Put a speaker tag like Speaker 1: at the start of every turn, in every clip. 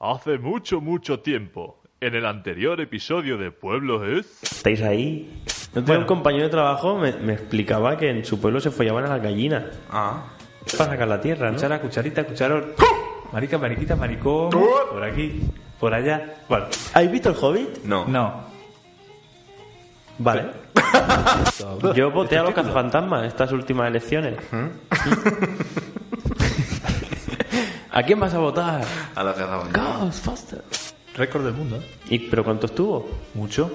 Speaker 1: Hace mucho, mucho tiempo, en el anterior episodio de Pueblo es...
Speaker 2: ¿Estáis ahí?
Speaker 3: Yo tenía un compañero de trabajo, me, me explicaba que en su pueblo se follaban a las gallinas
Speaker 4: Ah.
Speaker 3: para sacar la tierra, ¿no?
Speaker 4: Cuchara, cucharita, cucharón. Marica, mariquita, maricón. Por aquí, por allá. Vale.
Speaker 3: ¿Has visto el Hobbit?
Speaker 2: No.
Speaker 4: No.
Speaker 3: Vale. Yo voté a los cazafantasmas estas últimas elecciones. ¿A quién vas a votar?
Speaker 2: A los cazafantasmas.
Speaker 3: Ghostbusters.
Speaker 4: Récord del mundo, ¿eh?
Speaker 3: ¿Y pero cuánto estuvo?
Speaker 4: Mucho.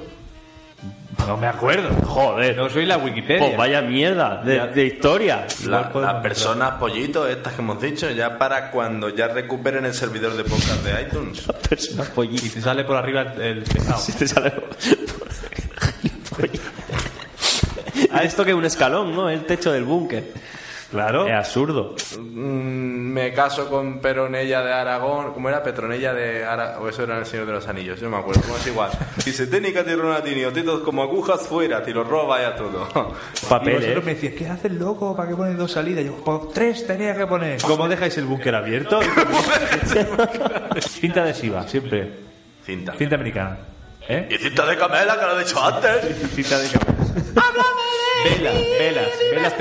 Speaker 4: No me acuerdo.
Speaker 3: Joder.
Speaker 4: No soy la Wikipedia.
Speaker 3: Pues vaya mierda de, de historia.
Speaker 2: La-
Speaker 4: Igual podemos
Speaker 2: las personas pollitos, estas que hemos dicho, ya para cuando ya recuperen el servidor de podcast de iTunes.
Speaker 3: Personas
Speaker 4: Y
Speaker 3: pollitas.
Speaker 4: te sale por arriba el tejado.
Speaker 3: Si te sale- Ah, esto que es un escalón, ¿no? El techo del búnker.
Speaker 4: Claro.
Speaker 3: Es absurdo.
Speaker 2: Mm, me caso con Peronella de Aragón. ¿Cómo era? Petronella de Aragón. O eso era el Señor de los Anillos, yo me acuerdo. Como es igual. Dice, técnica tirona tinio, tetos como agujas fuera, te lo roba y a todo.
Speaker 4: Y
Speaker 3: Papeles.
Speaker 4: vosotros me decías, ¿qué haces loco? ¿Para qué pones dos salidas? Yo, pues tres tenía que poner.
Speaker 3: ¿Cómo dejáis el búnker abierto?
Speaker 4: Cinta adhesiva, siempre.
Speaker 2: Cinta.
Speaker 4: Cinta americana. ¿Eh?
Speaker 2: Y cinta de camela, que lo he dicho antes.
Speaker 4: Cinta de Velas, velas, velas,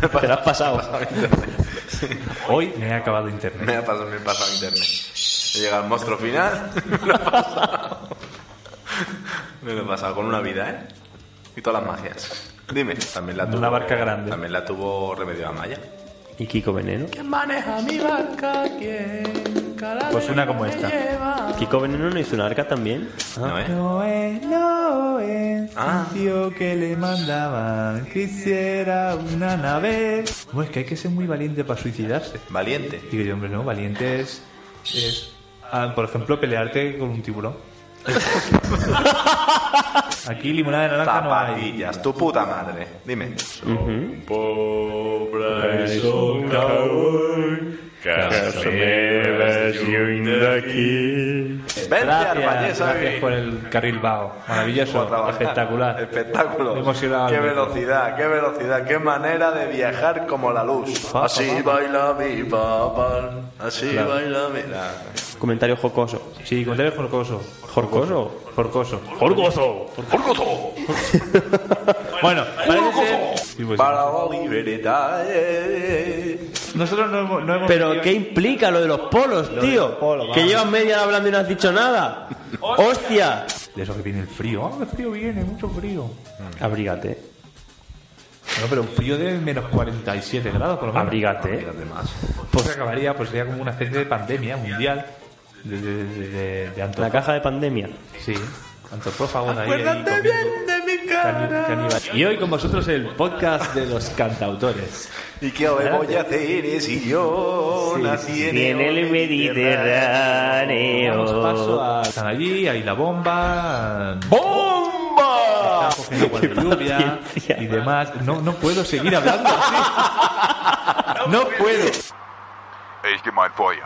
Speaker 4: pero
Speaker 3: Te lo has pasado.
Speaker 4: hoy me he acabado internet.
Speaker 2: Me ha pasado, me ha pasado internet. Llega el monstruo final. Me lo he pasado. Me lo he pasado con una vida, ¿eh? Y todas las magias. Dime. También la
Speaker 4: Una
Speaker 2: tuvo.
Speaker 4: barca grande.
Speaker 2: También la tuvo Remedio Amaya.
Speaker 3: ¿Y Kiko Veneno?
Speaker 4: Pues una como esta.
Speaker 3: ¿Kiko Veneno no hizo un arca también? Ah,
Speaker 2: ¿No, eh?
Speaker 4: No es, no es
Speaker 2: Ah.
Speaker 4: tío que le mandaban. Quisiera una nave. No, es que hay que ser muy valiente para suicidarse.
Speaker 2: Valiente.
Speaker 4: Digo yo, hombre, no, valiente es. es, ah, por ejemplo, pelearte con un tiburón. Aquí limonada de naranja no hay.
Speaker 2: Zapatillas, tu puta madre. Dime.
Speaker 1: Pobre es un cowboy que se me de aquí.
Speaker 2: Vente al
Speaker 4: Gracias,
Speaker 2: Vallés a
Speaker 4: gracias
Speaker 2: vivir.
Speaker 4: por el carril vago.
Speaker 2: Vamos a
Speaker 4: Maravilloso,
Speaker 2: trabajar.
Speaker 4: espectacular.
Speaker 2: Espectáculo.
Speaker 4: Emocionado.
Speaker 2: Qué velocidad, qué velocidad, qué manera de viajar como la luz.
Speaker 3: Pa,
Speaker 2: Así
Speaker 3: pa,
Speaker 2: baila mi papá. Así baila mi. Nah.
Speaker 3: Comentario jocoso.
Speaker 4: Sí, contrario Jorcoso.
Speaker 3: ¿Jorcoso?
Speaker 4: Jorcoso.
Speaker 1: ¡Jorgoso!
Speaker 4: Bueno, parece ser- Sí, pues sí.
Speaker 2: Para la libertad. eh.
Speaker 4: Nosotros no hemos. no hemos
Speaker 3: ¿Pero
Speaker 4: metido-
Speaker 3: qué implica lo de los polos, tío?
Speaker 4: polos,
Speaker 3: que
Speaker 4: vamos.
Speaker 3: llevas media hora hablando y no has dicho nada. ¡Hostia!
Speaker 4: De eso que viene el frío. Ah, el frío viene, mucho frío. No,
Speaker 3: Abrígate.
Speaker 4: pero un frío de menos 47 grados, por lo menos.
Speaker 3: Abrígate.
Speaker 4: Pues acabaría, pues sería como una especie de pandemia mundial. De, de, de, de, de antro-
Speaker 3: La caja de pandemia.
Speaker 4: Sí, antropófagos ahí. ahí comiendo cani- canibal- Y hoy con vosotros el podcast de los cantautores.
Speaker 2: ¿Y qué voy a hacer si yo
Speaker 4: Sí,
Speaker 2: nací en,
Speaker 3: en el
Speaker 4: Damos paso
Speaker 3: Mediterráneo.
Speaker 4: a. Están allí, ahí la bomba. a-
Speaker 2: ¡Bomba!
Speaker 4: cogen agua de lluvia
Speaker 3: paciencia.
Speaker 4: y demás. No, no puedo seguir hablando así. No puedo.
Speaker 5: Ich geh mein Feuer.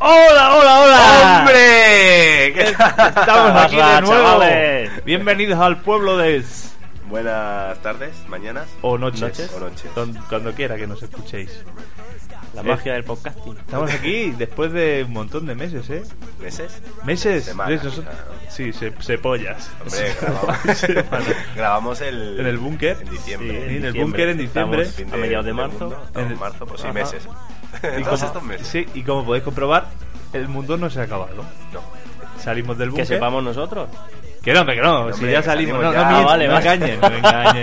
Speaker 3: ¡Hola, hola, hola!
Speaker 4: ¡Hombre! Estamos
Speaker 3: aquí de nuevo.
Speaker 4: Bienvenidos al pueblo de...
Speaker 2: Buenas tardes, mañanas.
Speaker 4: O noches.
Speaker 2: O noches.
Speaker 4: Cuando, cuando quiera que nos escuchéis.
Speaker 3: La magia del podcasting.
Speaker 4: Estamos aquí después de un montón de meses, ¿eh?
Speaker 2: ¿Meses?
Speaker 4: Meses.
Speaker 2: Semanas,
Speaker 4: de esos-
Speaker 2: claro.
Speaker 4: Sí, se, se pollas.
Speaker 2: Hombre, grabamos, grabamos el,
Speaker 4: En el búnker.
Speaker 2: En diciembre.
Speaker 4: Sí, en el búnker en diciembre.
Speaker 3: Estamos
Speaker 2: Fin
Speaker 3: a mediados de
Speaker 2: del
Speaker 3: marzo.
Speaker 2: mundo. Estamos en marzo, pues sí,
Speaker 4: Ajá.
Speaker 2: meses.
Speaker 4: Y
Speaker 2: Todos
Speaker 4: como-
Speaker 2: estos meses.
Speaker 4: Sí, y como podéis comprobar, el mundo no se ha acabado.
Speaker 2: No.
Speaker 4: Salimos del
Speaker 3: Que
Speaker 4: búnker.
Speaker 3: sepamos nosotros.
Speaker 4: Que no, hombre, que no, si
Speaker 2: hombre,
Speaker 4: ya
Speaker 2: que
Speaker 4: salimos.
Speaker 2: salimos
Speaker 4: No,
Speaker 2: ya.
Speaker 4: no,
Speaker 2: Ah,
Speaker 4: mientas,
Speaker 3: vale,
Speaker 4: no
Speaker 3: vale.
Speaker 4: engañes, no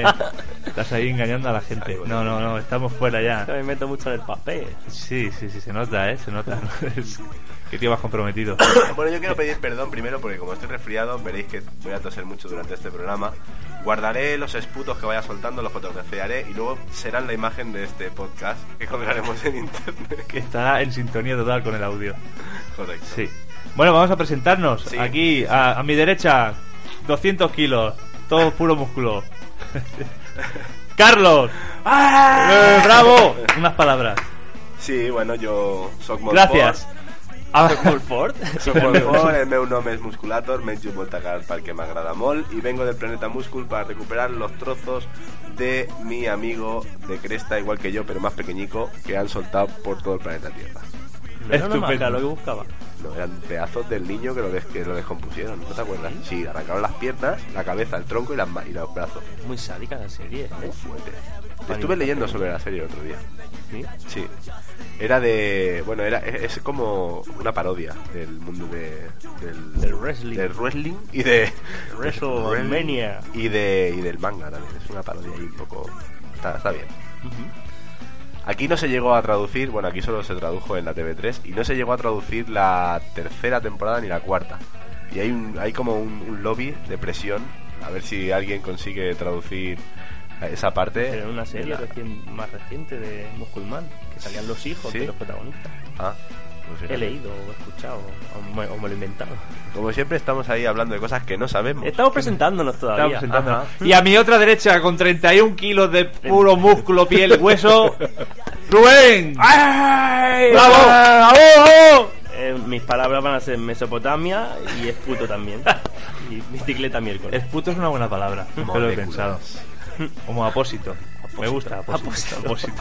Speaker 4: engañes. Estás ahí engañando a la gente. No, no, no, estamos fuera
Speaker 3: Yo
Speaker 4: ya.
Speaker 3: me meto mucho en el papel.
Speaker 4: Sí, sí, sí, se nota, ¿eh? Se nota. Es- Qué tío más comprometido.
Speaker 2: Bueno, yo quiero pedir perdón primero porque como estoy resfriado, veréis que voy a toser mucho durante este programa. Guardaré los esputos que vaya soltando, los fotografiaré y luego serán la imagen de este podcast que colgaremos en internet.
Speaker 4: Que está en sintonía total con el audio.
Speaker 2: Correcto.
Speaker 4: Sí. Bueno, vamos a presentarnos.
Speaker 2: Sí.
Speaker 4: Aquí, a, a mi derecha, 200 kilos, todo puro músculo. ¡Ah! Carlos, Eh, bravo. Unas palabras.
Speaker 2: Sí, bueno, jo soc molt
Speaker 4: Gràcies.
Speaker 2: fort.
Speaker 4: Ah,
Speaker 3: Soc molt fort.
Speaker 2: Soc molt fort, el meu nom és Musculator, menjo molta carn perquè m'agrada molt i vengo del planeta Muscul para recuperar los trozos de mi amigo de cresta, igual que yo, pero más pequeñico, que han soltado por todo el planeta Tierra.
Speaker 3: No era una
Speaker 4: Estupendo.
Speaker 3: maca lo que buscaba.
Speaker 2: No, eran pedazos del niño que lo, des- que lo descompusieron, ¿no te acuerdas? Sí, le arrancaron las piernas, la cabeza, el tronco y, las ma- y los brazos.
Speaker 3: Muy sádica la serie, ¿eh?
Speaker 2: Fuerte. Estuve leyendo sobre la serie el otro día. Sí. Era de. Bueno, era es es como una parodia del mundo de, del,
Speaker 3: Del wrestling.
Speaker 2: del wrestling y de.
Speaker 3: WrestleMania.
Speaker 2: Y, de, y del manga también. Es una parodia ahí un poco. Está, está bien. Aquí no se llegó a traducir, bueno, aquí solo se tradujo en la TV3, y no se llegó a traducir la tercera temporada ni la cuarta. Y hay, un- hay como un, un lobby de presión, a ver si alguien consigue traducir esa parte.
Speaker 3: Pero en una serie
Speaker 2: La-
Speaker 3: recién- más reciente de Musculman, que salían los hijos
Speaker 2: Sí.
Speaker 3: de los protagonistas.
Speaker 2: Ah, no sé.
Speaker 3: He leído, o escuchado, o me, o me lo he inventado.
Speaker 2: Como siempre estamos ahí hablando de cosas que no sabemos.
Speaker 3: Estamos presentándonos todavía.
Speaker 4: Estamos sentándonos.
Speaker 3: Ajá.
Speaker 4: Y a mi otra derecha, con 31 kilos de puro músculo, piel y hueso, Rubén. ¡Bravo!
Speaker 3: Eh, mis palabras van a ser Mesopotamia y es puto también. y bicicleta miércoles.
Speaker 6: El puto es una buena palabra. Pero lo he pensado. Como apósito. Me gusta apósito. apósito.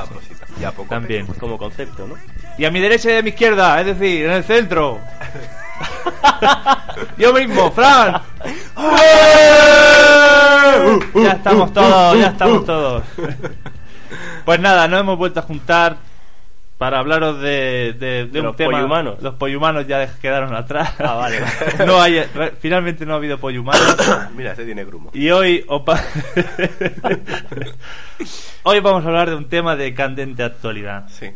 Speaker 2: Y a poco
Speaker 6: También.
Speaker 3: Como concepto, ¿no?
Speaker 4: Y a mi derecha y a mi izquierda, es decir, en el centro. Yo mismo, Fran. ya estamos todos, ya estamos todos. Pues nada, nos hemos vuelto a juntar para hablaros de, de- de
Speaker 3: De
Speaker 4: un
Speaker 3: los
Speaker 4: tema.
Speaker 3: pollumanos.
Speaker 4: Los pollumanos ya quedaron atrás.
Speaker 3: Ah, vale.
Speaker 4: No hay, re- finalmente no ha habido pollumanos.
Speaker 2: te- Mira, este tiene grumo.
Speaker 4: Y hoy, opa- hoy vamos a hablar de un tema de candente actualidad.
Speaker 2: Sí.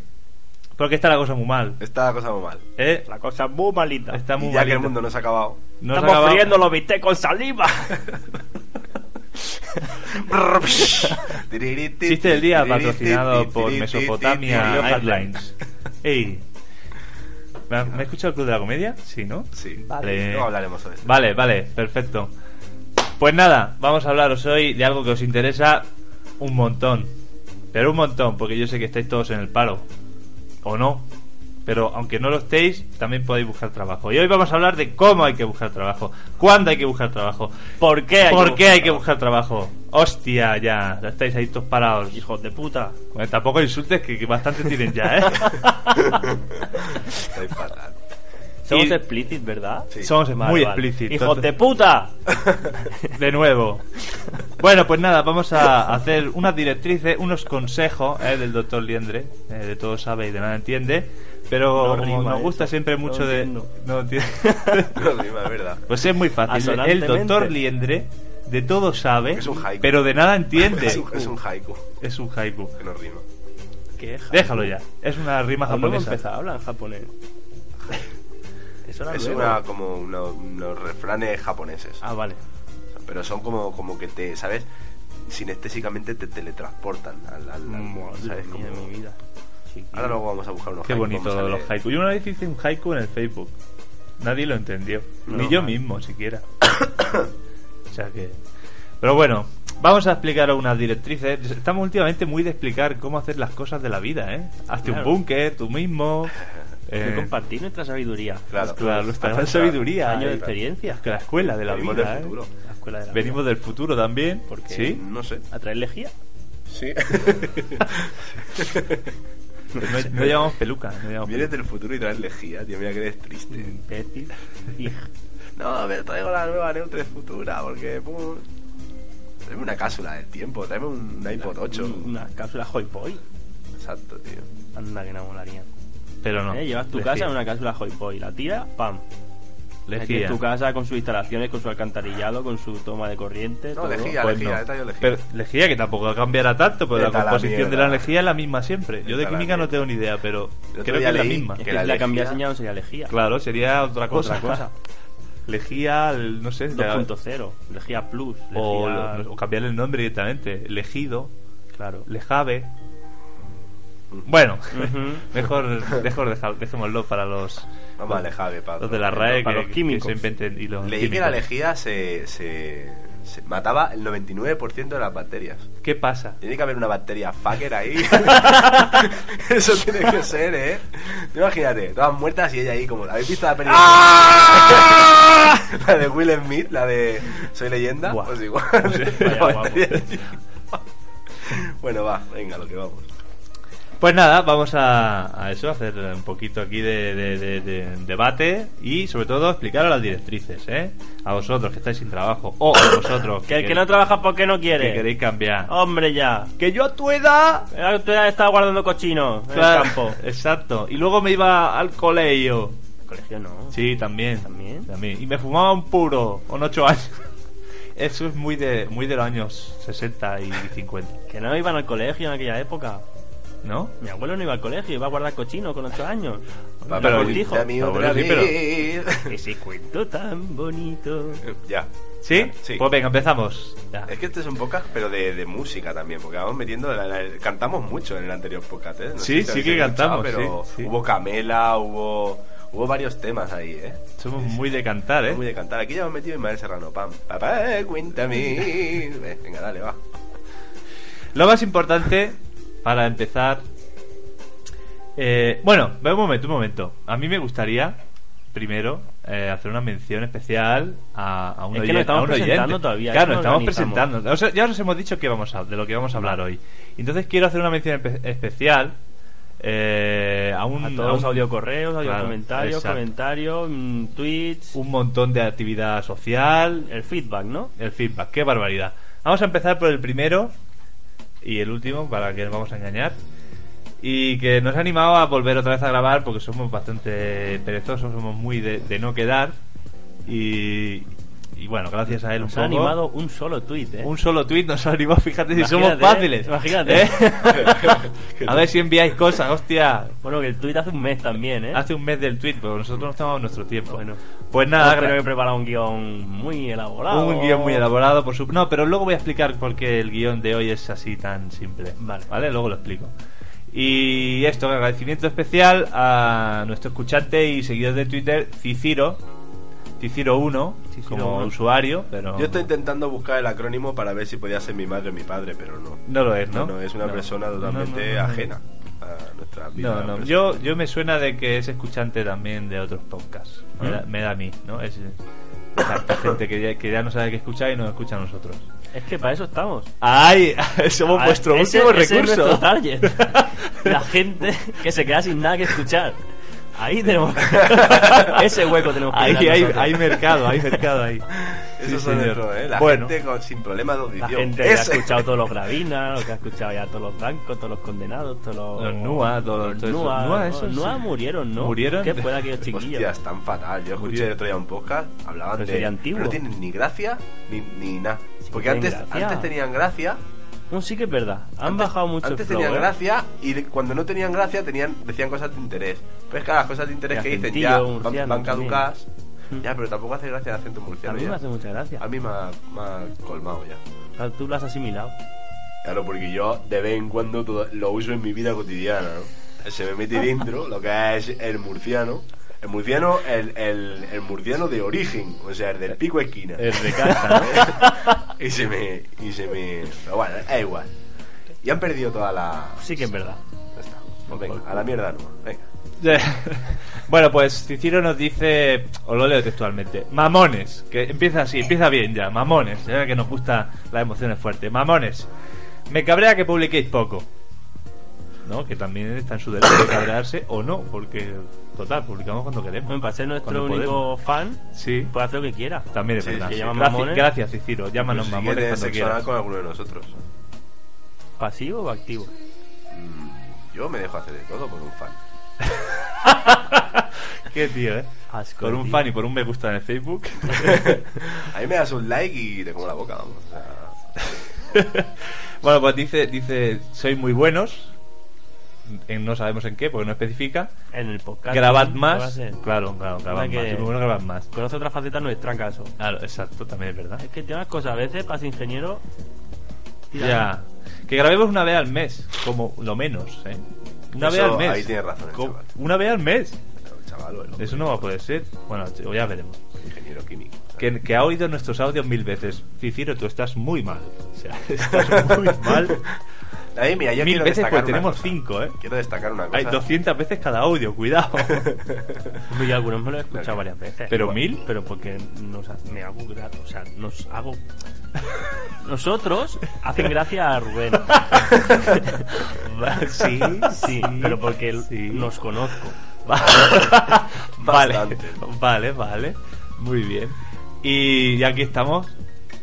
Speaker 4: Porque está la cosa muy mal.
Speaker 2: Está la cosa muy mal.
Speaker 4: ¿eh?
Speaker 3: La cosa es muy malita.
Speaker 4: Está muy
Speaker 2: Y ya que
Speaker 4: malita.
Speaker 2: el mundo no se ha acabado.
Speaker 4: Nos
Speaker 3: Estamos
Speaker 4: acabamos-
Speaker 3: friendo los bistecs con saliva.
Speaker 4: Chiste
Speaker 2: Chiste
Speaker 4: del día patrocinado por Mesopotamia Airlines. Ey. ¿Me ha, me ha escuchado el Club de la Comedia? Sí, ¿no?
Speaker 2: Sí.
Speaker 4: Vale.
Speaker 2: No hablaremos sobre esto.
Speaker 4: Vale, vale, perfecto. Pues nada, vamos a hablaros hoy de algo que os interesa un montón. Pero un montón, porque yo sé que estáis todos en el paro. O no. Pero aunque no lo estéis, también podéis buscar trabajo. Y hoy vamos a hablar de cómo hay que buscar trabajo. ¿Cuándo hay que buscar trabajo?
Speaker 3: ¿Por qué hay que
Speaker 4: ¿Por
Speaker 3: buscar
Speaker 4: qué hay que
Speaker 3: trabajo?
Speaker 4: buscar trabajo? Hostia, ya. Ya estáis ahí todos parados.
Speaker 3: Hijos de puta.
Speaker 4: Bueno, tampoco insultes, que, que bastante tienen ya, ¿eh?
Speaker 2: Estoy fatal.
Speaker 3: Somos
Speaker 4: Y-
Speaker 3: explícitos, ¿verdad?
Speaker 2: Sí.
Speaker 4: Somos
Speaker 3: Vale,
Speaker 4: muy
Speaker 3: vale.
Speaker 4: explícitos.
Speaker 3: ¡Hijos de puta!
Speaker 4: De nuevo. Bueno, pues nada, vamos a hacer unas directrices, unos consejos eh, del doctor Liendre, eh, de todo sabe y de nada entiende, pero
Speaker 3: No
Speaker 4: como
Speaker 3: rima
Speaker 4: nos gusta
Speaker 3: eso.
Speaker 4: siempre
Speaker 3: No
Speaker 4: mucho de...
Speaker 3: entiendo.
Speaker 4: no enti-
Speaker 2: No, de verdad.
Speaker 4: pues es muy fácil. El
Speaker 3: Asonantemente.
Speaker 4: doctor Liendre de todo sabe,
Speaker 2: Es un haiku.
Speaker 4: pero de nada entiende.
Speaker 2: Es un, es un haiku
Speaker 4: Es un haiku.
Speaker 2: que no rima.
Speaker 3: ¿Qué es?
Speaker 4: Déjalo ya, es una rima
Speaker 3: Aún no hemos
Speaker 4: japonesa.
Speaker 3: empezado a hablar en japonés. Eso era
Speaker 2: Es
Speaker 3: luego.
Speaker 2: una, como una- unos refranes japoneses.
Speaker 3: Ah, vale.
Speaker 2: Pero son como, como que te, ¿sabes? Sinestésicamente te teletransportan al. al- al-
Speaker 3: Madre
Speaker 2: ¿sabes?
Speaker 3: mía
Speaker 2: Como-
Speaker 3: de mi vida. Chiquillo.
Speaker 2: Ahora luego vamos a buscar unos
Speaker 4: Qué
Speaker 2: haikus,
Speaker 4: bonito
Speaker 2: vamos a
Speaker 4: lo de los
Speaker 2: leer.
Speaker 4: haiku. Yo una vez hice un haiku en el Facebook. Nadie lo entendió.
Speaker 3: No.
Speaker 4: Ni yo mismo siquiera. o sea que. Pero bueno, vamos a explicar unas directrices. Estamos últimamente muy de explicar cómo hacer las cosas de la vida, ¿eh? Hazte
Speaker 3: Claro.
Speaker 4: un búnker, tú mismo.
Speaker 3: Hay
Speaker 4: eh,
Speaker 3: que compartir nuestra sabiduría.
Speaker 2: Claro,
Speaker 4: claro, nuestra gran
Speaker 2: Años
Speaker 4: sabiduría.
Speaker 3: Años de
Speaker 4: eh,
Speaker 3: experiencia.
Speaker 4: que la escuela de la
Speaker 2: Venimos
Speaker 4: vida.
Speaker 2: del
Speaker 4: ¿eh?
Speaker 2: futuro.
Speaker 3: La escuela de la
Speaker 4: Venimos del futuro también.
Speaker 3: ¿Por qué?
Speaker 4: ¿Sí?
Speaker 2: No sé.
Speaker 3: ¿A traer lejía?
Speaker 2: Sí.
Speaker 4: No, no llevamos peluca. no llevamos
Speaker 2: Vienes
Speaker 4: peluca.
Speaker 2: del futuro y traes lejía, tío. Mira que eres triste.
Speaker 3: Mm. Imbécil. Hija.
Speaker 2: No, me traigo la nueva Neutre Futura porque. pum, Tráeme una cápsula del tiempo, tráeme un iPod 8.
Speaker 3: Unas cápsulas hoy poi.
Speaker 2: Exacto, tío.
Speaker 3: Anda que no molaría.
Speaker 4: Pero no.
Speaker 3: Eh, Llevas tu
Speaker 4: Lejía.
Speaker 3: casa en una cápsula hoy poi. La tira, pam. Aquí
Speaker 4: Lejía.
Speaker 3: en tu casa con sus instalaciones, con su alcantarillado, con su toma de corriente.
Speaker 2: No,
Speaker 3: todo.
Speaker 2: lejía,
Speaker 4: Pues
Speaker 2: lejía,
Speaker 4: no.
Speaker 2: he traído lejía.
Speaker 4: Pero lejía que tampoco cambiará tanto, pero la
Speaker 2: Vete a la
Speaker 4: composición de la
Speaker 2: mierda.
Speaker 4: lejía es la misma siempre. Yo de
Speaker 2: Vete a la
Speaker 4: química no
Speaker 2: mierda.
Speaker 4: tengo ni idea, pero
Speaker 2: otro
Speaker 4: creo que
Speaker 2: día
Speaker 4: es la
Speaker 2: leí
Speaker 4: misma.
Speaker 3: Es
Speaker 2: que
Speaker 3: que
Speaker 2: la
Speaker 3: si la
Speaker 2: lejía-
Speaker 3: cambias ya no sería lejía.
Speaker 4: Claro, sería otra cosa.
Speaker 3: Otra cosa.
Speaker 4: Lejía, el- no sé, la-
Speaker 3: 2.0. Lejía Plus.
Speaker 4: o,
Speaker 3: lejía-
Speaker 4: o cambiar el nombre directamente. Legido,
Speaker 3: Claro.
Speaker 4: lejave.
Speaker 2: Mm.
Speaker 4: Bueno,
Speaker 3: Ujú.
Speaker 4: mejor, mejor deja- dejémoslo para los,
Speaker 2: Vamos a alejar, para
Speaker 4: los de la RAE
Speaker 3: Para
Speaker 4: que,
Speaker 3: los
Speaker 4: que
Speaker 3: químicos.
Speaker 4: Ah, se inventen. Y los
Speaker 2: Leí que la
Speaker 4: químicos.
Speaker 2: lejía se, se, se mataba el 99% de las bacterias.
Speaker 4: ¿Qué pasa?
Speaker 2: Tiene que haber una bacteria fucker ahí. Eso tiene que ser, ¿eh? Tú imagínate, todas muertas y ella ahí como... ¿Habéis visto la película? la de Will Smith, la de Soy Leyenda.
Speaker 4: ¡Ah! Buah.
Speaker 2: Pues igual.
Speaker 4: vaya
Speaker 2: La bacteria allí. bueno, va, venga, lo que vamos.
Speaker 4: Pues nada, vamos a, a eso, a hacer un poquito aquí de, de- de- de debate y sobre todo explicar a las directrices, ¿eh? A vosotros que estáis sin trabajo o a vosotros
Speaker 3: Que el que
Speaker 4: queréis-
Speaker 3: no Oh, trabaja, ¿por qué no quiere?
Speaker 4: que queréis cambiar.
Speaker 3: Hombre, ya. Eh,
Speaker 4: Que yo a tu edad...
Speaker 3: Era que Tú ya estabas guardando cochino en
Speaker 4: Claro,
Speaker 3: el campo.
Speaker 4: Exacto. Y luego me iba al colegio.
Speaker 3: Colegio no.
Speaker 4: Sí, también.
Speaker 3: ¿También?
Speaker 4: Y me fumaba un puro con 8 años. Eso es muy de, muy de los años 60 y 50,
Speaker 3: Que no iban al colegio en aquella época.
Speaker 4: ¿no?
Speaker 3: Mi abuelo no iba al colegio, iba a guardar cochino con 8 años.
Speaker 2: Va,
Speaker 4: pero-
Speaker 2: voltijo.
Speaker 3: Cortijo.
Speaker 2: Amigo,
Speaker 4: Bueno, sí,
Speaker 2: pero...
Speaker 3: Ese cuento tan bonito.
Speaker 2: ya.
Speaker 4: ¿Sí?
Speaker 2: Sí.
Speaker 4: Pues venga, empezamos. Ya.
Speaker 3: Eh,
Speaker 2: Es que este es un podcast, pero de, de música también, porque vamos metiendo. la- la- cantamos mucho en el anterior podcast, ¿eh? No
Speaker 4: Sí,
Speaker 2: sé si
Speaker 4: sí
Speaker 2: habéis
Speaker 4: que
Speaker 2: escuchado,
Speaker 4: cantamos,
Speaker 2: Pero
Speaker 4: sí, sí.
Speaker 2: hubo Camela, hubo. Hubo varios temas ahí, ¿eh?
Speaker 4: Somos muy de cantar,
Speaker 2: Muy
Speaker 4: ¿eh?
Speaker 2: de cantar. Aquí ya hemos metido Ismael Serrano. Pam, papá, cuéntame. Eh, Venga, dale, va.
Speaker 4: Lo más importante para empezar. eh, bueno, ve un momento, un momento. A mí me gustaría primero eh, hacer una mención especial a, a un
Speaker 3: Es que
Speaker 4: oyen-
Speaker 3: nos estamos
Speaker 4: a un oyente.
Speaker 3: presentando todavía,
Speaker 4: Claro,
Speaker 3: es
Speaker 4: nos
Speaker 3: que nos
Speaker 4: estamos
Speaker 3: organizamos.
Speaker 4: presentando. O sea, ya os hemos dicho que vamos a, de lo que vamos a hablar hoy. Entonces quiero hacer una mención espe- especial eh, a un
Speaker 3: A
Speaker 4: a
Speaker 3: todos
Speaker 4: un-
Speaker 3: los audiocorreos, Mm, audio
Speaker 4: Claro,
Speaker 3: comentarios,
Speaker 4: exacto.
Speaker 3: comentarios, mm, tweets.
Speaker 4: un montón de actividad social,
Speaker 3: El feedback, ¿no?
Speaker 4: El feedback, qué barbaridad. Vamos a empezar por el primero y el último, para que nos vamos a engañar. Y que nos ha animado a volver otra vez a grabar porque somos bastante perezosos, somos muy de, de no quedar. Y, y bueno, gracias a él un
Speaker 3: Nos
Speaker 4: poco.
Speaker 3: ha animado un solo tweet, ¿eh?
Speaker 4: Un solo tweet nos ha animado, fíjate si
Speaker 3: Imagínate,
Speaker 4: somos fáciles.
Speaker 3: imagínate.
Speaker 4: ¿Eh? a ver si enviáis cosas, hostia.
Speaker 3: Bueno, que el tweet hace un mes también, ¿eh?
Speaker 4: Hace un mes del tweet, pero nosotros nos tomamos nuestro tiempo.
Speaker 3: Bueno.
Speaker 4: Pues nada,
Speaker 3: nada, creo que
Speaker 4: gra-
Speaker 3: he preparado un guión muy elaborado.
Speaker 4: Un guión muy elaborado, por supuesto. No, pero luego voy a explicar por qué el guión de hoy es así tan simple.
Speaker 3: Vale.
Speaker 4: Luego lo explico. Y esto, agradecimiento especial a nuestro escuchante y seguidor de Twitter, Ciciro. Ciciro1,
Speaker 3: Ciciro
Speaker 4: como
Speaker 3: uno.
Speaker 4: usuario, pero.
Speaker 2: Yo estoy intentando buscar el acrónimo para ver si podía ser mi madre o mi padre, pero no.
Speaker 4: No lo es, ¿no?
Speaker 2: No, es una
Speaker 4: No.
Speaker 2: persona
Speaker 4: No, no,
Speaker 2: totalmente
Speaker 4: no, no, no.
Speaker 2: ajena a nuestra vida.
Speaker 4: No, no,
Speaker 2: personal.
Speaker 4: yo, yo me suena de que es escuchante también de otros podcasts. Me,
Speaker 2: ¿Mm?
Speaker 4: da, me da a mí, ¿no? Es esa gente que ya, que ya no sabe qué escuchar y nos escucha a nosotros.
Speaker 3: Es que para eso estamos.
Speaker 4: ¡Ay! Somos
Speaker 3: Ah,
Speaker 4: vuestro
Speaker 3: ese-
Speaker 4: último
Speaker 3: ese es
Speaker 4: recurso.
Speaker 3: nuestro target. La gente que se queda sin nada que escuchar. Ahí tenemos. Ese hueco tenemos que
Speaker 4: Ahí
Speaker 3: llenar
Speaker 4: hay,
Speaker 3: nosotros.
Speaker 4: hay mercado, hay mercado ahí.
Speaker 2: Eso
Speaker 4: Sí,
Speaker 2: son
Speaker 4: señor.
Speaker 2: dentro, ¿eh? La
Speaker 4: bueno,
Speaker 2: gente con- sin problemas de
Speaker 3: La
Speaker 2: audición.
Speaker 3: gente que ha
Speaker 2: Ese.
Speaker 3: escuchado todos los Gravinas, lo que ha escuchado ya todos los blancos, todos los condenados, todos los.
Speaker 4: Los Nua, todos-
Speaker 3: los
Speaker 4: todos esos-
Speaker 3: Nua,
Speaker 4: Nua,
Speaker 3: no,
Speaker 4: esos,
Speaker 3: Nua
Speaker 4: sí.
Speaker 3: murieron, ¿no?
Speaker 4: ¿Murieron?
Speaker 3: ¿Qué fue de aquellos chiquillos?
Speaker 2: Hostia, Pues, es tan fatal. Yo escuché el otro día un podcast, hablaban
Speaker 3: Pero
Speaker 2: de.
Speaker 3: sería antiguo.
Speaker 2: No tienen ni gracia ni, ni nada.
Speaker 3: Sí,
Speaker 2: Porque
Speaker 3: tienen
Speaker 2: antes,
Speaker 3: gracia.
Speaker 2: antes tenían gracia.
Speaker 3: No, sí que es verdad. Han
Speaker 2: antes-
Speaker 3: bajado mucho
Speaker 2: Antes
Speaker 3: el flow,
Speaker 2: tenían
Speaker 3: ¿eh?
Speaker 2: gracia y de- cuando no tenían gracia tenían, decían cosas de interés. Pero es que ahora las cosas de interés
Speaker 3: Y
Speaker 2: que dicen
Speaker 3: acentillo
Speaker 2: ya
Speaker 3: murciano
Speaker 2: van, van
Speaker 3: también.
Speaker 2: caducadas.
Speaker 3: Mm.
Speaker 2: Ya, pero tampoco hace gracia el acento murciano.
Speaker 3: A mí
Speaker 2: ya.
Speaker 3: me hace mucha gracia.
Speaker 2: A mí me ha, me ha colmado ya.
Speaker 3: Claro, Tú lo has asimilado.
Speaker 2: Claro, porque yo de vez en cuando todo- lo uso en mi vida cotidiana, ¿no? Se me mete dentro lo que es el murciano. El murciano, el, el, el murciano de origen, o sea, el del pico de esquina.
Speaker 4: el de casa, ¿no?
Speaker 2: Y se me. Y se me. Pero bueno, es igual. Y han perdido toda la.
Speaker 3: Sí que es verdad.
Speaker 2: Ya está. Pues venga, a la mierda no. Venga.
Speaker 4: bueno, pues Ciciro nos dice, o lo leo textualmente, mamones, que empieza así, empieza bien ya, mamones, ya que nos gusta las emociones fuertes, mamones, me cabrea que publiquéis poco, ¿no? Que también está en su derecho de cabrearse o no, porque total, publicamos cuando queremos.
Speaker 3: Bueno, para ser nuestro
Speaker 4: Cuando
Speaker 3: único fan,
Speaker 4: Sí,
Speaker 3: puede hacer lo que quiera.
Speaker 4: también es
Speaker 2: Sí,
Speaker 4: verdad.
Speaker 2: sí,
Speaker 3: llaman
Speaker 4: Gracias-
Speaker 3: mamones.
Speaker 4: Gracias, Ciciro, llámanos
Speaker 2: Si
Speaker 4: mamones
Speaker 2: quieres
Speaker 4: cuando
Speaker 2: sexual
Speaker 4: quieras.
Speaker 2: con alguno de nosotros.
Speaker 3: ¿Pasivo o activo?
Speaker 2: Mm, Yo me dejo hacer de todo por un fan.
Speaker 4: Qué tío, eh.
Speaker 3: Asco,
Speaker 4: Por un
Speaker 3: tío.
Speaker 4: fan y por un me gusta en el Facebook.
Speaker 2: A mí me das un like y te como la boca, vamos. O sea,
Speaker 4: bueno, pues dice, dice, sois muy buenos. En- no sabemos en qué, porque no especifica.
Speaker 3: En el podcast.
Speaker 4: grabad
Speaker 3: ¿no? Va a
Speaker 4: más.
Speaker 3: ser.
Speaker 4: Claro, claro, grabad
Speaker 3: Ahora
Speaker 4: más.
Speaker 3: que-
Speaker 4: Sois muy buenos, grabad más.
Speaker 3: Conoce otras facetas nuestra en caso.
Speaker 4: Claro, exacto, también es verdad.
Speaker 3: Es que tiene unas cosas a veces, para ser ingeniero. tira.
Speaker 4: Ya. Que grabemos una vez al mes, como lo menos, ¿eh? Una
Speaker 2: Eso,
Speaker 4: vez al mes.
Speaker 2: ahí tienes razón el
Speaker 4: Co-
Speaker 2: chaval.
Speaker 4: Una vez al mes.
Speaker 2: el chaval chaval, o el hombre
Speaker 4: Eso no va a poder ser. Bueno, ch- ya veremos.
Speaker 2: ingeniero químico.
Speaker 4: Que, que ha oído nuestros audios mil veces. Ciciro, tú estás muy mal. O sea, estás muy mal.
Speaker 2: Ahí, mira, yo
Speaker 4: mil
Speaker 2: quiero
Speaker 4: veces,
Speaker 2: destacar
Speaker 4: pues
Speaker 2: una
Speaker 4: tenemos
Speaker 2: cosa.
Speaker 4: cinco, ¿eh?
Speaker 2: Quiero destacar una cosa.
Speaker 4: Hay 200 veces cada audio, cuidado.
Speaker 3: Hombre, yo algunos me lo he escuchado varias veces.
Speaker 4: ¿Pero
Speaker 3: Por-
Speaker 4: mil?
Speaker 3: Pero porque nos, ha- me hago gra- O sea, nos hago. Nosotros hacen gracia a Rubén.
Speaker 4: sí,
Speaker 3: Sí, pero porque nos conozco.
Speaker 4: vale,
Speaker 2: Bastante.
Speaker 4: vale, vale. Muy bien. Y aquí estamos.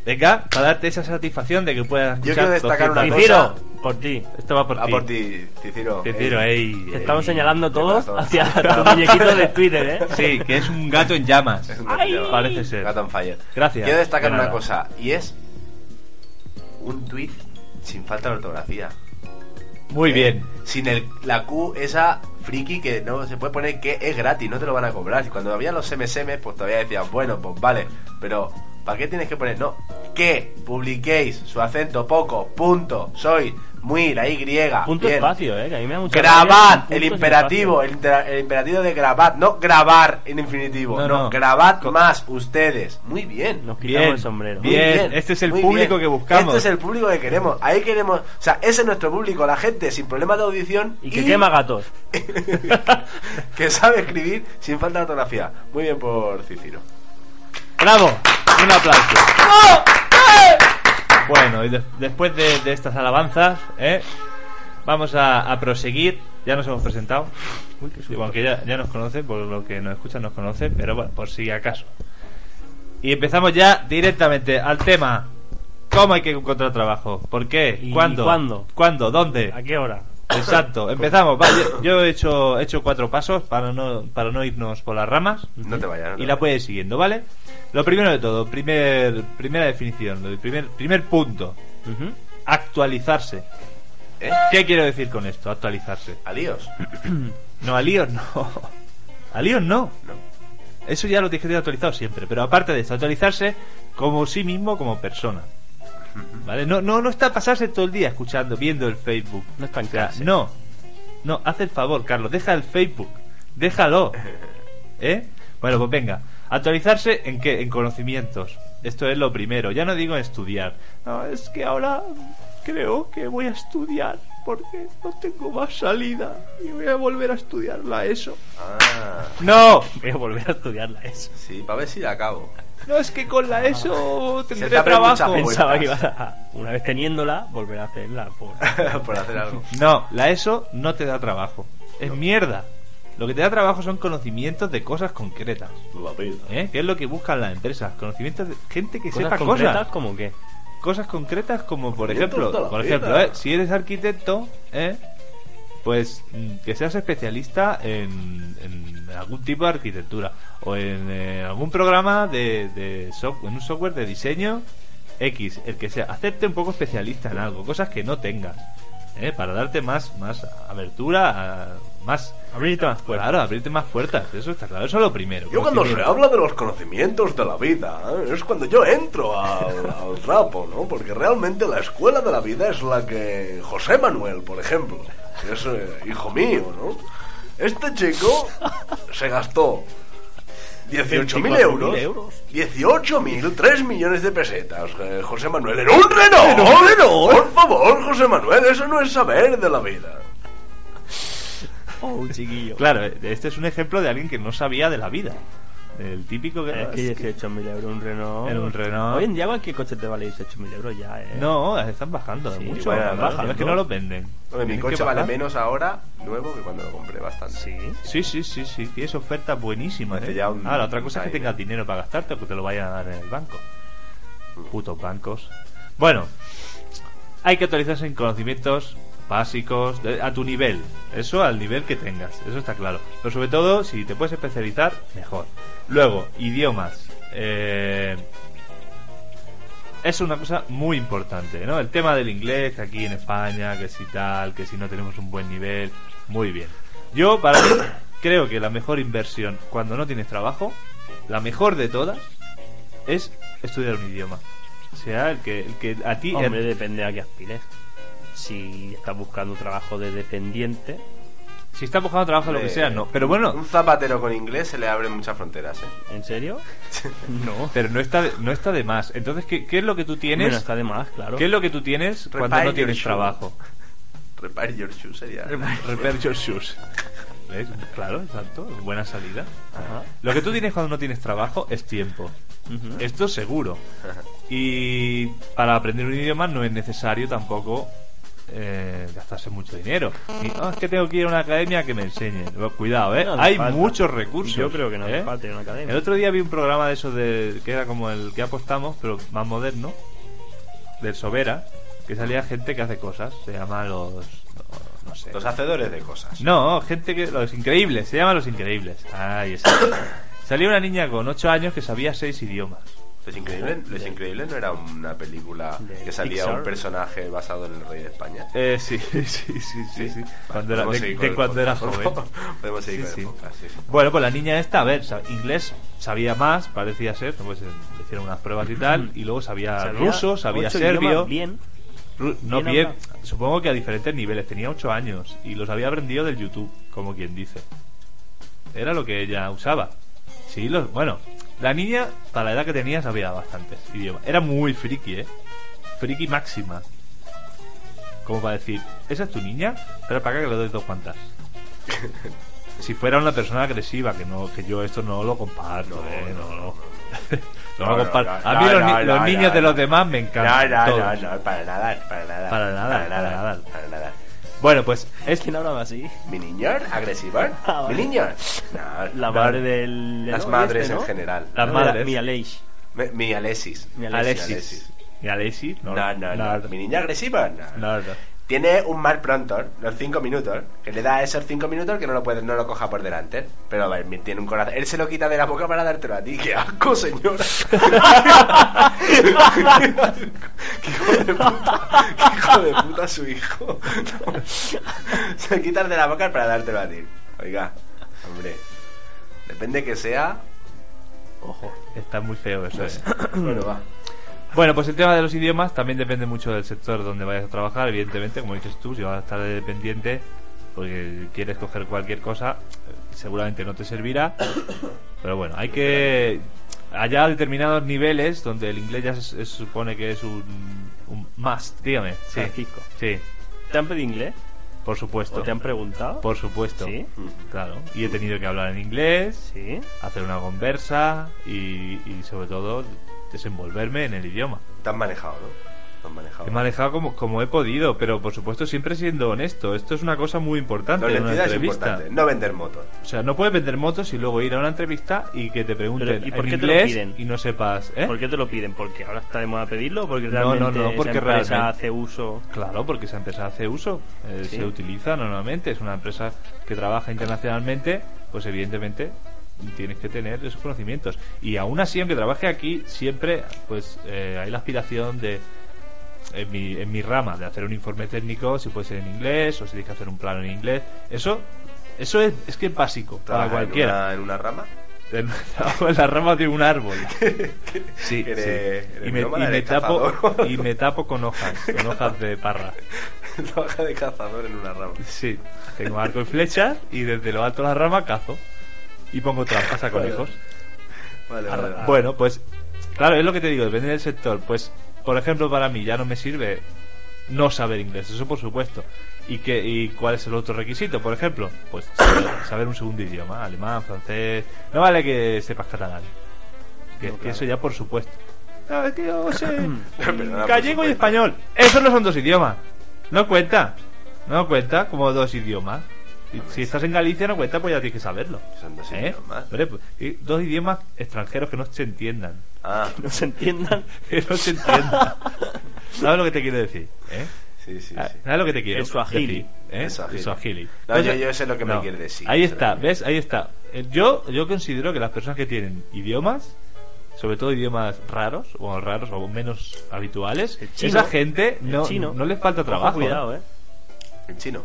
Speaker 4: Venga, para darte esa satisfacción de que puedas
Speaker 2: Yo
Speaker 4: escuchar
Speaker 2: quiero destacar una
Speaker 4: 200.
Speaker 2: cosa.
Speaker 3: Ciciro, por ti.
Speaker 4: Esto va por
Speaker 2: A
Speaker 4: ti.
Speaker 2: por ti, Ciciro.
Speaker 4: Te tiro,
Speaker 2: Eh,
Speaker 4: ey,
Speaker 3: Te
Speaker 4: ey.
Speaker 3: estamos señalando todos
Speaker 2: corazón.
Speaker 3: hacia tu muñequito de Twitter, ¿eh?
Speaker 4: Sí, que es un gato en llamas.
Speaker 2: es un
Speaker 3: Ay.
Speaker 2: gatillo.
Speaker 4: Parece ser.
Speaker 2: Gat on fire.
Speaker 4: Gracias.
Speaker 2: Quiero destacar
Speaker 4: De
Speaker 2: una
Speaker 4: nada.
Speaker 2: cosa, y es un tweet sin falta de ortografía.
Speaker 4: Muy bien.
Speaker 2: Eh, Sin el, la Q esa friki que no se puede poner que es gratis, no te lo van a cobrar. Y cuando había los MSM, pues todavía decían, bueno, pues vale, pero ¿para qué tienes que poner? No, que publiquéis su acento poco, punto, soy, muy, la Y.
Speaker 3: Punto
Speaker 2: bien.
Speaker 3: espacio, ¿eh? Que a mí me da mucha rabia.
Speaker 2: Grabad,
Speaker 3: Punto
Speaker 2: el
Speaker 3: sin
Speaker 2: imperativo, el, intera- el imperativo de grabad, no grabar en infinitivo,
Speaker 4: No,
Speaker 2: no,
Speaker 4: no.
Speaker 2: grabad más ustedes. Muy bien.
Speaker 3: espacio. Nos quitamos
Speaker 4: Bien.
Speaker 3: el sombrero.
Speaker 2: Muy
Speaker 4: Bien, este es el
Speaker 2: muy
Speaker 4: público que buscamos.
Speaker 2: Este es el público que queremos. Ahí queremos, o sea, ese es nuestro público, la gente sin problemas de audición
Speaker 3: Y que quema gatos.
Speaker 2: que sabe escribir sin falta de ortografía. Muy bien por Ciciro.
Speaker 4: ¡Bravo! Un aplauso. Bueno, y de- después de, de estas alabanzas, ¿eh? vamos a, a proseguir. Ya nos hemos presentado. Aunque ya, ya nos conocen, por lo que nos escuchan nos conocen, pero bueno, por si acaso. Y empezamos ya directamente al tema. ¿Cómo hay que encontrar trabajo? ¿Por qué?
Speaker 3: ¿Y
Speaker 4: ¿Cuándo?
Speaker 3: cuándo?
Speaker 4: ¿Cuándo? ¿Dónde?
Speaker 3: ¿A qué hora?
Speaker 4: Exacto. Empezamos. Va, yo, yo he hecho, he hecho cuatro pasos para no, para no irnos por las ramas
Speaker 2: No te vayas. no te
Speaker 4: y la
Speaker 2: vayas.
Speaker 4: puedes ir siguiendo, ¿vale? Lo primero de todo, primer, primera definición, lo del primer, primer punto,
Speaker 3: Ujú.
Speaker 4: actualizarse.
Speaker 2: ¿Eh?
Speaker 4: ¿Qué quiero decir con esto? Actualizarse.
Speaker 2: Adiós.
Speaker 4: No, a líos no. A líos no.
Speaker 2: No.
Speaker 4: Eso ya lo dije de actualizado siempre, pero aparte de esto, actualizarse como sí mismo, como persona. ¿Vale? No, no, no está pasarse todo el día escuchando, viendo el Facebook.
Speaker 3: No
Speaker 4: O sea,
Speaker 3: estancarse.
Speaker 4: no. No, haz el favor, Carlos, deja el Facebook. Déjalo. ¿Eh? Bueno, pues venga. Actualizarse en qué? En conocimientos. Esto es lo primero. Ya no digo estudiar. No, es que ahora creo que voy a estudiar porque no tengo más salida y voy a volver a estudiarla eso.
Speaker 2: Ah,
Speaker 4: No,
Speaker 3: Voy a volver a estudiarla eso.
Speaker 2: sí, para ver si la acabo.
Speaker 4: no es que con la ESO tendré
Speaker 2: Ah. te abre
Speaker 4: trabajo.
Speaker 2: mucha puerta.
Speaker 3: Pensaba que ibas a, una vez teniéndola, volver a hacerla. por-
Speaker 2: por hacer algo.
Speaker 4: No, la ESO no te da trabajo. Es mierda. Lo que te da trabajo son conocimientos de cosas concretas. ¿eh? Que es lo que buscan las empresas. Conocimientos de gente que sepa
Speaker 3: concretas
Speaker 4: cosas.
Speaker 3: como qué?
Speaker 4: Cosas concretas como, por
Speaker 2: Conocimientos de
Speaker 4: ejemplo,
Speaker 2: la
Speaker 4: por
Speaker 2: vida.
Speaker 4: ejemplo ¿eh? si eres arquitecto, ¿eh? pues mm, que seas especialista en, en algún tipo de arquitectura o en eh, algún programa de, de soft- en un software de diseño X, el que sea. Hacerte un poco especialista en algo, cosas que no tengas. ¿eh? Para darte más, más abertura, a- más...
Speaker 3: Abrirte más puertas.
Speaker 4: Claro, abrirte más puertas, eso está claro, eso es lo primero.
Speaker 2: Yo cuando se
Speaker 4: conocimiento.
Speaker 2: habla de los conocimientos de la vida, ¿eh? es cuando yo entro al, al trapo, ¿no? Porque realmente la escuela de la vida es la que José Manuel, por ejemplo, que es eh, hijo mío, ¿no? Este chico se gastó 18.000 euros,
Speaker 3: 24.000 euros.
Speaker 2: 18.000, 3 millones de pesetas, eh, José Manuel, en un Renault, por favor, José Manuel, eso no es saber de la vida.
Speaker 3: Oh, chiquillo.
Speaker 4: Claro, este es un ejemplo de alguien que no sabía de la vida. El típico que...
Speaker 3: Es que 18.000 euros un Renault.
Speaker 4: En un Renault.
Speaker 3: Hoy en día cualquier coche te vale 18.000 euros ya, ¿eh?
Speaker 4: No, están bajando
Speaker 3: Sí,
Speaker 4: mucho.
Speaker 2: bueno,
Speaker 4: están
Speaker 2: ¿no?
Speaker 4: bajando, es que no los venden.
Speaker 2: mi
Speaker 4: Tienen que
Speaker 2: coche vale
Speaker 4: bajar.
Speaker 2: menos ahora, nuevo, que cuando lo compré bastante.
Speaker 3: Sí.
Speaker 4: Sí, sí, sí, sí. Tienes ofertas buenísimas.
Speaker 2: Hace
Speaker 4: ¿eh?
Speaker 2: ya un-
Speaker 4: Ahora, otra cosa es
Speaker 2: ahí.
Speaker 4: que tengas dinero para gastarte o que te lo vayan a dar en el banco. Putos bancos. Bueno, hay que actualizarse en conocimientos básicos de- a tu nivel. Eso al nivel que tengas. Eso está claro. Pero sobre todo, si te puedes especializar, mejor. Luego, idiomas. Eh, es una cosa muy importante, ¿no? El tema del inglés, que aquí en España, que si tal, que si no tenemos un buen nivel, muy bien. Yo, para mí, creo que la mejor inversión cuando no tienes trabajo, la mejor de todas, es estudiar un idioma. O sea, el que, el que a ti...
Speaker 3: Hombre, depende a qué aspires. Si estás buscando un trabajo de dependiente,
Speaker 4: Si estás buscando trabajo, lo que
Speaker 2: Eh,
Speaker 4: sea, no. Pero bueno,
Speaker 2: Un zapatero con inglés se le abren muchas fronteras, ¿eh?
Speaker 3: ¿En serio? No.
Speaker 4: pero no está, de- no está de más. Entonces, ¿qué, qué es lo que tú tienes?
Speaker 3: Bueno, está de más, claro.
Speaker 4: ¿Qué es lo que tú tienes cuando
Speaker 2: Repair
Speaker 4: no
Speaker 2: your
Speaker 4: tienes
Speaker 2: shoes.
Speaker 4: trabajo?
Speaker 2: Repair your shoes sería.
Speaker 4: Repair your shoes. ¿Ves? Claro, exacto. Buena salida.
Speaker 3: Ajá.
Speaker 4: Lo que tú tienes cuando no tienes trabajo es tiempo.
Speaker 3: Ujú.
Speaker 4: Esto seguro. Y para aprender un idioma no es necesario tampoco eh, gastarse mucho dinero. Ni, "Ah, es que tengo que ir a una academia que me enseñe. No, Cuidado, ¿eh?
Speaker 3: No hace
Speaker 4: Hay
Speaker 3: falta.
Speaker 4: muchos recursos.
Speaker 3: Yo creo que no hace
Speaker 4: ¿eh?
Speaker 3: falta ir a una academia.
Speaker 4: El otro día vi un programa de esos de, que era como el que apostamos, pero más moderno, del Sobera, que salía gente que hace cosas. Se llama los. no- No sé.
Speaker 2: Los hacedores de cosas.
Speaker 4: No, gente que. Los Increíbles, se llama Los Increíbles. Ay, esa. Salía una niña con 8 años que sabía 6 idiomas.
Speaker 2: Los Increíbles, Los Increíbles no era una película
Speaker 3: De
Speaker 2: que salía
Speaker 3: Pixar.
Speaker 2: un personaje basado en el rey de España.
Speaker 4: Eh, sí, sí, sí, sí. sí. Cuando era,
Speaker 2: Podemos
Speaker 4: de,
Speaker 2: seguir con
Speaker 4: de
Speaker 2: el
Speaker 4: cuando era
Speaker 2: podcast,
Speaker 4: joven.
Speaker 2: por favor. Podemos seguir
Speaker 4: Sí,
Speaker 2: con el
Speaker 4: sí.
Speaker 2: podcast, sí, sí.
Speaker 4: Bueno, pues la niña esta, a ver, sa- inglés sabía más, parecía ser, pues eh, le hicieron unas pruebas y tal, y luego sabía, ruso, sabía
Speaker 3: ocho
Speaker 4: serbio.
Speaker 3: idiomas Bien.
Speaker 4: Ru- No
Speaker 3: Bien
Speaker 4: bien,
Speaker 3: hablado.
Speaker 4: supongo que a diferentes niveles, tenía 8 años y los había aprendido del YouTube, como quien dice. Era lo que ella usaba. Sí, los, bueno, la niña, para la edad que tenía, sabía bastantes idiomas. Era muy friki, ¿eh? Friki máxima. Como para decir, ¿esa es tu niña? Pero para acá que le doy dos cuantas. si fuera una persona agresiva, que no que yo esto no lo comparto, ¿eh? No, no. No lo
Speaker 2: No, no,
Speaker 4: comparto.
Speaker 2: no,
Speaker 4: a mí
Speaker 2: no,
Speaker 4: los, ni-
Speaker 2: no,
Speaker 4: los
Speaker 2: no,
Speaker 4: niños
Speaker 2: no,
Speaker 4: de
Speaker 2: no.
Speaker 4: los demás me encantan. todos.
Speaker 2: no, para nada, para nada.
Speaker 4: Para nada, para nada.
Speaker 2: Para nada.
Speaker 4: Bueno, pues es
Speaker 3: ¿Quién hablaba así?
Speaker 2: ¿Mi niño? ¿Agresivo? ¿eh?
Speaker 3: Ah, vale.
Speaker 2: ¿Mi niño? No,
Speaker 3: La madre del. del
Speaker 2: Las
Speaker 3: novio
Speaker 2: madres
Speaker 3: este, ¿no?
Speaker 2: en general.
Speaker 4: Las
Speaker 3: No,
Speaker 4: madres.
Speaker 3: la- Mi Aleix.
Speaker 2: Me- Mi Alexis.
Speaker 3: Mi
Speaker 4: Alexis.
Speaker 3: Alexis.
Speaker 2: Alexis.
Speaker 4: ¿Y Alexis?
Speaker 2: No, no, no. ¿Mi niña agresiva? No.
Speaker 4: No, no.
Speaker 2: Tiene un mal pronto, los cinco minutos, que le da esos cinco minutos que no lo puede, no lo coja por delante. Pero a ver, mi- tiene un corazón. Él se lo quita de la boca para dártelo a ti. ¡Qué asco, señora! ¡Qué hijo de puta! ¡Qué hijo de puta su hijo! se lo quitas de la boca para dártelo a ti. Oiga, hombre. Depende que sea.
Speaker 4: Ojo, está muy feo eso.
Speaker 2: No
Speaker 4: eh.
Speaker 2: sé. Bueno, va.
Speaker 4: Bueno, pues el tema de los idiomas también depende mucho del sector donde vayas a trabajar, evidentemente, como dices tú, si vas a estar de dependiente, porque quieres coger cualquier cosa, eh, seguramente no te servirá. Pero bueno, hay que... Allá a determinados niveles donde el inglés ya se, se supone que es un, un must, dígame. Sí,
Speaker 3: Francisco.
Speaker 4: sí,
Speaker 3: ¿Te han pedido inglés?
Speaker 4: por supuesto.
Speaker 3: ¿O te han preguntado?
Speaker 4: Por supuesto.
Speaker 3: ¿Sí?
Speaker 4: Claro. Y he tenido que hablar en inglés,
Speaker 3: Sí.
Speaker 4: hacer una conversa y, y sobre todo desenvolverme en el idioma.
Speaker 2: Te han manejado, ¿no? Te han manejado.
Speaker 4: He manejado como, como he podido, pero por supuesto siempre siendo honesto. Esto es una cosa muy
Speaker 2: La
Speaker 4: importante en una
Speaker 2: honestidad es
Speaker 4: entrevista.
Speaker 2: importante. No vender motos.
Speaker 4: O sea, no puedes vender motos y luego ir a una entrevista y que te pregunten
Speaker 3: Pero, ¿y por
Speaker 4: en
Speaker 3: qué te lo
Speaker 4: inglés
Speaker 3: piden?
Speaker 4: y no sepas, ¿eh?
Speaker 3: ¿Por qué te lo piden? ¿Porque ahora está de moda pedirlo? ¿O porque
Speaker 4: No, no,
Speaker 3: realmente
Speaker 4: no, porque
Speaker 3: esa empresa
Speaker 4: realmente-
Speaker 3: hace uso?
Speaker 4: Claro, porque esa empresa hace uso, eh,
Speaker 3: Sí.
Speaker 4: se utiliza normalmente, es una empresa que trabaja internacionalmente, pues evidentemente tienes que tener esos conocimientos. Y aún así, aunque trabaje aquí, siempre pues eh, hay la aspiración de, en mi, en mi rama, de hacer un informe técnico, si puede ser en inglés, o si tienes que hacer un plano en inglés. Eso, eso es, es que es básico para
Speaker 2: Trabaja
Speaker 4: cualquiera.
Speaker 2: En una, en una rama.
Speaker 4: En, la rama de un árbol. Sí,
Speaker 2: eres-
Speaker 4: sí.
Speaker 2: eres
Speaker 4: Y me,
Speaker 2: nómada,
Speaker 4: y me
Speaker 2: eres
Speaker 4: tapo,
Speaker 2: cazador.
Speaker 4: y me tapo con hojas, con hojas de parra.
Speaker 2: Trabaja de cazador en una rama.
Speaker 4: Sí, tengo arco y flechas y desde lo alto de la rama cazo. Y pongo trampas a conejos.
Speaker 2: Vale, vale. vale.
Speaker 4: Bueno, pues claro, es lo que te digo, depende del sector. Pues, por ejemplo, para mí ya no me sirve no saber inglés, eso por supuesto. ¿Y, que, y cuál es el otro requisito? Por ejemplo, pues saber, saber un segundo idioma, alemán, francés. No vale que sepas catalán. Que, que eso ya por supuesto. No, es que yo sé
Speaker 2: Perdona, por
Speaker 4: gallego y
Speaker 2: supuesto.
Speaker 4: español. Esos no son dos idiomas. No cuenta. No cuenta como dos idiomas. Y Si estás en Galicia no cuenta, pues ya tienes que saberlo.
Speaker 2: Son dos
Speaker 4: ¿Eh?
Speaker 2: idiomas.
Speaker 4: Hombre, pues, y dos idiomas extranjeros que no se entiendan.
Speaker 2: Ah,
Speaker 3: No se entiendan.
Speaker 4: Que no se entiendan. ¿Sabes lo que te quiero decir? ¿eh?
Speaker 2: sí, sí,
Speaker 4: Ah,
Speaker 2: sí.
Speaker 4: ¿Sabes lo que te quiero
Speaker 3: El suajili.
Speaker 4: decir? ¿eh?
Speaker 2: El suajili.
Speaker 4: El suajili.
Speaker 2: No, yo- yo sé lo que me quiere decir.
Speaker 4: Ahí
Speaker 2: Sé lo
Speaker 4: está,
Speaker 2: que-
Speaker 4: ¿ves? Ahí está. Eh, Yo, yo considero que las personas que tienen idiomas, sobre todo idiomas raros, o raros o menos habituales,
Speaker 3: El chino.
Speaker 4: esa gente
Speaker 3: El
Speaker 4: no,
Speaker 3: chino.
Speaker 4: no les falta
Speaker 3: Ojo,
Speaker 4: trabajo.
Speaker 3: cuidado, ¿eh?
Speaker 2: En chino.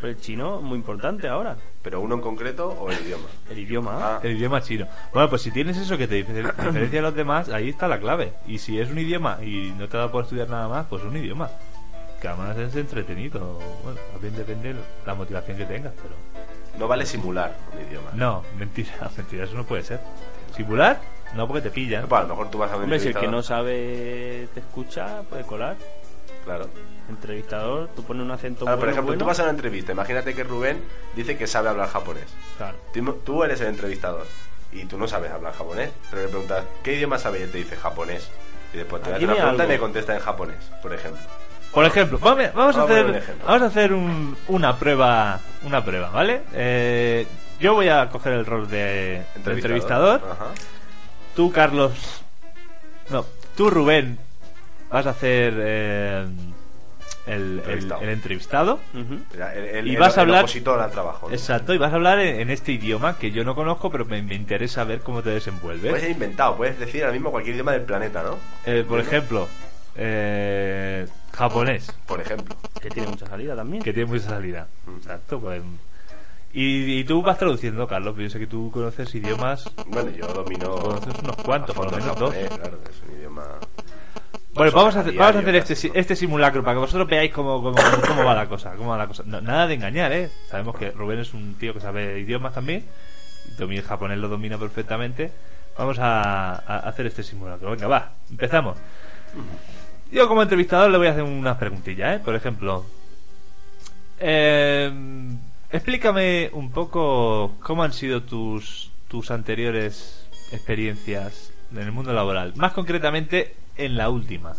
Speaker 3: Pero el chino es muy importante ahora.
Speaker 2: ¿Pero uno en concreto o el idioma?
Speaker 3: El idioma.
Speaker 2: Ah.
Speaker 4: El idioma chino. Bueno, pues si tienes eso que te difer- diferencia de los demás, ahí está la clave. Y si es un idioma y no te da por estudiar nada más, pues un idioma. que además es entretenido. Bueno, también depende la motivación que tengas, pero.
Speaker 2: No vale simular un idioma.
Speaker 4: No, mentira, mentira, eso no puede ser. ¿Simular? No, porque te pillan.
Speaker 2: Pues, a lo mejor tú vas a un
Speaker 3: Hombre, si el que no
Speaker 2: entrevistador.
Speaker 3: sabe te escucha, puede colar.
Speaker 2: Claro.
Speaker 3: Entrevistador, tú pones un acento
Speaker 2: Ahora, Ah, por
Speaker 3: bueno,
Speaker 2: ejemplo,
Speaker 3: bueno.
Speaker 2: tú vas a una entrevista. Imagínate que Rubén dice que sabe hablar japonés.
Speaker 4: Claro.
Speaker 2: Tú, tú eres el entrevistador y tú no sabes hablar japonés. Pero le preguntas, ¿qué idioma sabes? Y él te dice japonés. Y después
Speaker 3: Ah,
Speaker 2: te hace
Speaker 3: dime
Speaker 2: una pregunta
Speaker 3: algo.
Speaker 2: y me contesta en japonés, por ejemplo.
Speaker 4: Por ejemplo, vamos, vamos
Speaker 2: Vamos
Speaker 4: a
Speaker 2: a poner un
Speaker 4: hacer,
Speaker 2: ejemplo.
Speaker 4: vamos a hacer un- una prueba, una prueba, ¿vale? Eh, yo voy a coger el rol de de entrevistador.
Speaker 2: Ajá.
Speaker 4: Tú, Carlos, no, tú, Rubén, vas a hacer eh, el, el-
Speaker 2: Entrevistado.
Speaker 4: el entrevistado.
Speaker 3: Ujú.
Speaker 2: Ya, el- el-
Speaker 4: Y
Speaker 2: el-
Speaker 4: vas a
Speaker 2: el
Speaker 4: hablar-
Speaker 2: opositor al trabajo. ¿no?
Speaker 4: Exacto, y vas a hablar en, en este idioma que yo no conozco, pero me, me interesa ver cómo te desenvuelves.
Speaker 2: Puedes ser inventado, puedes decir ahora mismo cualquier idioma del planeta, ¿no?
Speaker 4: Eh, por ejemplo, eh, japonés,
Speaker 2: Por ejemplo.
Speaker 3: Que tiene mucha salida también.
Speaker 4: que tiene mucha salida. Exacto, pues. Y, y tú vas traduciendo, Carlos, pero yo sé que tú conoces idiomas.
Speaker 2: Bueno, yo domino.
Speaker 4: Conoces unos cuantos,
Speaker 2: a
Speaker 4: por lo
Speaker 2: fondo el
Speaker 4: menos dos.
Speaker 2: japonés, Claro, es un idioma. Pues
Speaker 4: Bueno, vamos a
Speaker 2: a
Speaker 4: hacer,
Speaker 2: diario,
Speaker 4: vamos a hacer este,
Speaker 2: casi,
Speaker 4: si-
Speaker 2: ¿no?
Speaker 4: este simulacro para que vosotros veáis cómo, cómo, cómo va la cosa. Cómo va la cosa. No, nada de engañar, ¿eh? Sabemos que Rubén es un tío que sabe idiomas también. y domi- El japonés lo domina perfectamente. Vamos a, a hacer este simulacro. Venga, va, empezamos. Yo como entrevistador le voy a hacer unas preguntillas, ¿eh? Por ejemplo, eh, explícame un poco cómo han sido tus, tus anteriores experiencias en el mundo laboral. Más concretamente, en la última.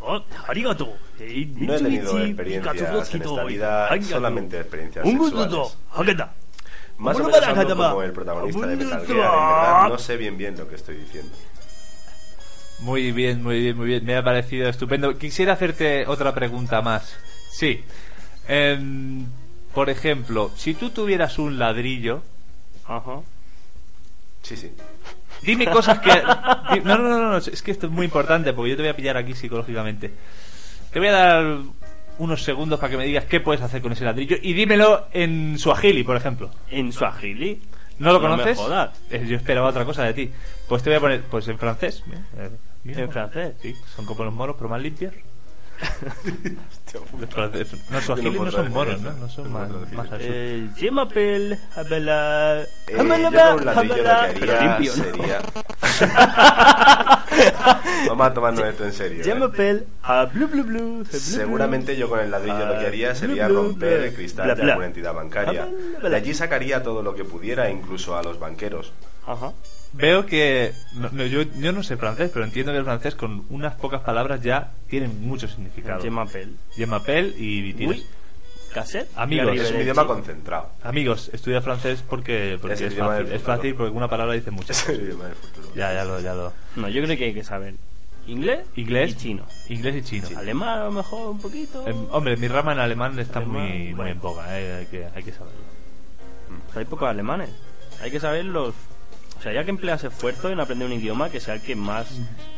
Speaker 7: Oh, arigato. Eh,
Speaker 2: No he tenido
Speaker 7: Mitsubishi
Speaker 2: experiencias en
Speaker 7: Katsuzoski-to.
Speaker 2: esta vida,
Speaker 7: Arigato.
Speaker 2: solamente experiencias
Speaker 7: Un gusto,
Speaker 2: sexuales.
Speaker 7: Hakata.
Speaker 2: Más o
Speaker 7: Bueno,
Speaker 2: menos
Speaker 7: para
Speaker 2: hablo
Speaker 7: Hatama.
Speaker 2: como el protagonista de Metal
Speaker 7: Bonito.
Speaker 2: Gear, en verdad no sé bien bien lo que estoy diciendo.
Speaker 4: Muy bien, muy bien, muy bien. Me ha parecido estupendo. Quisiera hacerte otra pregunta más. Sí. Em, por ejemplo, si tú tuvieras un ladrillo,
Speaker 3: Ajá.
Speaker 2: Sí, sí.
Speaker 4: dime cosas que... di- No, no, no, no, es que esto es muy importante porque yo te voy a pillar aquí psicológicamente. Te voy a dar unos segundos para que me digas qué puedes hacer con ese ladrillo y dímelo en suajili, por ejemplo.
Speaker 3: En Swahili.
Speaker 4: ¿No lo
Speaker 3: No me
Speaker 4: conoces?
Speaker 3: jodas.
Speaker 4: Eh, Yo esperaba otra cosa de ti. Pues te voy a poner, pues en francés. mira, eh, mira.
Speaker 3: En francés.
Speaker 4: Sí, son como los moros, pero más limpios. Los franceses- no,
Speaker 2: Yo no
Speaker 4: suajilis no
Speaker 2: puedo
Speaker 4: son
Speaker 2: decir
Speaker 4: moros,
Speaker 2: eso.
Speaker 4: ¿no? No son
Speaker 2: Yo no
Speaker 4: más,
Speaker 2: puedo decir
Speaker 4: más al sur.
Speaker 3: Eh, je m'appelle Abela.
Speaker 2: Eh, yo con
Speaker 3: Abela,
Speaker 2: un ladrillo lo que
Speaker 3: Abela.
Speaker 2: haría
Speaker 3: Limpio, ¿no?
Speaker 2: sería... Vamos a tomarnos esto en serio.
Speaker 3: Je
Speaker 2: ¿eh?
Speaker 3: m'appelle a Blue Blue Blue.
Speaker 2: Seguramente yo con el ladrillo lo que haría sería
Speaker 3: bla, bla,
Speaker 2: romper el
Speaker 3: bla,
Speaker 2: cristal
Speaker 3: bla,
Speaker 2: de
Speaker 3: bla.
Speaker 2: alguna entidad bancaria.
Speaker 3: Bla, bla.
Speaker 2: De allí sacaría todo lo que pudiera, incluso a los banqueros.
Speaker 3: Ajá.
Speaker 4: Veo que. no, no, yo, yo no sé francés, pero entiendo que el francés con unas pocas palabras ya tienen mucho significado.
Speaker 3: Je m'appelle.
Speaker 4: Je m'appelle y tienes-
Speaker 3: Uy. Cassette.
Speaker 4: Amigos,
Speaker 3: Y
Speaker 2: Es un
Speaker 3: arrivederci.
Speaker 2: idioma concentrado.
Speaker 4: Amigos, estudia francés porque, porque
Speaker 2: Es
Speaker 4: es,
Speaker 2: el idioma
Speaker 4: fácil.
Speaker 2: del
Speaker 4: Es
Speaker 2: futuro.
Speaker 4: fácil porque una palabra dice mucho.
Speaker 2: Es el idioma del futuro.
Speaker 4: ya, ya lo, ya lo.
Speaker 3: No, yo creo que hay que saber inglés,
Speaker 4: Inglés.
Speaker 3: y chino.
Speaker 4: Inglés y chino.
Speaker 3: Alemán a lo mejor un poquito.
Speaker 4: Em, hombre, mi rama en alemán está
Speaker 3: Alemán,
Speaker 4: muy, muy
Speaker 3: bueno.
Speaker 4: en boga, eh, hay, que, hay que saberlo.
Speaker 3: Hay pocos alemanes. Hay que saberlos. O sea, ya que empleas esfuerzo en aprender un idioma que sea el que más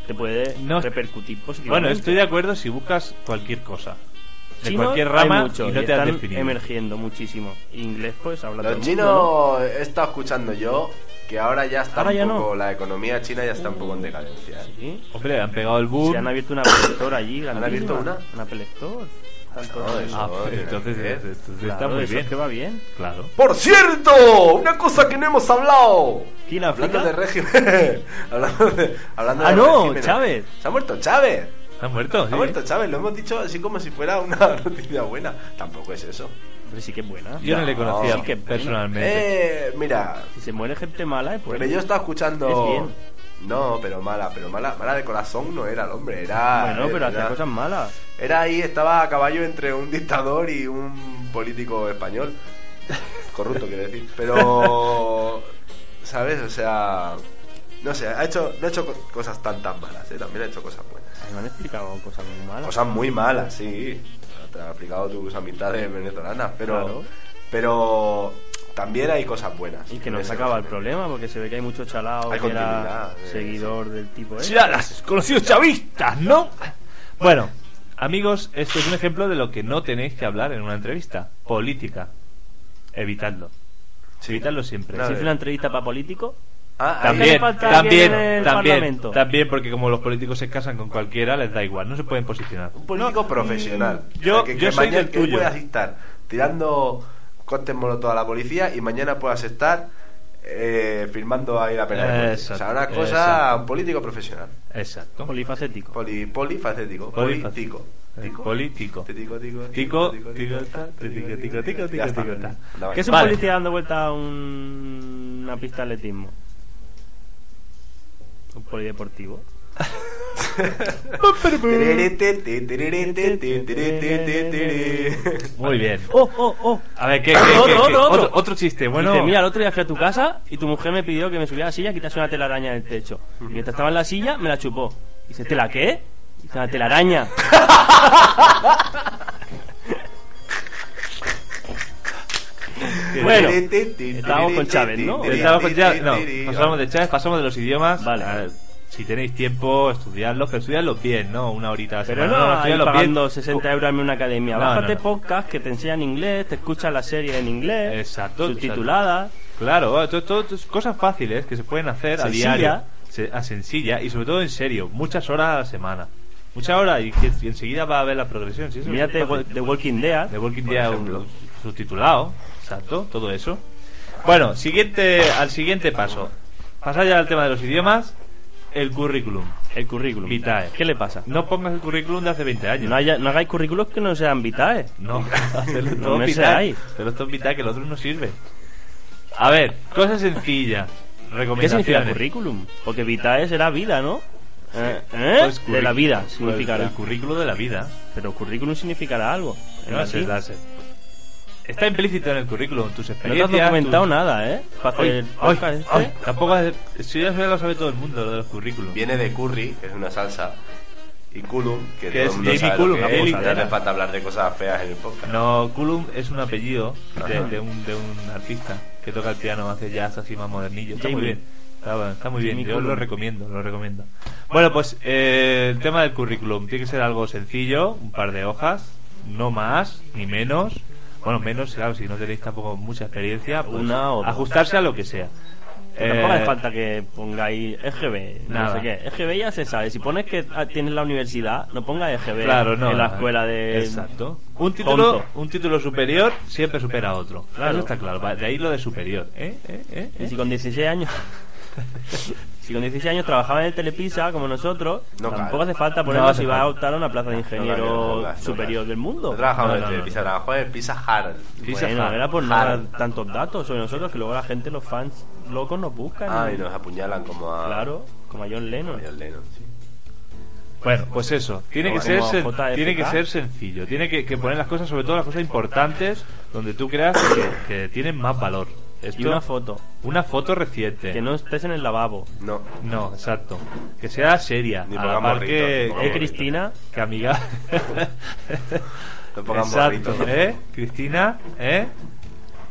Speaker 3: te puede
Speaker 4: Mm. No.
Speaker 3: repercutir positivamente.
Speaker 4: Bueno, estoy de acuerdo si buscas cualquier cosa. De
Speaker 3: Chinos
Speaker 4: cualquier
Speaker 3: hay
Speaker 4: rama
Speaker 3: mucho,
Speaker 4: y no te has
Speaker 3: están
Speaker 4: definido.
Speaker 3: emergiendo muchísimo. Inglés, pues, habla todo
Speaker 2: Los
Speaker 3: el mundo,
Speaker 2: chinos he estado escuchando yo que ahora ya está
Speaker 3: Ahora
Speaker 2: un
Speaker 3: ya no.
Speaker 2: poco la economía china ya está un poco en decadencia.
Speaker 3: ¿no?
Speaker 2: ¿eh?
Speaker 3: Sí.
Speaker 4: Hombre, han pegado el boom.
Speaker 3: Se han abierto una Apple Store allí.
Speaker 2: ¿Han
Speaker 3: grandísima.
Speaker 2: abierto una?
Speaker 3: Una Apple Store. Tanto-
Speaker 2: No, eso
Speaker 4: Ah,
Speaker 2: no,
Speaker 4: pues
Speaker 2: tiene
Speaker 4: entonces,
Speaker 2: que ver.
Speaker 4: entonces está
Speaker 3: Claro, eso
Speaker 4: muy
Speaker 3: es
Speaker 4: bien.
Speaker 3: que va bien.
Speaker 4: Claro.
Speaker 2: Por cierto, una cosa que no hemos hablado.
Speaker 3: ¿Quién
Speaker 2: Hablando
Speaker 3: África?
Speaker 2: de régimen. hablando de, hablando
Speaker 3: Ah,
Speaker 2: de
Speaker 3: no,
Speaker 2: regímenes.
Speaker 3: Chávez.
Speaker 2: Se ha muerto Chávez.
Speaker 4: ¿Han muerto?
Speaker 2: Se
Speaker 4: Sí.
Speaker 2: ha muerto Chávez. Lo hemos dicho así como si fuera una noticia buena. Tampoco es eso.
Speaker 3: Hombre, sí que es buena.
Speaker 4: Yo no le conocía
Speaker 3: sí que es buena.
Speaker 4: personalmente.
Speaker 2: Eh, mira,
Speaker 3: Si se muere gente mala, pues, es
Speaker 2: porque
Speaker 3: buena.
Speaker 2: yo estaba escuchando.
Speaker 3: Es bien.
Speaker 2: No, pero mala, pero mala, mala de corazón no era el hombre, era.
Speaker 4: Ah,
Speaker 3: Bueno, pero hace
Speaker 2: era-
Speaker 3: cosas malas.
Speaker 2: Era ahí, estaba a caballo entre un dictador y un político español. Corrupto, quiero decir. Pero. ¿Sabes? O sea. No sé, ha hecho, no ha hecho co- cosas tan tan malas, ¿eh? también ha hecho cosas buenas.
Speaker 3: Me han explicado cosas muy malas.
Speaker 2: Cosas muy malas, sí. Te han aplicado tus amistades venezolanas, pero.
Speaker 3: Claro.
Speaker 2: Pero. También hay cosas buenas.
Speaker 3: Y que
Speaker 2: en
Speaker 3: no se
Speaker 2: ese
Speaker 3: acaba el
Speaker 2: régimen.
Speaker 3: problema, porque se ve que hay mucho chalao
Speaker 2: Hay
Speaker 3: que era
Speaker 2: continuidad, eh,
Speaker 3: seguidor del tipo, ¿eh?
Speaker 4: Sí, a las conocidos chavistas, ¿no? Bueno, amigos, esto es un ejemplo de lo que no tenéis que hablar en una entrevista. Política. Evitadlo.
Speaker 2: Sí.
Speaker 4: Evitadlo siempre.
Speaker 2: Claro.
Speaker 3: Si es una entrevista para político,
Speaker 2: Ah, ahí-
Speaker 3: Hace
Speaker 4: También,
Speaker 3: falta
Speaker 4: también,
Speaker 3: alguien en el
Speaker 4: también,
Speaker 3: Parlamento.
Speaker 4: también, porque como los políticos se casan con cualquiera, les da igual, no se pueden posicionar.
Speaker 2: Un político profesional.
Speaker 4: mm, yo- yo soy
Speaker 2: mañana-
Speaker 4: del
Speaker 2: que hoy
Speaker 4: tuyo.
Speaker 2: puedas estar tirando cóctel molotov a la policía y mañana puedas estar eh, firmando ahí la pena. de muerte. o sea,
Speaker 4: Exacto,
Speaker 2: una cosa,
Speaker 4: exacto.
Speaker 2: un político profesional.
Speaker 4: Exacto.
Speaker 3: Polifacético.
Speaker 2: Poli, polifacético.
Speaker 4: Polifac-
Speaker 2: Político.
Speaker 4: Eh,
Speaker 2: Tico.
Speaker 4: político.
Speaker 2: Tico, tico,
Speaker 4: Tico,
Speaker 2: tico,
Speaker 4: tico, ta, tico, tico, tico,
Speaker 2: Ya está.
Speaker 4: tico, ta.
Speaker 2: La vaina.
Speaker 3: ¿Qué es un
Speaker 4: Vale.
Speaker 3: policía dando vuelta a un- una pista de atletismo? ¿Un polideportivo?
Speaker 2: Tererete, te, tererete, te, tererete, tererete.
Speaker 4: Muy bien.
Speaker 3: ¡Oh, oh, oh!
Speaker 4: A ver, ¿qué, qué,
Speaker 3: Otro,
Speaker 4: qué, qué?
Speaker 3: otro, otro.
Speaker 4: chiste, bueno.
Speaker 3: Bueno. Dice, mira, el otro día fui a tu casa y tu mujer me pidió que me subiera a la silla y quitase una telaraña del techo. Y mientras estaba en la silla, me la chupó. Dice, ¿te la qué? Dice, la telaraña. Bueno,
Speaker 2: Tererete,
Speaker 3: estábamos con Chávez, ¿no?
Speaker 2: tererete,
Speaker 4: Empezamos con Chávez, no,
Speaker 2: tererete.
Speaker 4: pasamos de Chávez, pasamos de los idiomas.
Speaker 3: Vale.
Speaker 4: A ver, si tenéis tiempo, estudiadlos, pero estudiadlos bien, ¿no? Una horita a la
Speaker 3: Pero
Speaker 4: semana.
Speaker 3: no, ahí
Speaker 4: estudiadlos
Speaker 3: pagando
Speaker 4: bien.
Speaker 3: 60 euros en una academia.
Speaker 4: No, no,
Speaker 3: Bájate
Speaker 4: no.
Speaker 3: podcast que te enseñan inglés, te escuchas la serie en inglés,
Speaker 4: Exacto,
Speaker 3: subtitulada.
Speaker 4: Claro, ah, todo, todo- todo- cosas fáciles que se pueden hacer
Speaker 3: Sencilla.
Speaker 4: a diario. Se- A sencilla y sobre todo en serio, muchas horas a la semana. Muchas horas y, que- y enseguida va a ver la progresión. si eso es
Speaker 3: Mírate
Speaker 4: fácil.
Speaker 3: The Walking Dead.
Speaker 4: The Walking Dead un- subtitulado, exacto, todo eso. Bueno, siguiente, al siguiente paso. Pasar ya al tema de los idiomas, el currículum.
Speaker 3: El currículum.
Speaker 4: Vitae.
Speaker 3: ¿Qué le pasa?
Speaker 4: No pongas el currículum de hace 20 años.
Speaker 3: No, haya- no hagáis currículos que no sean vitae.
Speaker 4: No, hacerlo
Speaker 3: No
Speaker 4: todo
Speaker 3: me
Speaker 4: vitae.
Speaker 3: seáis.
Speaker 4: Hacerlo todo vitae, que el otro no sirve. A ver, cosa sencilla.
Speaker 3: ¿Qué significa
Speaker 4: Recomendaciones.
Speaker 3: currículum? Porque vitae será vida, ¿no? Eh, ¿eh?
Speaker 4: Pues curri-
Speaker 3: de la vida
Speaker 4: pues
Speaker 3: significará.
Speaker 4: El Ah, currículo de la vida.
Speaker 3: Pero currículum significará algo. en
Speaker 4: No,
Speaker 3: latín.
Speaker 4: es la- Está implícito en el currículum, tus
Speaker 3: No te
Speaker 4: experiencias.
Speaker 3: has documentado
Speaker 4: tus-
Speaker 3: nada, ¿eh? Para hacer
Speaker 4: Hoy,
Speaker 3: el
Speaker 4: hoy,
Speaker 3: podcast este.
Speaker 4: hoy. Tampoco hace- eso ya se lo sabe todo el mundo, lo de los currículums.
Speaker 2: Viene de curry, que es una salsa, y culum, que
Speaker 4: Que
Speaker 2: todo
Speaker 4: es
Speaker 2: el mundo
Speaker 4: Jamie
Speaker 2: sabe lo
Speaker 4: Cullum,
Speaker 2: que
Speaker 4: la
Speaker 2: es,
Speaker 4: posadera.
Speaker 2: no hace falta hablar de cosas feas en el podcast.
Speaker 4: No, Kulum es un apellido de,
Speaker 2: Ajá.
Speaker 4: de un, de un artista que toca el piano, hace jazz así más modernillo. Está muy
Speaker 3: Jamie.
Speaker 4: bien. Está, bueno, está muy bien,
Speaker 3: Jamie
Speaker 4: yo lo
Speaker 3: Cullum.
Speaker 4: recomiendo, lo recomiendo. Bueno, pues eh, el tema del currículum tiene que ser algo sencillo, un par de hojas, no más ni menos. Bueno, menos, claro, si no tenéis tampoco mucha experiencia, pues,
Speaker 3: Una o dos.
Speaker 4: ajustarse a lo que sea.
Speaker 3: Pero Tampoco hace
Speaker 4: Eh,
Speaker 3: falta que pongáis EGB,
Speaker 4: nada.
Speaker 3: no sé qué. EGB ya se sabe. Si pones que ah, tienes la universidad, no pongas EGB
Speaker 4: Claro, no. eh,
Speaker 3: en la escuela de...
Speaker 4: Exacto. Un título,
Speaker 3: Tonto.
Speaker 4: un título superior siempre supera a otro.
Speaker 3: Claro.
Speaker 4: Eso está claro. Va, De ahí lo de superior. ¿Eh? ¿Eh? ¿Eh?
Speaker 3: Y
Speaker 4: ¿Eh?
Speaker 3: si con 16 años... si con 16 años trabajaba en el Telepisa, como nosotros,
Speaker 2: No,
Speaker 3: tampoco
Speaker 2: claro.
Speaker 3: hace falta
Speaker 4: No
Speaker 3: ponerlo
Speaker 4: hace
Speaker 3: si vas a
Speaker 4: falta.
Speaker 3: optar a una plaza de ingeniero
Speaker 2: no, no, no, no, no.
Speaker 3: superior del mundo.
Speaker 2: No trabajamos
Speaker 4: No,
Speaker 2: en
Speaker 4: no,
Speaker 2: el
Speaker 4: no,
Speaker 2: Pizza,
Speaker 4: no.
Speaker 2: trabajamos en Pizza Hut.
Speaker 4: Pizza
Speaker 3: bueno,
Speaker 4: Hut.
Speaker 3: era por no dar
Speaker 2: Hard.
Speaker 3: tantos datos sobre nosotros que luego la gente, los fans locos nos buscan.
Speaker 2: Ah, y nos apuñalan como a...
Speaker 3: Claro, como a John Lennon.
Speaker 2: Como a Lennon, sí.
Speaker 4: Bueno, pues eso. Tiene que
Speaker 3: Como
Speaker 4: ser, sen-
Speaker 3: JFK.
Speaker 4: tiene que ser sencillo. Tiene que, que poner las cosas, sobre todo las cosas importantes, donde tú creas que, que tienen más valor. Esto-
Speaker 3: Y una foto.
Speaker 4: Una foto reciente.
Speaker 3: Que no estés en el lavabo.
Speaker 2: No.
Speaker 4: No, exacto. Que sea seria.
Speaker 2: Ni
Speaker 4: a la
Speaker 2: pongamos
Speaker 4: par
Speaker 2: ritos, ni
Speaker 4: que,
Speaker 2: pongamos
Speaker 3: Eh, Cristina,
Speaker 4: que amiga.
Speaker 2: No pongamos
Speaker 4: Exacto,
Speaker 2: ritos.
Speaker 4: ¿eh? Cristina, ¿eh?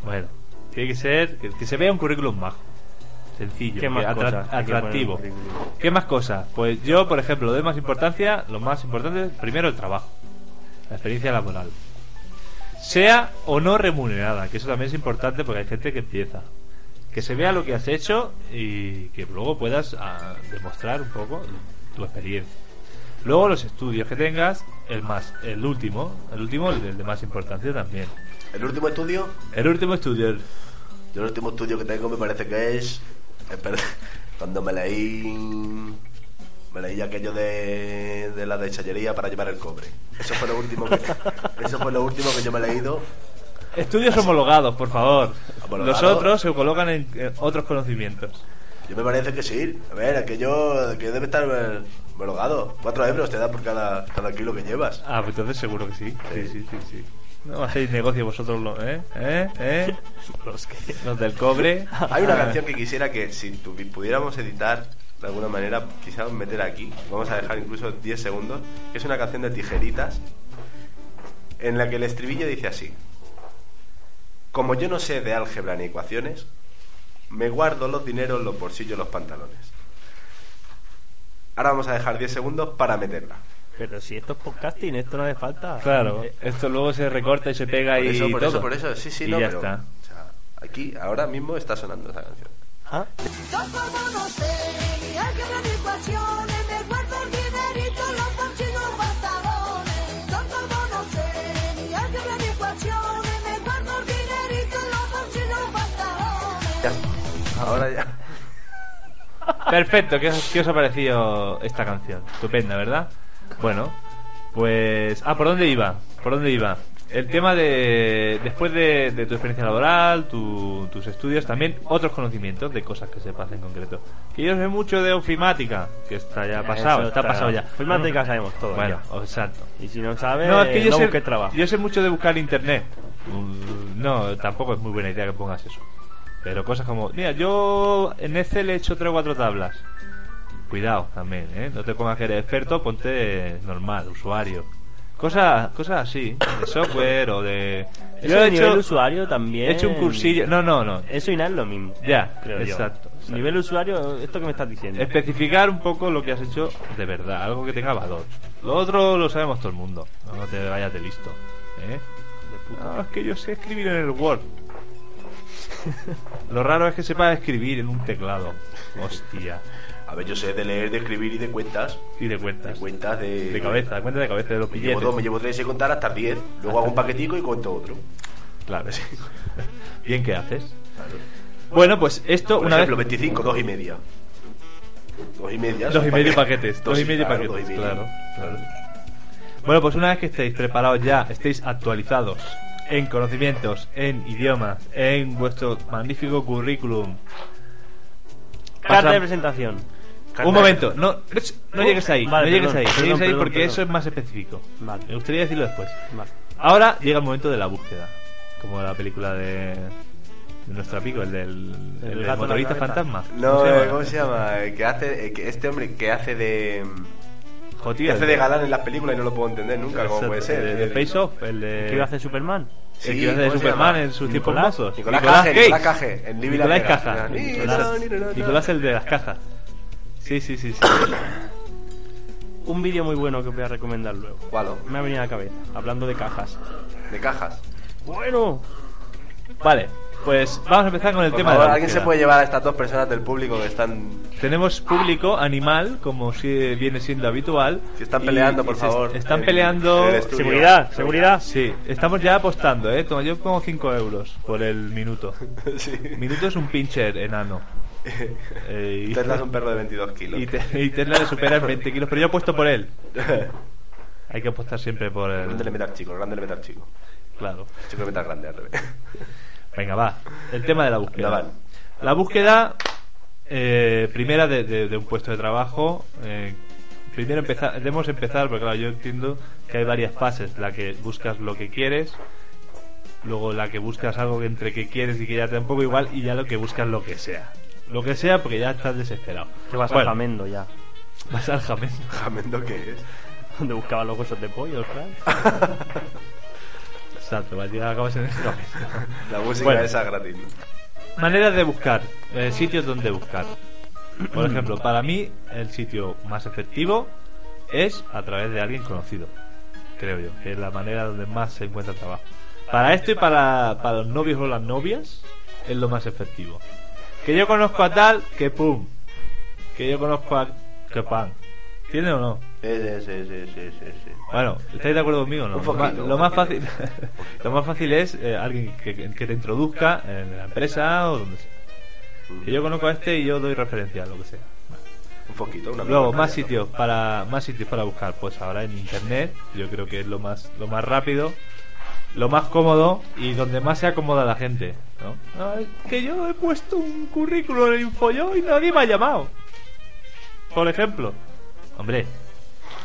Speaker 4: Bueno, tiene que ser que, que se vea un currículum majo. Sencillo,
Speaker 3: ¿Qué más
Speaker 4: que atra-
Speaker 3: cosas hay que
Speaker 4: atractivo.
Speaker 3: poner en un currículum?
Speaker 4: ¿Qué más cosas? Pues yo, por ejemplo, doy más importancia, lo más importante, primero el trabajo, la experiencia laboral. Sea o no remunerada, que eso también es importante porque hay gente que empieza. Que se vea lo que has hecho y que luego puedas ah, demostrar un poco tu experiencia. Luego los estudios que tengas, el más, el último, el último, el de más importancia también.
Speaker 2: El último estudio,
Speaker 4: El último estudio, el-
Speaker 2: yo el último estudio que tengo me parece que es... espera, Cuando me leí... Me leí aquello de, de la deschallería para llevar el cobre. Eso fue lo último que, eso fue lo último que yo me he leído
Speaker 4: estudios homologados, por favor.
Speaker 2: Homologados.
Speaker 4: Los otros se colocan en, en otros conocimientos.
Speaker 2: Yo me parece que sí. A ver, aquello que debe estar eh, homologado. Cuatro euros te da por cada, cada kilo que llevas.
Speaker 4: Ah, pues entonces seguro que sí. Sí, sí, sí, sí. No hacéis negocio vosotros, lo- ¿eh? ¿Eh? ¿Eh?
Speaker 3: los que...
Speaker 4: Los del cobre. Ah,
Speaker 2: Hay una canción que quisiera que si tu- pudiéramos editar de alguna manera, quizás meter aquí. Vamos a dejar incluso 10 segundos. Que es una canción de tijeritas en la que el estribillo dice así. Como yo no sé de álgebra ni ecuaciones, me guardo los dineros, los bolsillos, los pantalones. Ahora vamos a dejar 10 segundos para meterla.
Speaker 3: Pero si esto es podcasting, esto no hace falta.
Speaker 4: Claro, esto luego se recorta y se pega
Speaker 2: Por
Speaker 4: y
Speaker 2: eso, por
Speaker 4: todo.
Speaker 2: eso, por eso, sí, sí,
Speaker 4: Y
Speaker 2: no,
Speaker 4: ya
Speaker 2: pero,
Speaker 4: está.
Speaker 2: o sea, aquí, ahora mismo está sonando esa canción.
Speaker 3: ¿Ah?
Speaker 2: Ahora ya.
Speaker 4: Perfecto, ¿qué os, qué os ha parecido esta canción? Estupenda, ¿verdad? Bueno, pues... Ah, ¿por dónde iba? ¿Por dónde iba? El tema de... Después de, de tu experiencia laboral, tu- tus estudios, también otros conocimientos de cosas que sepas en concreto. Que yo sé mucho de ofimática, que está ya pasado.
Speaker 3: Eso está Eh, pasado ya. Filmática sabemos todo.
Speaker 4: Bueno,
Speaker 3: ya.
Speaker 4: exacto.
Speaker 3: Y si no sabes,
Speaker 4: Eh, No, es que yo,
Speaker 3: no
Speaker 4: sé,
Speaker 3: busques trabajo.
Speaker 4: yo sé mucho de buscar en internet. Mm, No, tampoco es muy buena idea que pongas eso. Pero cosas como, mira, yo en Excel he hecho 3 o 4 tablas. Cuidado también, ¿eh? No te pongas que eres experto, ponte normal, usuario. Cosas, cosas así, de software o de...
Speaker 3: Yo
Speaker 4: Eso
Speaker 3: a
Speaker 4: he
Speaker 3: nivel
Speaker 4: hecho-
Speaker 3: usuario también.
Speaker 4: He hecho un cursillo. No, no, no.
Speaker 3: Eso y nada es lo mismo.
Speaker 4: Ya,
Speaker 3: creo yo.
Speaker 4: exacto, exacto.
Speaker 3: Nivel usuario, esto que me estás diciendo.
Speaker 4: Especificar un poco lo que has hecho de verdad, algo que tenga valor. Lo otro lo sabemos todo el mundo. No te vayas de listo. ¿eh? No, es que yo sé escribir en el Word. lo raro es que sepas escribir en un teclado. Hostia.
Speaker 2: A ver, yo sé de leer, de escribir y de cuentas.
Speaker 4: Y de
Speaker 2: De
Speaker 4: cuentas.
Speaker 2: cuentas de.
Speaker 4: De cabeza, cuenta de cabeza de los
Speaker 2: Me llevo, dos, me
Speaker 4: billetes.
Speaker 2: llevo tres y contar hasta diez. Luego hago un paquetico y cuento otro.
Speaker 4: Claro, sí. Bien que haces. Bueno, pues esto
Speaker 2: Por
Speaker 4: una
Speaker 2: ejemplo,
Speaker 4: vez.
Speaker 2: 25, dos y media. Dos y media.
Speaker 4: Dos
Speaker 2: son
Speaker 4: y medio
Speaker 2: paquetes.
Speaker 4: paquetes. Dos y medio
Speaker 2: claro, dos
Speaker 4: paquetes.
Speaker 2: y medio.
Speaker 4: Claro, claro. Bueno, pues una vez que estéis preparados ya, estéis actualizados en conocimientos, en idiomas, en vuestro magnífico currículum.
Speaker 3: Carta
Speaker 4: Pasa-
Speaker 3: de presentación.
Speaker 4: Un momento, no, no llegues ahí,
Speaker 3: Uh, Vale,
Speaker 4: no llegues
Speaker 3: perdón,
Speaker 4: ahí, no
Speaker 3: perdón,
Speaker 4: llegues ahí
Speaker 3: perdón,
Speaker 4: porque
Speaker 3: perdón.
Speaker 4: eso es más específico.
Speaker 3: Vale.
Speaker 4: Me gustaría decirlo después.
Speaker 3: Vale.
Speaker 4: Ahora llega el momento de la búsqueda, como la película de, de nuestro amigo, el del,
Speaker 3: El
Speaker 4: el del
Speaker 3: gato en la
Speaker 4: motorista
Speaker 3: cabeza.
Speaker 4: fantasma.
Speaker 2: No,
Speaker 4: ¿Cómo se
Speaker 2: eh,
Speaker 4: llama?
Speaker 2: ¿cómo se llama? El que hace, el que- este hombre que hace de.
Speaker 4: Joder,
Speaker 2: Que hace de
Speaker 4: el-
Speaker 2: galán en las películas y no lo puedo entender nunca, ¿cómo puede ser?
Speaker 4: El de Face Off, el de...
Speaker 3: ¿Qué iba a hacer Superman?
Speaker 4: El que iba a hacer de
Speaker 2: ¿cómo se
Speaker 4: Superman
Speaker 2: llama?
Speaker 4: en sus tiempos
Speaker 3: Nicolás-
Speaker 4: mozos.
Speaker 2: Nicolás Cage, Nicolás
Speaker 4: Cage.
Speaker 2: Cage, en Libby la
Speaker 4: Nicolás
Speaker 2: Pega.
Speaker 4: Caja.
Speaker 2: Ni-
Speaker 4: Nicolás,
Speaker 2: ni- ni- ni-
Speaker 4: Nicolás el de las cajas. Sí, sí, sí. sí.
Speaker 3: Un vídeo muy bueno que voy a recomendar luego.
Speaker 2: Gualo,
Speaker 3: Me ha venido a la cabeza, hablando de cajas.
Speaker 2: de cajas.
Speaker 3: Bueno,
Speaker 4: vale, pues vamos a empezar con el
Speaker 2: Por
Speaker 4: tema
Speaker 2: favor,
Speaker 4: de la
Speaker 2: ¿Alguien se
Speaker 4: búsqueda.
Speaker 2: puede llevar a estas dos personas del público que están
Speaker 4: Tenemos público animal, como si viene siendo habitual.
Speaker 2: Si están
Speaker 4: y-
Speaker 2: peleando,
Speaker 4: y
Speaker 2: por
Speaker 4: se
Speaker 2: favor.
Speaker 4: Están
Speaker 2: en-
Speaker 4: peleando.
Speaker 2: en el estudio.
Speaker 3: seguridad, seguridad.
Speaker 4: Sí, estamos ya apostando, ¿eh? Toma, yo pongo 5 euros por el minuto.
Speaker 2: sí.
Speaker 4: Minuto es un pincher enano. Eh, y-
Speaker 2: Tesla es un perro de 22 kilos.
Speaker 4: Y, te, y Tesla le supera en 20 kilos, pero yo apuesto por él. Hay que apostar siempre por
Speaker 2: Grande le
Speaker 4: él.
Speaker 2: metas chico, grande le metas chico.
Speaker 4: Claro.
Speaker 2: Chico le metas grande al revés.
Speaker 4: Venga, va. El tema de la búsqueda.
Speaker 2: Anda, van.
Speaker 4: La búsqueda eh, primera de, de- de un puesto de trabajo. eh, primero empezar, debemos empezar, porque claro, yo entiendo que hay varias fases. La que buscas lo que quieres, luego la que buscas algo que entre que quieres y que ya te da un poco igual, y ya lo que buscas lo que sea. Lo que sea, porque ya estás desesperado.
Speaker 3: te vas
Speaker 4: Bueno,
Speaker 3: a Jamendo ya.
Speaker 4: Vas al jamén.
Speaker 2: ¿Jamendo qué es?
Speaker 3: Donde buscaba los huesos de pollo, Fran.
Speaker 4: Exacto, vas a llegar- acabas en el jamén.
Speaker 2: La música
Speaker 4: Bueno.
Speaker 2: esa gratis.
Speaker 4: Maneras de buscar, eh, sitios donde buscar. Por ejemplo, para mí el sitio más efectivo es a través de alguien conocido, creo yo, que es la manera donde más se encuentra trabajo. Para esto y para, para los novios o las novias es lo más efectivo. Que yo conozco a tal, que pum. Que yo conozco a que pan. ¿Tiene o no?
Speaker 2: Sí, sí, sí, sí, sí, sí.
Speaker 4: Bueno, ¿estáis de acuerdo conmigo o no?
Speaker 2: Un poquito,
Speaker 4: lo,
Speaker 2: un
Speaker 4: más
Speaker 2: poquito.
Speaker 4: fácil, lo más fácil es eh, alguien que, que te introduzca en la empresa o donde sea. Que yo conozco a este y yo doy referencia, lo que sea.
Speaker 2: Un poquito, una
Speaker 4: Luego,
Speaker 2: mierda,
Speaker 4: más
Speaker 2: ¿no?
Speaker 4: sitios para más sitios para buscar. Pues ahora en internet, yo creo que es lo más, lo más rápido, lo más cómodo y donde más se acomoda la gente. ¿no? Ah, es que yo he puesto un currículum en InfoJob y nadie me ha llamado. Por ejemplo. Hombre,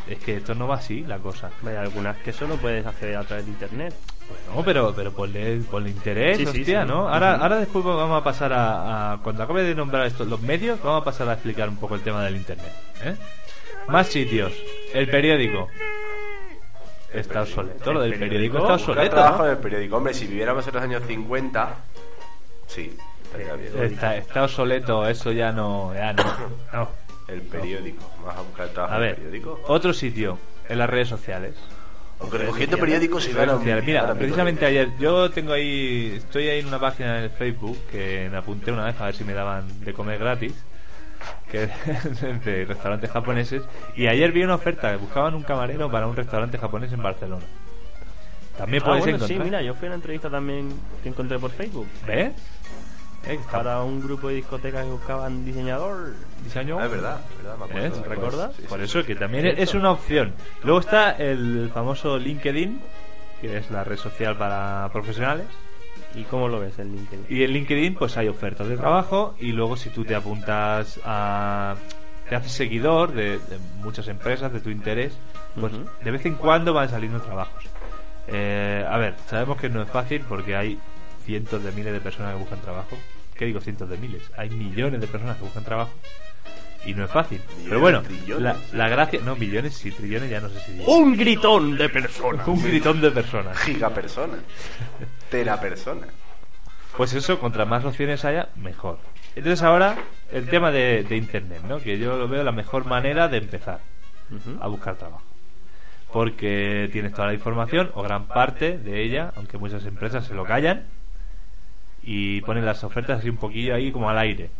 Speaker 4: es que esto no va así la cosa.
Speaker 3: Hay algunas que solo puedes acceder a través de internet.
Speaker 4: Bueno, pero, pero ponle, ponle interés,
Speaker 3: Sí, sí,
Speaker 4: hostia,
Speaker 3: sí.
Speaker 4: ¿no? Ahora,
Speaker 3: Ujú.
Speaker 4: ahora después vamos a pasar a, a- Cuando acabe de nombrar estos los medios, vamos a pasar a explicar un poco el tema del internet. ¿eh? Más sitios. El periódico. Está obsoleto, lo del
Speaker 3: El
Speaker 4: periódico
Speaker 3: periódico.
Speaker 4: está
Speaker 2: Buscar
Speaker 4: obsoleto.
Speaker 2: trabajo
Speaker 4: ¿no?
Speaker 2: en el periódico. Hombre, si viviéramos en los años 50, sí, estaría bien.
Speaker 4: Está, está obsoleto, eso ya no. Ya no. no.
Speaker 2: El periódico. Vamos a buscar trabajo
Speaker 4: A
Speaker 2: en el
Speaker 4: ver,
Speaker 2: periódico.
Speaker 4: otro sitio. En las redes sociales.
Speaker 2: Aunque recogiendo periódicos y
Speaker 4: Redes
Speaker 2: gana.
Speaker 4: sociales. Mira,
Speaker 2: gana
Speaker 4: precisamente ayer, yo tengo ahí, estoy ahí en una página en el Facebook que me apunté una vez a ver si me daban de comer gratis, que es de restaurantes japoneses, y ayer vi una oferta, que buscaban un camarero para un restaurante japonés en Barcelona. También
Speaker 3: Ah,
Speaker 4: puedes
Speaker 3: bueno, sí,
Speaker 4: encontrar.
Speaker 3: mira, yo fui a una entrevista también que encontré por Facebook.
Speaker 4: ¿Ves? Eh, está-
Speaker 3: Para un grupo de discotecas que buscaban diseñador.
Speaker 4: diseño.
Speaker 2: Ah, es verdad, es verdad, me
Speaker 4: ¿Ves?
Speaker 2: acuerdo.
Speaker 4: ¿Eh? ¿Recuerdas?
Speaker 2: Sí, sí,
Speaker 4: Por
Speaker 2: sí.
Speaker 4: eso que también es una opción. Luego está el famoso LinkedIn, que es la red social para profesionales.
Speaker 3: ¿Y cómo lo ves el LinkedIn?
Speaker 4: Y en LinkedIn pues hay ofertas de trabajo y luego si tú te apuntas a... te haces seguidor de, de muchas empresas, de tu interés, pues
Speaker 3: Ujú.
Speaker 4: de vez en cuando van saliendo trabajos. Eh, a ver, sabemos que no es fácil porque hay cientos de miles de personas que buscan trabajo. ¿Qué digo cientos de miles? Hay millones de personas que buscan trabajo. Y no es fácil.
Speaker 2: Millones,
Speaker 4: Pero bueno,
Speaker 2: trillones. ¡Uh!
Speaker 4: la, la gracia... No, millones sí, trillones ya no sé si...
Speaker 3: Un gritón de personas.
Speaker 4: Un gritón de personas.
Speaker 2: Gigapersona. Terapersona.
Speaker 4: Pues eso, contra más opciones haya, mejor. Entonces ahora el tema de, de Internet, ¿no? Que yo lo veo la mejor manera de empezar a buscar trabajo. Porque tienes toda la información o gran parte de ella, aunque muchas empresas se lo callan y ponen las ofertas así un poquillo ahí como al aire.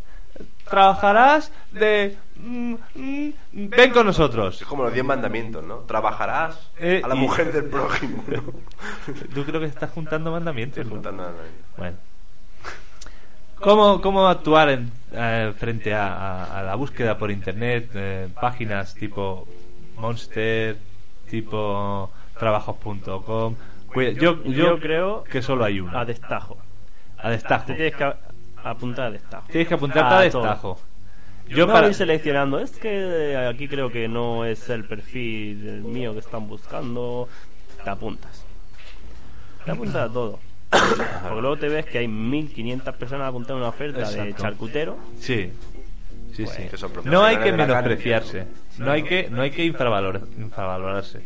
Speaker 4: Trabajarás de... mm, mm, ven con nosotros.
Speaker 2: Es como los 10 mandamientos, ¿no? Trabajarás
Speaker 4: Eh,
Speaker 2: a la
Speaker 4: y-
Speaker 2: mujer del prójimo. ¿no?
Speaker 4: Tú creo que estás juntando mandamientos.
Speaker 2: Estoy
Speaker 4: ¿no?
Speaker 2: juntando a nadie.
Speaker 4: Bueno. ¿Cómo, cómo actuar en, eh, frente a, a- a la búsqueda por internet? eh, páginas tipo Monster, tipo trabajos.com. Cuida- Yo, yo,
Speaker 3: Yo creo-
Speaker 4: que solo hay una.
Speaker 3: A destajo.
Speaker 4: A destajo.
Speaker 3: Te tienes que a- apuntar a destajo.
Speaker 4: Tienes que apuntarte a
Speaker 3: Ah, todo.
Speaker 4: destajo.
Speaker 3: Yo
Speaker 4: Yo
Speaker 3: no
Speaker 4: para...
Speaker 3: voy seleccionando. Es que aquí creo que no es el perfil mío que están buscando. Te apuntas. Te apuntas a todo. Porque luego te ves que hay 1500 personas apuntando una oferta de
Speaker 4: Exacto.
Speaker 3: charcutero.
Speaker 4: Sí. Sí,
Speaker 2: Pues,
Speaker 4: sí.
Speaker 2: que son
Speaker 4: No hay
Speaker 2: profesionales
Speaker 4: que
Speaker 2: de la carne.
Speaker 4: menospreciarse. No hay que, no hay que infravalor- infravalorarse.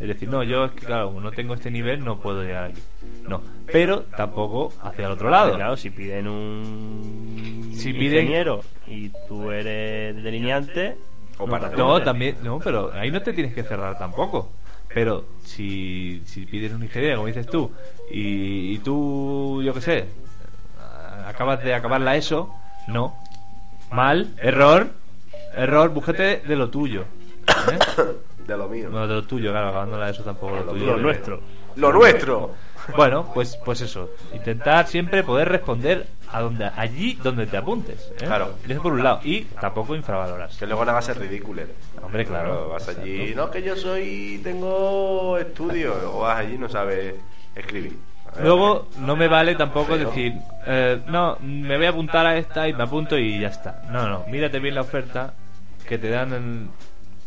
Speaker 4: Es decir, no, yo es que, claro, como no tengo este nivel, no puedo llegar aquí. No. Pero tampoco hacia el otro lado.
Speaker 3: Claro, si piden un
Speaker 4: Si piden-
Speaker 3: ingeniero y tú eres delineante.
Speaker 2: O
Speaker 3: no
Speaker 2: para-
Speaker 3: te
Speaker 4: No,
Speaker 3: apuntes.
Speaker 4: también, no, pero ahí no te tienes que cerrar tampoco. Pero si, si pides un ingeniero, como dices tú, y, y tú, yo qué sé, a- acabas de acabar la ESO, no. Mal, error, error, búscate de lo tuyo. ¿eh?
Speaker 2: De lo mío.
Speaker 4: No, de lo tuyo, claro, acabando la ESO tampoco lo tuyo.
Speaker 3: Lo
Speaker 4: de-
Speaker 3: nuestro.
Speaker 2: ¡Lo nuestro!
Speaker 4: Bueno, pues, pues eso, intentar siempre poder responder a donde, allí donde te apuntes. ¿eh?
Speaker 2: Claro.
Speaker 4: Eso por un lado. Y tampoco infravalorarse.
Speaker 2: Que luego nada va a ser ridículo.
Speaker 4: Hombre, claro.
Speaker 2: vas
Speaker 4: Exacto.
Speaker 2: allí. No, que yo soy. Tengo estudio. O vas allí y no sabes escribir. A ver,
Speaker 4: Luego no me vale tampoco
Speaker 2: Feo.
Speaker 4: decir, eh, no, me voy a apuntar a esta y me apunto y ya está. No, no, mírate bien la oferta que te dan en,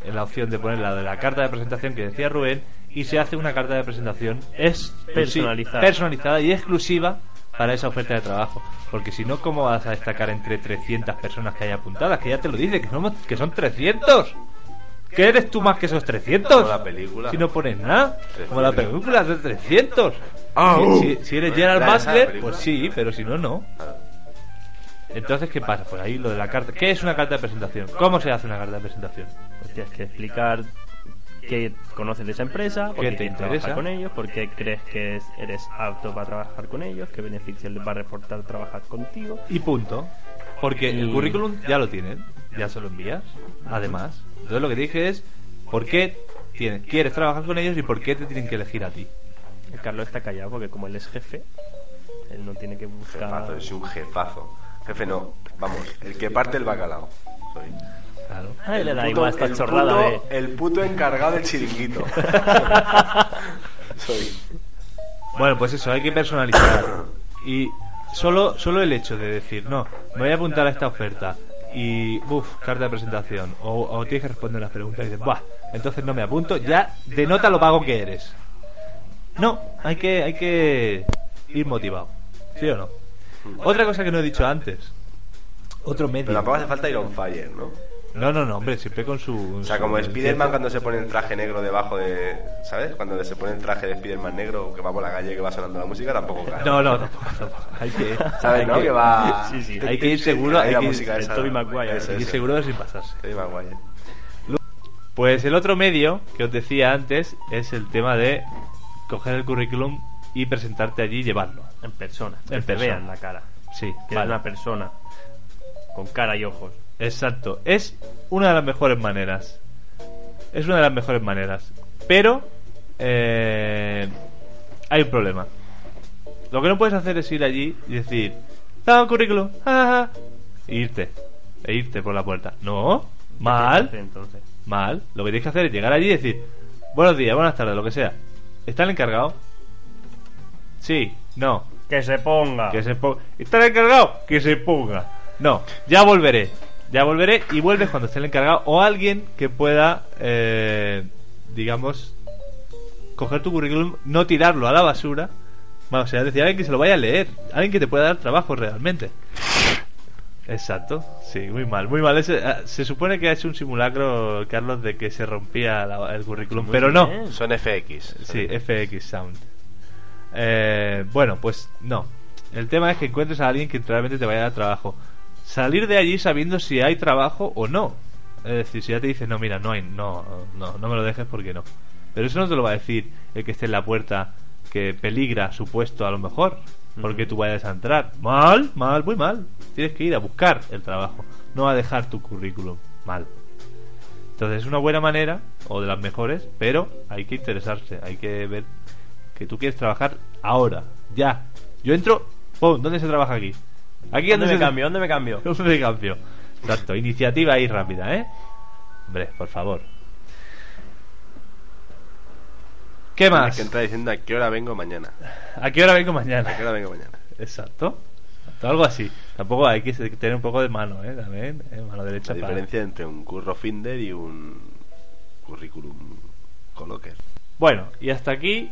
Speaker 4: en la opción de poner la de la carta de presentación que decía Rubén y se hace una carta de presentación es
Speaker 3: Personalizada.
Speaker 4: personalizada y exclusiva para esa oferta de trabajo. Porque si no, ¿cómo vas a destacar entre 300 personas que hay apuntadas? Que ya te lo dice, que, somos, que son 300. ¿Qué eres tú más que esos 300?
Speaker 2: Como la película.
Speaker 4: Si no pones nada. Como la
Speaker 2: 300.
Speaker 4: película de 300.
Speaker 2: Ah, uh.
Speaker 4: si, si- si eres Gerald
Speaker 2: Claro, esa
Speaker 4: Butler,
Speaker 2: película.
Speaker 4: pues sí, pero si no, no.
Speaker 2: Claro.
Speaker 4: Entonces, ¿qué pasa? Pues ahí lo de la carta. ¿Qué es una carta de presentación? ¿Cómo se hace una carta de presentación?
Speaker 3: Pues tienes que explicar qué conoces de esa empresa, por
Speaker 4: ¿Qué
Speaker 3: qué,
Speaker 4: te
Speaker 3: quieres
Speaker 4: interesa?
Speaker 3: trabajar con ellos, por qué crees que es- eres apto para trabajar con ellos, qué beneficios les va a reportar trabajar contigo.
Speaker 4: Y punto. Porque el
Speaker 3: Y-
Speaker 4: currículum ya lo tienen, ya se lo envías. Además, entonces lo que te dije es: ¿por qué tienes- quieres trabajar con ellos y por qué te tienen que elegir a ti?
Speaker 3: El Carlos está callado porque como él es jefe, él no tiene que buscar...
Speaker 2: Jefazo, soy un jefazo. Jefe, no. Vamos, el que parte el bacalao. Soy.
Speaker 4: Claro.
Speaker 3: A él le da
Speaker 2: Puto-
Speaker 3: igual esta
Speaker 2: el
Speaker 3: chorrada
Speaker 2: puto-
Speaker 3: de...
Speaker 2: El puto encargado del chiringuito. Soy.
Speaker 4: Bueno, pues eso, hay que personalizar. Y solo, solo el hecho de decir, no, me voy a apuntar a esta oferta y, uff, carta de presentación, o, o tienes que responder las preguntas y dices, ¡buah! Entonces no me apunto, ya denota lo vago que eres. No, hay que, hay que ir motivado, ¿sí o no? Otra cosa que no he dicho antes, otro
Speaker 2: Pero
Speaker 4: medio.
Speaker 2: tampoco hace falta ir on fire, ¿no?
Speaker 4: No, no, no, hombre, siempre con su.
Speaker 2: O sea, como Spiderman cuando se pone el traje negro debajo de... ¿Sabes? Cuando se pone el traje de Spiderman negro que va por la calle que va sonando la música, tampoco claro.
Speaker 4: No, no, tampoco, tampoco. Hay que.
Speaker 2: ¿Sabes,
Speaker 4: hay
Speaker 2: no? Que va...
Speaker 3: Sí, sí.
Speaker 4: Hay que ir seguro,
Speaker 2: Ahí
Speaker 4: hay
Speaker 2: la
Speaker 4: que ir-
Speaker 2: música
Speaker 3: el
Speaker 2: esa.
Speaker 3: Tobey Maguire,
Speaker 2: Eso,
Speaker 4: hay que ir
Speaker 2: eso.
Speaker 4: seguro de sin pasarse.
Speaker 2: Tobey Maguire.
Speaker 4: Pues el otro medio que os decía antes es el tema de coger el currículum y presentarte allí y llevarlo.
Speaker 3: En persona. Que
Speaker 4: En
Speaker 3: te
Speaker 4: persona.
Speaker 3: vean la cara.
Speaker 4: Sí,
Speaker 3: Que eres
Speaker 4: vale.
Speaker 3: una persona. Con cara y ojos.
Speaker 4: Exacto. Es una de las mejores maneras. Es una de las mejores maneras. Pero eh, hay un problema. Lo que no puedes hacer es ir allí y decir, ¡Ah, un currículum! ¡Ah, ah, ah", E irte. E irte por la puerta. No. Mal.
Speaker 3: Entonces.
Speaker 4: Mal. Lo que tienes que hacer es llegar allí y decir, buenos días, buenas tardes, lo que sea. ¿Está el encargado? Sí, no.
Speaker 3: Que se ponga.
Speaker 4: Que se ponga. ¿Está el encargado? Que se ponga. No, ya volveré. Ya volveré y vuelves cuando esté el encargado o alguien que pueda, eh, digamos, coger tu currículum, no tirarlo a la basura. Bueno, o sea, es decir, alguien que se lo vaya a leer. Alguien que te pueda dar trabajo realmente. Exacto, sí, muy mal, muy mal. Ese, ah, se supone que ha hecho un simulacro, Carlos, de que se rompía la- el currículum, pero no.
Speaker 3: bien.
Speaker 2: Son FX.
Speaker 4: Sí, FX Sound. Eh, bueno, pues no. El tema es que encuentres a alguien que realmente te vaya a dar trabajo. Salir de allí sabiendo si hay trabajo o no. Es decir, si ya te dicen, no, mira, no hay, no, no, no me lo dejes porque no. Pero eso no te lo va a decir el que esté en la puerta, que peligra su puesto a lo mejor, porque tú vayas a entrar. Mal, mal, muy mal. Tienes que ir a buscar el trabajo, no a dejar tu currículum. Mal. Entonces es una buena manera, o de las mejores, pero hay que interesarse, hay que ver que tú quieres trabajar ahora, ya. Yo entro, ¡pum! ¿Dónde se trabaja aquí?
Speaker 3: ¿Dónde
Speaker 4: Aquí donde
Speaker 3: me
Speaker 4: se
Speaker 3: cambio? ¿Dónde me cambio?
Speaker 4: ¿Dónde me cambio? Exacto, iniciativa ahí rápida, ¿eh? Hombre, por favor. ¿Qué
Speaker 2: Tienes
Speaker 4: más?
Speaker 2: que entrar diciendo a qué hora vengo mañana.
Speaker 4: ¿A qué hora vengo
Speaker 2: A qué
Speaker 4: mañana?
Speaker 2: hora vengo mañana.
Speaker 4: Exacto. Exacto, Algo así. Tampoco hay que tener un poco de mano, ¿eh? También, ¿eh? mano derecha.
Speaker 2: La
Speaker 4: para-
Speaker 2: diferencia entre un curro Finder y un currículum Coloquer.
Speaker 4: Bueno, y hasta aquí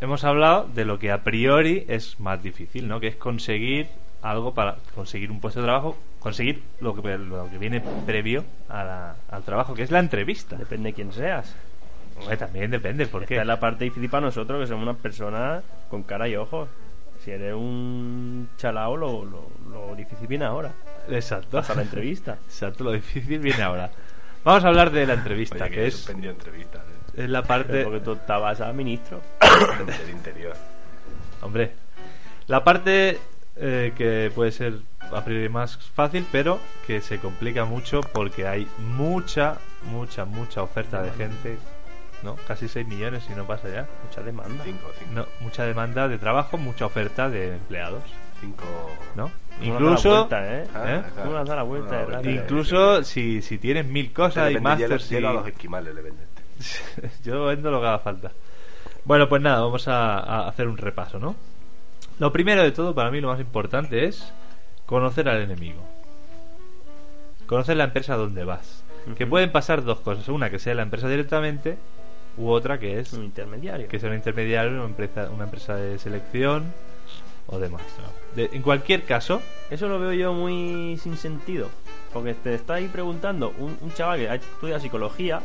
Speaker 4: hemos hablado de lo que a priori es más difícil, ¿no? Que es conseguir algo para conseguir un puesto de trabajo, conseguir lo que, lo que viene previo a la- al trabajo, que es la entrevista.
Speaker 3: Depende de quién seas.
Speaker 4: Hombre, también depende, porque
Speaker 3: Esta es la parte difícil para nosotros, que somos unas personas con cara y ojos. Si eres un chalao, lo, lo, lo difícil viene ahora.
Speaker 4: Exacto.
Speaker 3: Hasta la entrevista.
Speaker 4: Exacto, lo difícil viene ahora. Vamos a hablar de la entrevista, que es,
Speaker 2: entrevistas ¿eh?
Speaker 4: es la
Speaker 3: Pero
Speaker 4: parte...
Speaker 3: Porque tú estabas a ministro.
Speaker 2: del interior.
Speaker 4: Hombre, la parte eh, que puede ser a priori más fácil, pero que se complica mucho porque hay mucha, mucha, mucha oferta de gente, ¿no? Casi 6 millones si no pasa ya.
Speaker 3: Mucha demanda.
Speaker 2: Cinco, cinco,
Speaker 4: No, mucha demanda de trabajo, mucha oferta de empleados,
Speaker 2: cinco.
Speaker 4: ¿no?
Speaker 3: Cómo nos da la
Speaker 4: Incluso,
Speaker 3: vuelta, ¿eh?
Speaker 2: Ah, claro.
Speaker 3: Cómo nos da la vuelta,
Speaker 2: Una
Speaker 3: de verdad.
Speaker 4: incluso si, si tienes mil
Speaker 2: Le
Speaker 4: cosas y
Speaker 2: venden hielo-
Speaker 4: máster,
Speaker 2: hielo a los esquimales le venden.
Speaker 4: Yo vendo lo que haga falta. Bueno, pues nada, vamos a, a hacer un repaso, ¿no? Lo primero de todo, para mí lo más importante es conocer al enemigo. Conocer la empresa a donde vas. Que
Speaker 3: Ujú.
Speaker 4: pueden pasar dos cosas. Una, que sea la empresa directamente, u otra que es
Speaker 3: Un intermediario.
Speaker 4: que sea un intermediario, una empresa, una empresa de selección o demás. ¿no? De- en cualquier caso,
Speaker 3: Eso lo veo yo muy sin sentido. Porque te está ahí preguntando, un, un chaval que ha estudiado psicología,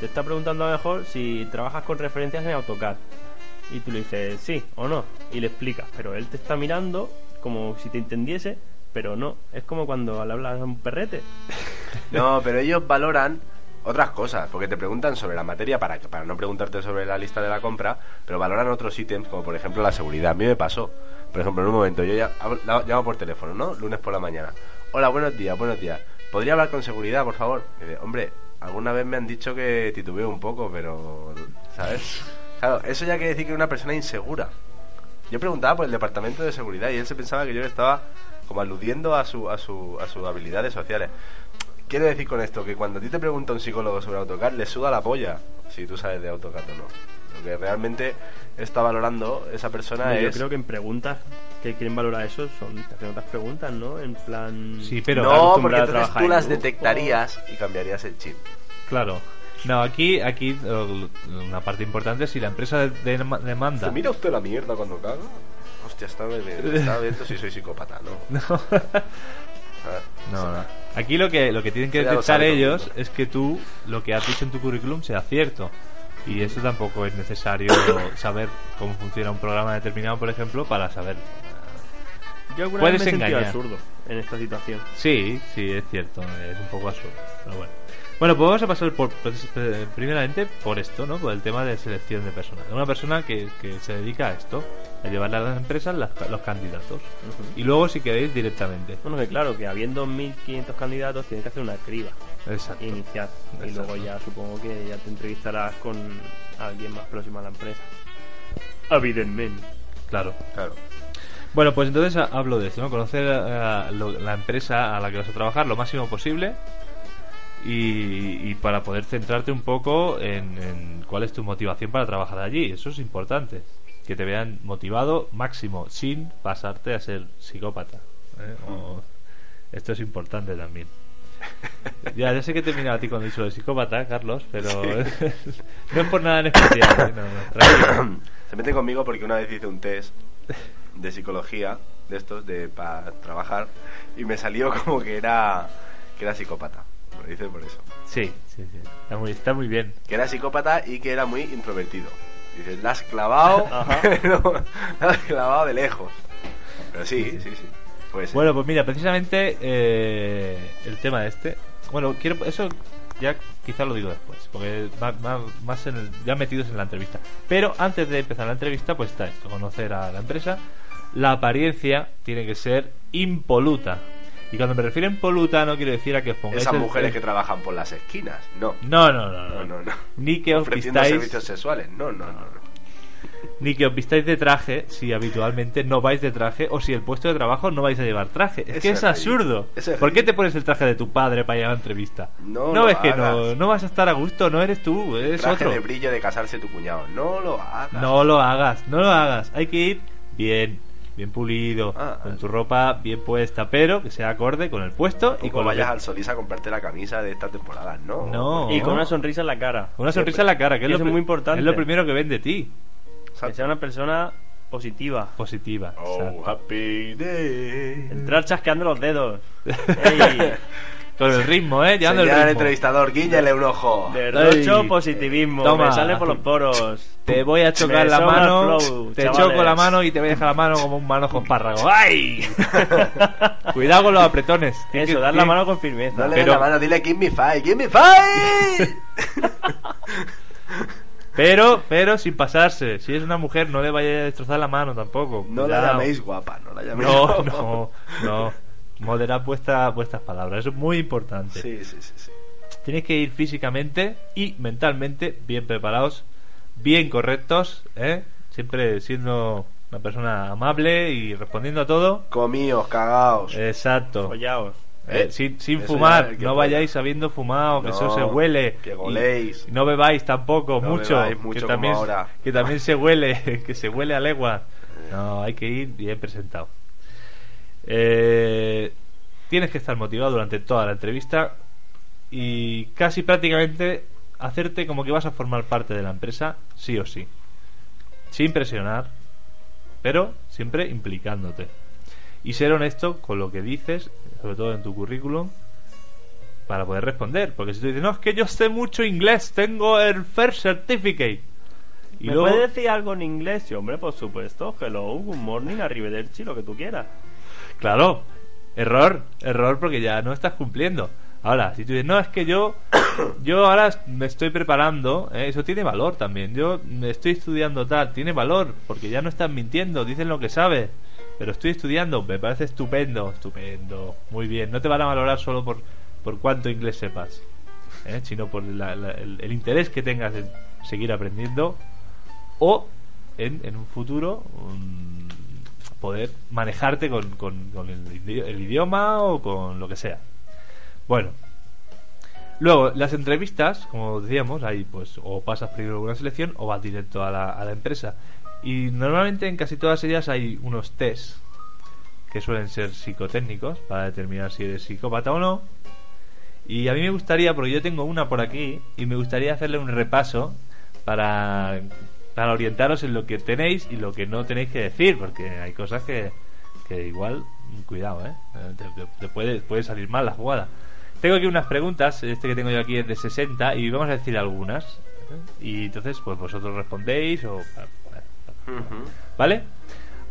Speaker 3: te está preguntando a lo mejor si trabajas con referencias en AutoCAD. Y tú le dices sí o no. Y le explicas. Pero él te está mirando como si te entendiese, pero no. Es como cuando le hablas a un perrete.
Speaker 2: No, pero ellos valoran otras cosas, porque te preguntan sobre la materia para, que- para no preguntarte sobre la lista de la compra, pero valoran otros ítems, como por ejemplo la seguridad. A mí me pasó, por ejemplo, en un momento, yo ya hablo- la- llamo por teléfono, ¿no? Lunes por la mañana. Hola, buenos días, buenos días. ¿Podría hablar con seguridad, por favor? Y dice, Hombre, alguna vez me han dicho que titubeo un poco, pero... ¿Sabes? Claro, eso ya quiere decir que es una persona insegura. Yo preguntaba por el departamento de seguridad y él se pensaba que yo estaba como aludiendo a, su, a, su, a sus habilidades sociales. Quiero decir con esto que cuando a ti te pregunta un psicólogo sobre AutoCAD, le suda la polla si tú sabes de AutoCAD o no. Lo que realmente está valorando esa persona
Speaker 3: yo
Speaker 2: Ah, es.
Speaker 3: creo que en preguntas que quieren valorar eso son te hacen otras preguntas, ¿no? En plan...
Speaker 4: Sí, pero-
Speaker 3: está
Speaker 2: no,
Speaker 3: acostumbrado
Speaker 2: porque
Speaker 3: a
Speaker 2: entonces
Speaker 3: trabajar
Speaker 2: tú
Speaker 3: en
Speaker 2: las
Speaker 3: grupo.
Speaker 2: detectarías y cambiarías el chip.
Speaker 4: claro. No, aquí, aquí eh, una parte importante, si la empresa de- de- demanda...
Speaker 2: ¿Se mira usted la mierda cuando caga? Hostia, está, está viendo si soy psicópata, ¿no? Ah,
Speaker 4: No, no. Aquí lo que, lo que tienen que
Speaker 2: Eso ya lo
Speaker 4: detectar
Speaker 2: sabe todo el
Speaker 4: ellos
Speaker 2: mundo.
Speaker 4: es que tú lo que has dicho en tu currículum sea cierto. Y eso tampoco es necesario saber cómo funciona un programa determinado, por ejemplo, para saber eh,
Speaker 3: Yo alguna vez
Speaker 4: Puedes
Speaker 3: me he sentido
Speaker 4: engañar.
Speaker 3: absurdo en esta situación.
Speaker 4: Sí, sí, es cierto, es un poco absurdo, pero bueno. Bueno, pues vamos a pasar por, pues, eh, primeramente por esto, ¿no? Por el tema de selección de personas. Una persona que, que se dedica a esto, a llevarle a las empresas las- los candidatos. Y luego, si queréis, directamente.
Speaker 3: Bueno, que claro, que habiendo 1500 candidatos tienes que hacer una criba
Speaker 4: Exacto.
Speaker 3: inicial. Y
Speaker 4: Exacto.
Speaker 3: luego ya supongo que ya te entrevistarás con alguien más próximo a la empresa. Evidentemente.
Speaker 4: Claro.
Speaker 2: Claro.
Speaker 4: Bueno, pues entonces ha- hablo de esto, ¿no? Conocer eh, lo- la empresa a la que vas a trabajar lo máximo posible y, y para poder centrarte un poco en, en cuál es tu motivación para trabajar allí. Eso es importante. Que te vean motivado máximo, sin pasarte a ser psicópata. ¿eh? O- Esto es importante también. Ya, ya sé que te he mirado a ti cuando he dicho lo de psicópata, Carlos, pero no es por nada en especial. ¿eh? No, no, tranquilo.
Speaker 2: Se mete conmigo porque una vez hice un test de psicología de estos de para trabajar y me salió como que era que era psicópata. Lo dice por eso.
Speaker 4: Sí, sí, sí. Está muy, está muy bien.
Speaker 2: Que era psicópata y que era muy introvertido. Dices, la has clavado, pero la has clavado de lejos. Pero sí, sí, sí. Pues
Speaker 4: Bueno, pues mira, precisamente eh, el tema de este. Bueno, quiero eso ya quizá lo digo después, porque va- va- más en el- ya metidos en la entrevista. Pero antes de empezar la entrevista, pues está esto, conocer a la empresa. La apariencia tiene que ser impoluta. Y cuando me refiero a impoluta no quiero decir a que os pongáis...
Speaker 2: esas
Speaker 4: el-
Speaker 2: mujeres que trabajan por las esquinas, no.
Speaker 4: No, no, no,
Speaker 2: No,
Speaker 4: no.
Speaker 2: no, no.
Speaker 4: Ni que os
Speaker 2: Ofreciendo
Speaker 4: vistáis...
Speaker 2: servicios sexuales, no, no, no. no.
Speaker 4: Ni que os vistáis de traje si habitualmente no vais de traje o si el puesto de trabajo no vais a llevar traje. Es
Speaker 2: Eso
Speaker 4: que
Speaker 2: es
Speaker 4: es absurdo.
Speaker 2: ridículo. Eso es
Speaker 4: ¿Por qué te
Speaker 2: ridículo.
Speaker 4: pones el traje de tu padre para ir a la entrevista?
Speaker 2: No
Speaker 4: ¿No
Speaker 2: lo
Speaker 4: ves que no,
Speaker 2: hagas.
Speaker 4: no vas a estar a gusto, no eres tú, eres
Speaker 2: Traje
Speaker 4: otro.
Speaker 2: de brillo de casarse tu cuñado, no lo hagas.
Speaker 4: No lo hagas, no lo hagas. Hay que ir bien, bien pulido,
Speaker 2: Ah,
Speaker 4: con
Speaker 2: ah.
Speaker 4: tu ropa bien puesta, pero que sea acorde con el puesto y
Speaker 2: Y
Speaker 4: con
Speaker 2: cuando
Speaker 4: lo que-
Speaker 2: vayas al Solís a comprarte la camisa de esta temporada, no.
Speaker 4: No.
Speaker 3: Y con una sonrisa en la cara.
Speaker 4: con una sonrisa en la cara, que es,
Speaker 3: Eso es
Speaker 4: lo pri-
Speaker 3: muy importante.
Speaker 4: Es lo primero que ven de ti.
Speaker 3: Que sea una persona positiva.
Speaker 4: Positiva.
Speaker 2: Oh,
Speaker 4: exacto.
Speaker 2: happy day.
Speaker 3: Entrar chasqueando los dedos. Ey,
Speaker 4: Con el ritmo, ¿eh? Llevando el
Speaker 2: Señala al
Speaker 4: ritmo.
Speaker 2: entrevistador, guíñale un ojo.
Speaker 3: derrocho
Speaker 4: Ey,
Speaker 3: positivismo.
Speaker 4: toma.
Speaker 3: Me sale por los poros.
Speaker 4: Te voy a chocar
Speaker 3: Me
Speaker 4: la
Speaker 3: sobra
Speaker 4: mano,
Speaker 3: flow,
Speaker 4: te
Speaker 3: chavales.
Speaker 4: choco la mano y te voy a dejar la mano como un manojo espárrago. ¡Ay! Cuidado con los apretones. Tienes
Speaker 3: Eso,
Speaker 4: que-
Speaker 3: dar la mano con firmeza.
Speaker 2: No le des
Speaker 4: Pero-
Speaker 2: la mano, dile give me five, give me five.
Speaker 4: Pero, pero sin pasarse. Si es una mujer, no le vaya a destrozar la mano tampoco.
Speaker 2: No la
Speaker 4: Cuidado.
Speaker 2: llaméis guapa, no la llaméis
Speaker 4: No,
Speaker 2: guapa.
Speaker 4: no, no. Moderad vuestra- vuestras palabras. Eso es muy importante.
Speaker 2: Sí, sí, sí, sí.
Speaker 4: Tenéis que ir físicamente y mentalmente bien preparados, bien correctos, ¿eh? Siempre siendo una persona amable y respondiendo a todo.
Speaker 2: Comíos, cagaos.
Speaker 4: Eh. Exacto.
Speaker 3: Follaos.
Speaker 4: Eh,
Speaker 2: Eh,
Speaker 4: sin sin
Speaker 2: eso ya,
Speaker 4: fumar,
Speaker 2: el que
Speaker 4: no
Speaker 2: pueda.
Speaker 4: vayáis habiendo fumado, que eso
Speaker 2: No,
Speaker 4: se huele.
Speaker 2: que
Speaker 4: Y-
Speaker 2: goléis.
Speaker 4: y no bebáis tampoco,
Speaker 2: No
Speaker 4: mucho,
Speaker 2: bebáis mucho
Speaker 4: que,
Speaker 2: como
Speaker 4: también,
Speaker 2: ahora. Eh.
Speaker 4: que también se huele, que se huele a legua. No, hay que ir bien presentado. Eh, tienes que estar motivado durante toda la entrevista y casi prácticamente hacerte como que vas a formar parte de la empresa, sí o sí. Sin presionar, pero siempre implicándote. Y ser honesto con lo que dices, sobre todo en tu currículum, para poder responder. Porque si tú dices, no, es que yo sé mucho inglés, tengo el First Certificate. Y
Speaker 3: ¿Me
Speaker 4: luego,
Speaker 3: puedes decir algo en inglés? Sí, hombre, por supuesto. Hello, good morning, arrivederci, lo que tú quieras.
Speaker 4: claro, error, error porque ya no estás cumpliendo. Ahora, si tú dices, no, es que yo, yo ahora me estoy preparando, eh, eso tiene valor también. Yo me estoy estudiando tal, tiene valor, porque ya no estás mintiendo, dicen lo que sabes. Pero estoy estudiando, me parece estupendo, estupendo, muy bien. No te van a valorar solo por, por cuánto inglés sepas, eh, sino por la- la- el, el interés que tengas en seguir aprendiendo o en, en un futuro um, poder manejarte con, con- con el, idi- el idioma o con lo que sea. Bueno, luego las entrevistas, como decíamos, ahí pues o pasas primero una selección o vas directo a la, a la empresa. Y normalmente en casi todas ellas hay unos test que suelen ser psicotécnicos para determinar si eres psicópata o no. Y a mí me gustaría, porque yo tengo una por aquí, y me gustaría hacerle un repaso para, para orientaros en lo que tenéis y lo que no tenéis que decir, porque hay cosas que, que igual, cuidado, ¿eh? Eh, Te, te- te puede, puede salir mal la jugada. Tengo aquí unas preguntas, este que tengo yo aquí es de 60, y vamos a decir algunas. Y entonces, pues vosotros respondéis o...
Speaker 2: Ujú.
Speaker 4: ¿Vale?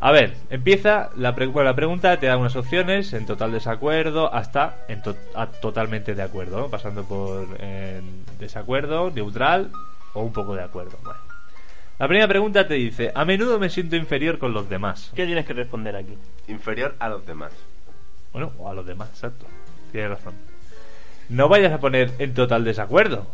Speaker 4: A ver, empieza la, pre- bueno, la pregunta, te da unas opciones, en total desacuerdo, hasta en to- a totalmente de acuerdo, ¿no? pasando por eh, desacuerdo, neutral o un poco de acuerdo. Bueno. La primera pregunta te dice, a menudo me siento inferior con los demás.
Speaker 3: ¿Qué tienes que responder aquí?
Speaker 2: Inferior a los demás.
Speaker 4: Bueno, o a los demás, exacto. Tienes razón. No vayas a poner en total desacuerdo.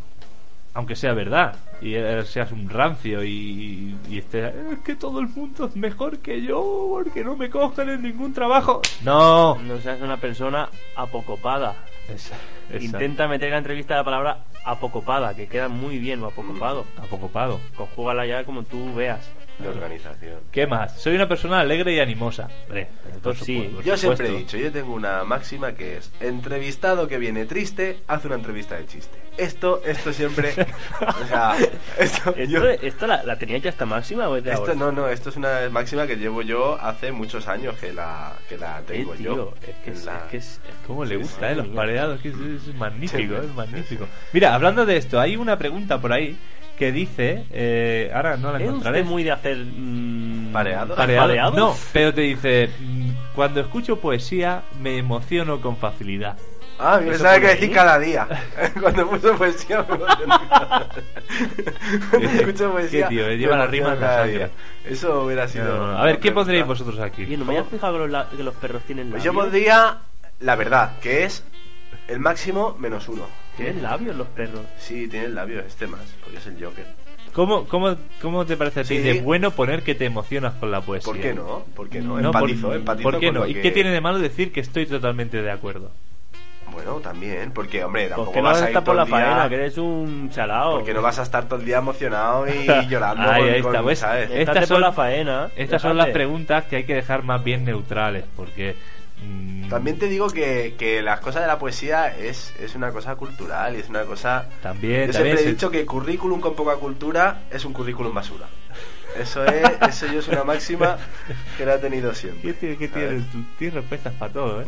Speaker 4: Aunque sea verdad. Y eh, seas un rancio y, y estés... Es que todo el mundo es mejor que yo porque no me cogen en ningún trabajo. No.
Speaker 3: No seas una persona apocopada.
Speaker 4: Es- es-
Speaker 3: Intenta meter en la entrevista la palabra apocopada, que queda muy bien o apocopado.
Speaker 4: Apocopado.
Speaker 3: Conjúgala ya como tú veas.
Speaker 2: De organización.
Speaker 4: ¿Qué más? Soy una persona alegre y animosa. Hombre, por
Speaker 3: Pues sí.
Speaker 4: supuesto, por
Speaker 2: Yo siempre he
Speaker 4: supuesto.
Speaker 2: dicho, yo tengo una máxima que es entrevistado que viene triste, hace una entrevista de chiste. Esto, esto siempre, o sea, esto, yo-
Speaker 3: ¿Esto, esto la, la tenía ya hasta máxima o es de
Speaker 2: esto-
Speaker 3: ahora?
Speaker 2: no, no, esto es una máxima que llevo yo hace muchos años que la, que la
Speaker 3: Eh,
Speaker 2: tengo yo.
Speaker 3: tío, es que es,
Speaker 2: La-
Speaker 3: es que es- es-
Speaker 4: ¿Cómo le
Speaker 3: Sí,
Speaker 4: gusta,
Speaker 3: sí,
Speaker 4: eh? Los
Speaker 3: mía.
Speaker 4: pareados, que es, es magnífico,
Speaker 2: Sí.
Speaker 4: es magnífico. Mira, hablando de esto, hay una pregunta por ahí que dice, eh, ahora no la
Speaker 3: ¿Es
Speaker 4: encontraré.
Speaker 3: usted muy de hacer... mm,
Speaker 2: Pareado.
Speaker 4: Pareado.
Speaker 3: pareados?
Speaker 4: No, pero te dice, mm, cuando escucho poesía me emociono con facilidad.
Speaker 2: Ah, yo
Speaker 3: ¿Eso
Speaker 2: pensaba que
Speaker 3: por
Speaker 2: decir
Speaker 3: ahí?
Speaker 2: cada día. Cuando puso poesía, me emocioné. Cuando escucho poesía.
Speaker 4: Qué tío, eh,
Speaker 2: me
Speaker 4: lleva la
Speaker 2: emociono
Speaker 4: rima en la
Speaker 2: cada
Speaker 4: sangre.
Speaker 2: día. Eso hubiera sido.
Speaker 4: No, no, no. A
Speaker 2: una
Speaker 4: ver, ¿qué
Speaker 2: pregunta.
Speaker 4: pondréis vosotros aquí?
Speaker 3: Oye, no me había fijado que los, la- que los perros tienen
Speaker 2: Pues
Speaker 3: labios.
Speaker 2: yo pondría la verdad, que es el máximo menos uno.
Speaker 3: Tienen labios los perros.
Speaker 2: Sí, tiene el labio este más, porque es el Joker.
Speaker 4: ¿Cómo, cómo, cómo te parece a
Speaker 2: Sí.
Speaker 4: ti de bueno poner que te emocionas con la poesía?
Speaker 2: ¿Por qué no? ¿Por qué no?
Speaker 4: No, por-
Speaker 2: empatizo, empatizo.
Speaker 4: ¿Por qué
Speaker 2: con
Speaker 4: no?
Speaker 2: lo
Speaker 4: ¿Y
Speaker 2: que-
Speaker 4: qué tiene de malo decir que estoy totalmente de acuerdo?
Speaker 2: Bueno, también, porque
Speaker 4: Pues
Speaker 2: hombre, tampoco
Speaker 3: Porque no
Speaker 2: vas a
Speaker 3: vas
Speaker 2: ir
Speaker 3: por
Speaker 2: todo
Speaker 3: la
Speaker 2: el día-
Speaker 3: faena, que eres un chalao.
Speaker 2: Porque no vas a estar todo el día emocionado y llorando.
Speaker 4: Ahí,
Speaker 2: con-
Speaker 4: ahí
Speaker 2: con-
Speaker 4: está, ¿ves?
Speaker 2: ¿sabes?
Speaker 3: Estas
Speaker 4: Eh, Estas
Speaker 3: por
Speaker 4: son-
Speaker 3: la faena.
Speaker 4: Estas son las
Speaker 3: déjate.
Speaker 4: preguntas que hay que dejar más bien neutrales, porque... mm,
Speaker 2: También te digo que, que las cosas de la poesía es, es una cosa cultural y es una cosa...
Speaker 4: También,
Speaker 2: Yo
Speaker 4: también
Speaker 2: siempre he
Speaker 4: se-
Speaker 2: dicho que currículum con poca cultura es un currículum basura. Eso es, eso yo es una máxima que la he tenido
Speaker 4: ¿Qué
Speaker 2: siempre.
Speaker 4: tío, qué tío?
Speaker 2: ¿sabes?
Speaker 4: Tú tienes respuestas para todo, ¿eh?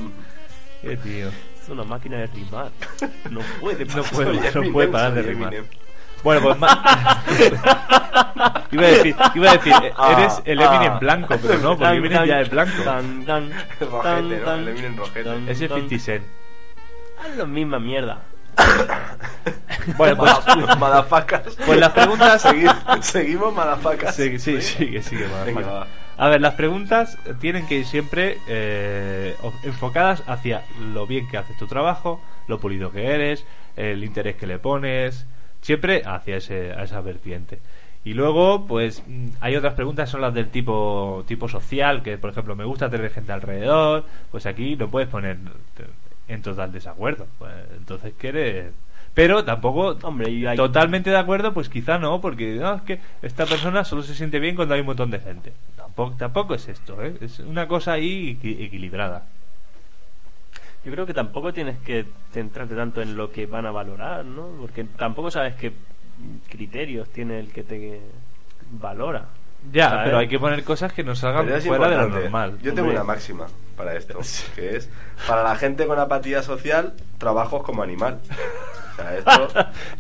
Speaker 4: Qué tío.
Speaker 3: Es una máquina de rimar. No
Speaker 2: Puede
Speaker 4: No
Speaker 2: pasar,
Speaker 4: puede-
Speaker 2: soy
Speaker 4: no
Speaker 2: Eminem,
Speaker 4: puede parar
Speaker 2: soy
Speaker 4: de rimar.
Speaker 2: Eminem.
Speaker 4: Bueno, pues más... iba a decir, iba a decir, eh, eres el Eminem
Speaker 3: ah.
Speaker 4: blanco, pero no, porque
Speaker 3: Tan,
Speaker 4: Eminem
Speaker 3: tan,
Speaker 4: ya es blanco.
Speaker 3: Tan, tan,
Speaker 2: Rojete, ¿no? Le vienen rojete.
Speaker 4: Ese es 50 Cent.
Speaker 3: Es Ah, la misma mierda.
Speaker 4: Bueno, pues,
Speaker 2: Mada- Madafacas.
Speaker 4: pues las preguntas...
Speaker 2: Segui- seguimos madafacas.
Speaker 4: Sí, sí, sigue, sigue. va,
Speaker 2: Venga,
Speaker 4: va.
Speaker 2: va.
Speaker 4: A ver, las preguntas tienen que ir siempre eh, o- enfocadas hacia lo bien que haces tu trabajo, lo pulido que eres, el interés que le pones, siempre hacia ese, a esa vertiente. Y luego, pues mm, hay otras preguntas, son las del tipo tipo social, que por ejemplo, me gusta tener gente alrededor, pues aquí no puedes poner te- en total desacuerdo. Pues, entonces, ¿qué eres? Pero tampoco
Speaker 3: Hombre, y hay-
Speaker 4: totalmente de acuerdo, pues quizá no, porque no, es que esta persona solo se siente bien cuando hay un montón de gente. Tampoco, tampoco es esto, ¿eh? es una cosa ahí equi- equilibrada.
Speaker 3: Yo creo que tampoco tienes que centrarte tanto en lo que van a valorar, ¿no? Porque tampoco sabes qué criterios tiene el que te valora.
Speaker 4: Ya,
Speaker 3: ¿Sabes?
Speaker 4: pero hay que poner cosas que nos salgan
Speaker 2: eh. Pero es
Speaker 4: fuera de lo
Speaker 2: importante.
Speaker 4: normal.
Speaker 2: Yo tengo
Speaker 3: hombre.
Speaker 2: una máxima para esto, que es para la gente con apatía social, trabajos como animal. O sea, esto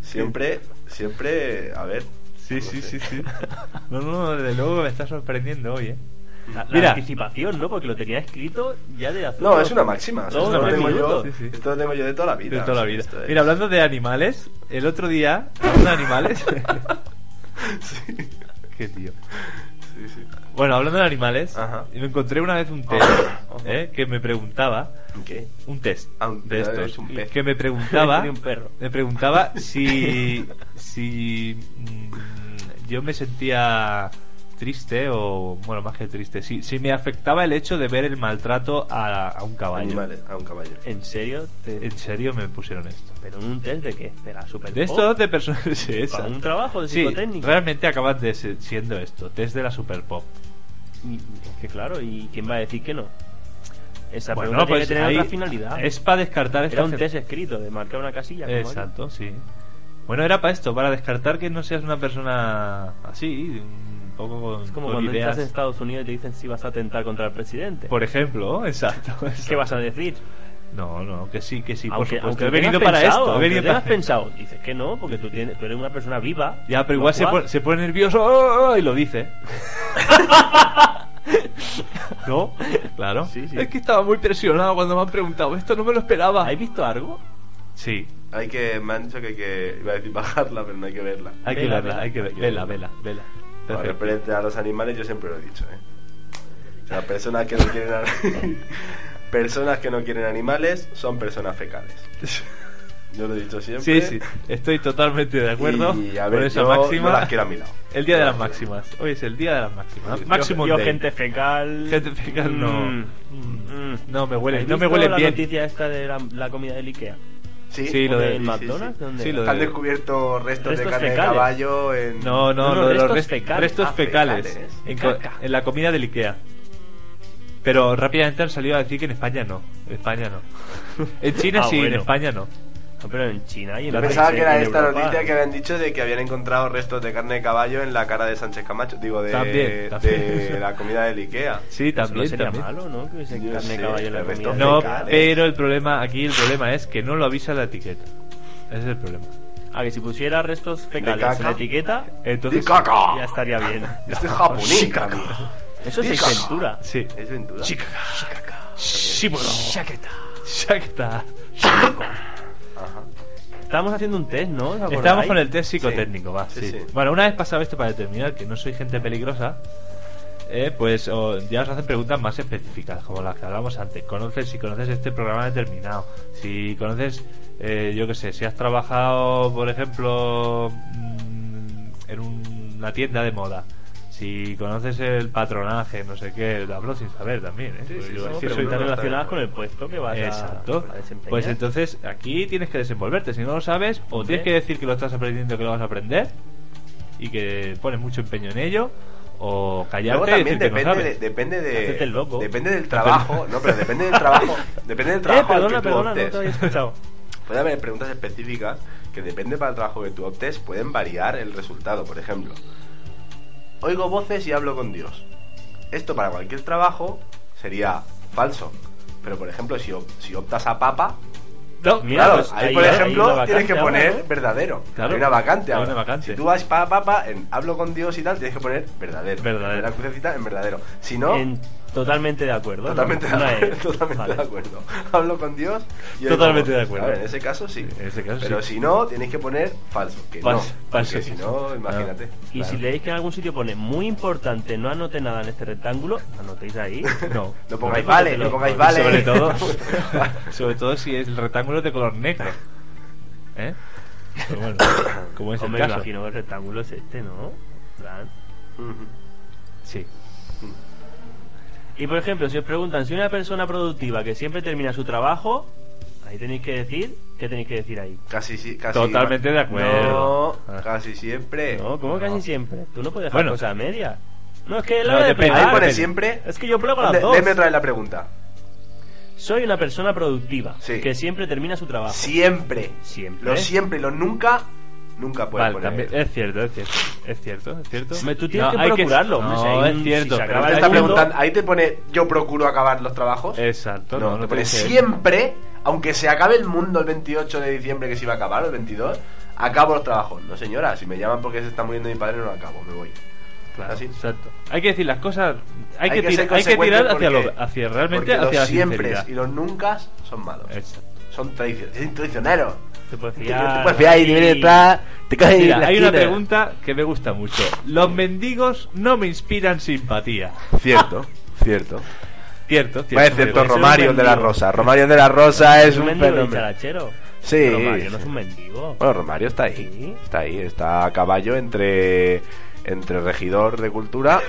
Speaker 2: siempre, siempre, a ver.
Speaker 4: Sí,
Speaker 2: no
Speaker 4: sí,
Speaker 2: sé.
Speaker 4: sí, sí. No, no, desde luego me está sorprendiendo hoy, ¿eh?
Speaker 3: La, la
Speaker 4: Mira.
Speaker 3: anticipación, ¿no? Porque lo tenía escrito ya de hace...
Speaker 2: No, es una máxima. o sea,
Speaker 3: Dos,
Speaker 2: esto, lo
Speaker 3: tres
Speaker 2: tengo yo,
Speaker 3: minutos.
Speaker 4: Sí, sí.
Speaker 2: esto lo tengo yo de toda la vida.
Speaker 4: De toda la
Speaker 2: o sea,
Speaker 4: vida.
Speaker 2: esto es-
Speaker 4: Mira, hablando de animales, el otro día, hablando de animales. Qué tío.
Speaker 2: Sí, sí.
Speaker 4: Bueno, hablando de animales,
Speaker 2: Ajá. Ah,
Speaker 4: me encontré una vez un test ¿eh? que me preguntaba,
Speaker 2: ¿Qué?
Speaker 4: un test
Speaker 2: Ah, un-
Speaker 4: de
Speaker 2: es
Speaker 4: estos,
Speaker 2: un pez.
Speaker 4: que me preguntaba,
Speaker 3: Tenía un perro.
Speaker 4: me preguntaba si, si mm, yo me sentía triste o, bueno, más que triste, si, si me afectaba el hecho de ver el maltrato a, a un caballo.
Speaker 2: Animales, a un caballo.
Speaker 3: ¿En serio? Te-
Speaker 4: En serio me pusieron esto.
Speaker 3: ¿Pero en un test de qué? ¿De la super
Speaker 4: De esto de personas... sí,
Speaker 3: ¿Para
Speaker 4: exacto.
Speaker 3: Oh. un trabajo de
Speaker 4: Sí,
Speaker 3: psicotécnico?
Speaker 4: realmente acaban de ser- siendo esto, test de la Super Pop.
Speaker 3: Y- es que claro, ¿y quién va a decir que no? Esa
Speaker 4: Bueno,
Speaker 3: pregunta
Speaker 4: pues
Speaker 3: tiene que
Speaker 4: ahí
Speaker 3: tener otra finalidad.
Speaker 4: Es para descartar esta
Speaker 3: Era un
Speaker 4: cer-
Speaker 3: test escrito de marcar una casilla. como
Speaker 4: Exacto, sí. Bueno, era para esto, para descartar que no seas una persona así, un poco con,
Speaker 3: Es como
Speaker 4: con
Speaker 3: cuando
Speaker 4: Pues ideas.
Speaker 3: estás en Estados Unidos y te dicen si vas a atentar contra el presidente.
Speaker 4: Por ejemplo, exacto.
Speaker 3: ¿Qué
Speaker 4: exacto.
Speaker 3: vas a decir?
Speaker 4: No, no, que sí, que sí, por
Speaker 3: aunque,
Speaker 4: supuesto.
Speaker 3: aunque
Speaker 4: he
Speaker 3: lo
Speaker 4: venido
Speaker 3: tengas
Speaker 4: para
Speaker 3: pensado,
Speaker 4: esto, he
Speaker 3: aunque lo
Speaker 4: venido
Speaker 3: tengas
Speaker 4: para-
Speaker 3: pensado. Dices que no, porque tú, tienes- tú eres una persona viva.
Speaker 4: Ya, pero igual se pone, se pone nervioso ¡oh, oh, oh! y lo dice. ¿No? Claro.
Speaker 3: Sí, sí.
Speaker 6: Es que estaba muy presionado cuando me han preguntado esto, no me lo esperaba.
Speaker 4: ¿Has visto algo? Sí.
Speaker 2: Hay que, me han dicho que hay que, iba a decir bajarla, pero no hay que verla.
Speaker 4: Hay que
Speaker 6: Vela,
Speaker 4: verla,
Speaker 6: vela,
Speaker 4: hay que verla. Vela, vela, vela.
Speaker 2: Con
Speaker 4: Perfecto.
Speaker 2: referente a los animales, yo siempre lo he dicho, ¿eh? Las personas que no quieren a- personas que no quieren animales son personas fecales. Yo lo he dicho
Speaker 4: Sí,
Speaker 2: siempre.
Speaker 4: sí, estoy totalmente de acuerdo
Speaker 2: Y a
Speaker 4: con
Speaker 2: ver,
Speaker 4: esa
Speaker 2: yo
Speaker 4: máxima.
Speaker 2: no las quiero a mi lado.
Speaker 4: El día de las máximas. Hoy es el día de las máximas.
Speaker 2: Yo-
Speaker 4: Máximo
Speaker 3: Yo, gente fecal.
Speaker 4: Gente fecal, no.
Speaker 3: Mm, mm.
Speaker 4: No me huele,
Speaker 3: ¿Has
Speaker 4: no me
Speaker 3: visto
Speaker 4: huele
Speaker 3: la
Speaker 4: bien.
Speaker 3: noticia esta de la, la comida del Ikea?
Speaker 2: Sí,
Speaker 4: Sí, lo
Speaker 3: ¿O
Speaker 4: de-
Speaker 3: del
Speaker 4: sí,
Speaker 3: McDonald's?
Speaker 2: sí.
Speaker 3: ¿Dónde
Speaker 4: Sí,
Speaker 3: era?
Speaker 4: lo de-
Speaker 2: Han descubierto restos, de
Speaker 3: Restos
Speaker 2: carne
Speaker 3: fecales.
Speaker 2: de caballo en.
Speaker 4: No, no,
Speaker 3: No, no,
Speaker 4: lo de los
Speaker 3: restos
Speaker 4: rest-
Speaker 3: fecales.
Speaker 4: restos
Speaker 2: Ah,
Speaker 4: fecales.
Speaker 2: fecales.
Speaker 4: En, co-
Speaker 2: Caca.
Speaker 4: en la comida del Ikea. Pero rápidamente han salido a decir que en España no. En España no. En China
Speaker 3: Ah,
Speaker 4: sí, en
Speaker 3: bueno.
Speaker 4: España no.
Speaker 3: No, pero en China y en
Speaker 2: Yo pensaba que era
Speaker 3: en
Speaker 2: esta
Speaker 3: Europa.
Speaker 2: noticia que habían dicho de que habían encontrado restos de carne de caballo en la cara de Sánchez Camacho. Digo, de,
Speaker 4: También, también.
Speaker 2: de la comida del Ikea.
Speaker 4: Sí,
Speaker 3: Eso no
Speaker 4: también,
Speaker 3: sería
Speaker 4: también.
Speaker 3: malo, ¿no? Que hubiese
Speaker 2: Yo
Speaker 3: carne de
Speaker 2: sé,
Speaker 3: caballo en la
Speaker 2: pero
Speaker 3: comida.
Speaker 2: esto-
Speaker 4: No, eh,
Speaker 2: Fecales.
Speaker 4: pero el problema, aquí el problema es que no lo avisa la etiqueta. Ese es el problema.
Speaker 3: A que si pusiera restos
Speaker 2: caca.
Speaker 3: fecales en la etiqueta,
Speaker 4: Entonces,
Speaker 3: ya estaría bien.
Speaker 2: Esto Este es japonés.
Speaker 3: Eso sí es censura.
Speaker 4: sí.
Speaker 2: Es ventura.
Speaker 3: Chaqueta.
Speaker 4: Exacta.
Speaker 3: Estábamos haciendo un test, ¿no? ¿Os acordáis?
Speaker 4: Estábamos con el test psicotécnico, va.
Speaker 2: Sí,
Speaker 4: sí.
Speaker 2: sí.
Speaker 4: Bueno, una vez pasado esto para determinar que no soy gente peligrosa, eh, pues o- ya os hacen preguntas más específicas, como las que hablamos antes. Conoces, si conoces este programa determinado, si conoces, eh, yo qué sé, si has trabajado, por ejemplo, mm, en un- una tienda de moda. Si conoces el patronaje, no sé qué, lo hablo sin saber también, ¿eh? Porque yo-
Speaker 2: sí,
Speaker 4: soy
Speaker 2: pero
Speaker 4: tan
Speaker 3: Preguntas
Speaker 2: no, no,
Speaker 3: relacionadas
Speaker 2: no.
Speaker 3: con el puesto que vas a-
Speaker 4: Exacto.
Speaker 3: a desempeñar.
Speaker 4: Pues entonces aquí tienes que desenvolverte. Si no lo sabes, o
Speaker 3: Hombre.
Speaker 4: tienes que decir que lo estás aprendiendo, que lo vas a aprender y que pones mucho empeño en ello, o callarte
Speaker 2: Luego
Speaker 4: y
Speaker 2: también
Speaker 4: decir que no
Speaker 2: depende, de,
Speaker 4: sabes.
Speaker 2: depende
Speaker 3: Hacete
Speaker 2: de.
Speaker 3: el loco.
Speaker 2: Depende del trabajo. No, pero depende del trabajo. Depende del trabajo.
Speaker 3: eh,
Speaker 2: al
Speaker 3: perdona,
Speaker 2: que tú
Speaker 3: perdona, no
Speaker 2: optes.
Speaker 3: te había escuchado.
Speaker 2: Puede haber preguntas específicas que depende para el trabajo que tú optes, pueden variar el resultado, por ejemplo. Oigo voces y hablo con Dios. Esto para cualquier trabajo sería falso. Pero por ejemplo, si, op- si optas a papa,
Speaker 4: No,
Speaker 3: Mira,
Speaker 2: claro,
Speaker 3: pues,
Speaker 2: ahí,
Speaker 3: ahí
Speaker 2: por
Speaker 3: hay- hay
Speaker 2: ejemplo
Speaker 3: una
Speaker 2: tienes que
Speaker 3: vacante ahora,
Speaker 2: poner
Speaker 3: ¿no?
Speaker 2: verdadero.
Speaker 4: Claro,
Speaker 2: hay una vacante
Speaker 4: hay
Speaker 2: ahora.
Speaker 4: una vacante.
Speaker 2: Si tú vas para papa, en hablo con Dios y tal, tienes que poner verdadero.
Speaker 4: Verdadero.
Speaker 2: La crucecita en verdadero. Si no,
Speaker 3: En- totalmente de acuerdo.
Speaker 2: totalmente,
Speaker 3: Una es.
Speaker 2: de, acuerdo, totalmente
Speaker 3: Vale.
Speaker 2: de acuerdo. Hablo con Dios y oigo
Speaker 4: E. Totalmente de
Speaker 2: voces.
Speaker 4: acuerdo.
Speaker 2: A ver, en ese caso sí.
Speaker 4: En ese caso
Speaker 2: Pero
Speaker 4: sí.
Speaker 2: si no, tienes que poner falso. Que
Speaker 4: Falso,
Speaker 2: no.
Speaker 4: falso.
Speaker 2: Porque si no, imagínate.
Speaker 3: Ah. Y si leéis que en algún sitio pone muy importante, no anote nada en este rectángulo, anotéis ahí.
Speaker 4: No.
Speaker 2: No pongáis
Speaker 3: No,
Speaker 2: vale,
Speaker 3: porque
Speaker 2: no
Speaker 3: lo-
Speaker 2: pongáis
Speaker 3: porque
Speaker 2: vale.
Speaker 4: Sobre todo, sobre todo si es el rectángulo de color negro. ¿Eh? Pero bueno, como es el
Speaker 3: Hombre, me
Speaker 4: caso.
Speaker 3: imagino que el rectángulo es este, ¿no? En plan.
Speaker 4: Sí.
Speaker 3: Y por ejemplo, si os preguntan si una persona productiva que siempre termina su trabajo, ahí tenéis que decir, ¿qué tenéis que decir ahí?
Speaker 2: Casi, sí- casi.
Speaker 4: Totalmente de acuerdo. Ah.
Speaker 2: No, casi siempre.
Speaker 3: No, como
Speaker 4: no.
Speaker 3: casi siempre. Tú no puedes dejar
Speaker 4: Bueno.
Speaker 3: cosas a medias. No, es que la
Speaker 4: No,
Speaker 3: hora de
Speaker 4: Ah, depende.
Speaker 2: Ahí
Speaker 3: plegar.
Speaker 2: pone
Speaker 4: depende.
Speaker 2: siempre.
Speaker 3: Es que yo plego a las
Speaker 2: Le-
Speaker 3: dos.
Speaker 2: Léeme otra vez la pregunta.
Speaker 3: Soy una persona productiva
Speaker 2: Sí.
Speaker 3: que siempre termina su trabajo.
Speaker 2: Siempre.
Speaker 3: Siempre.
Speaker 2: Los siempre y los nunca. Nunca puedes
Speaker 4: Vale,
Speaker 2: poner.
Speaker 4: también, eh, es cierto, es cierto, es cierto, es cierto.
Speaker 3: Hombre, tú tienes que
Speaker 4: hay
Speaker 3: procurarlo, hombre,
Speaker 4: no,
Speaker 3: si hay un-
Speaker 4: es cierto.
Speaker 3: si se
Speaker 2: Pero
Speaker 3: acaba
Speaker 2: te
Speaker 3: el
Speaker 2: está
Speaker 3: mundo.
Speaker 2: preguntando. Ahí te pone. Yo procuro acabar los trabajos.
Speaker 4: Exacto,
Speaker 2: No,
Speaker 4: Eh, no,
Speaker 2: te
Speaker 4: no
Speaker 2: pone
Speaker 4: tienes que-
Speaker 2: siempre, aunque se acabe el mundo el 28 de diciembre que se iba a acabar, o el 22, acabo los trabajos. No, señora, si me llaman porque se está muriendo mi padre, no lo acabo, me voy.
Speaker 4: Claro,
Speaker 2: Así.
Speaker 4: exacto. Hay que decir las cosas, hay, que,
Speaker 2: ser
Speaker 4: tira- hay que
Speaker 2: consecuente
Speaker 4: tirar hacia,
Speaker 2: porque-
Speaker 4: lo, hacia realmente
Speaker 2: porque
Speaker 4: hacia la
Speaker 2: los siempre
Speaker 4: sinceridad.
Speaker 2: y los nunca son malos.
Speaker 4: Exacto.
Speaker 2: Son traicio- es traicioneros.
Speaker 3: Te puedes
Speaker 2: Te
Speaker 3: fiar.
Speaker 2: puedes fiar y te viene detrás, te caes en
Speaker 4: "Ah, Mira,
Speaker 2: la
Speaker 4: hay una
Speaker 2: esquina.
Speaker 4: pregunta que me gusta mucho. Los mendigos no me inspiran simpatía.
Speaker 2: Cierto, cierto.
Speaker 4: Cierto, cierto.
Speaker 2: Parece cierto
Speaker 4: cierto.
Speaker 2: Romario de la Rosa. Romario de la Rosa es
Speaker 3: un
Speaker 2: un
Speaker 3: mendigo
Speaker 2: fenómeno.
Speaker 3: dicharachero.
Speaker 2: Sí. Oh,
Speaker 3: Pero Mario no es un mendigo.
Speaker 2: Bueno, Romario está ahí.
Speaker 3: Sí.
Speaker 2: Está ahí, está a caballo entre, entre regidor de cultura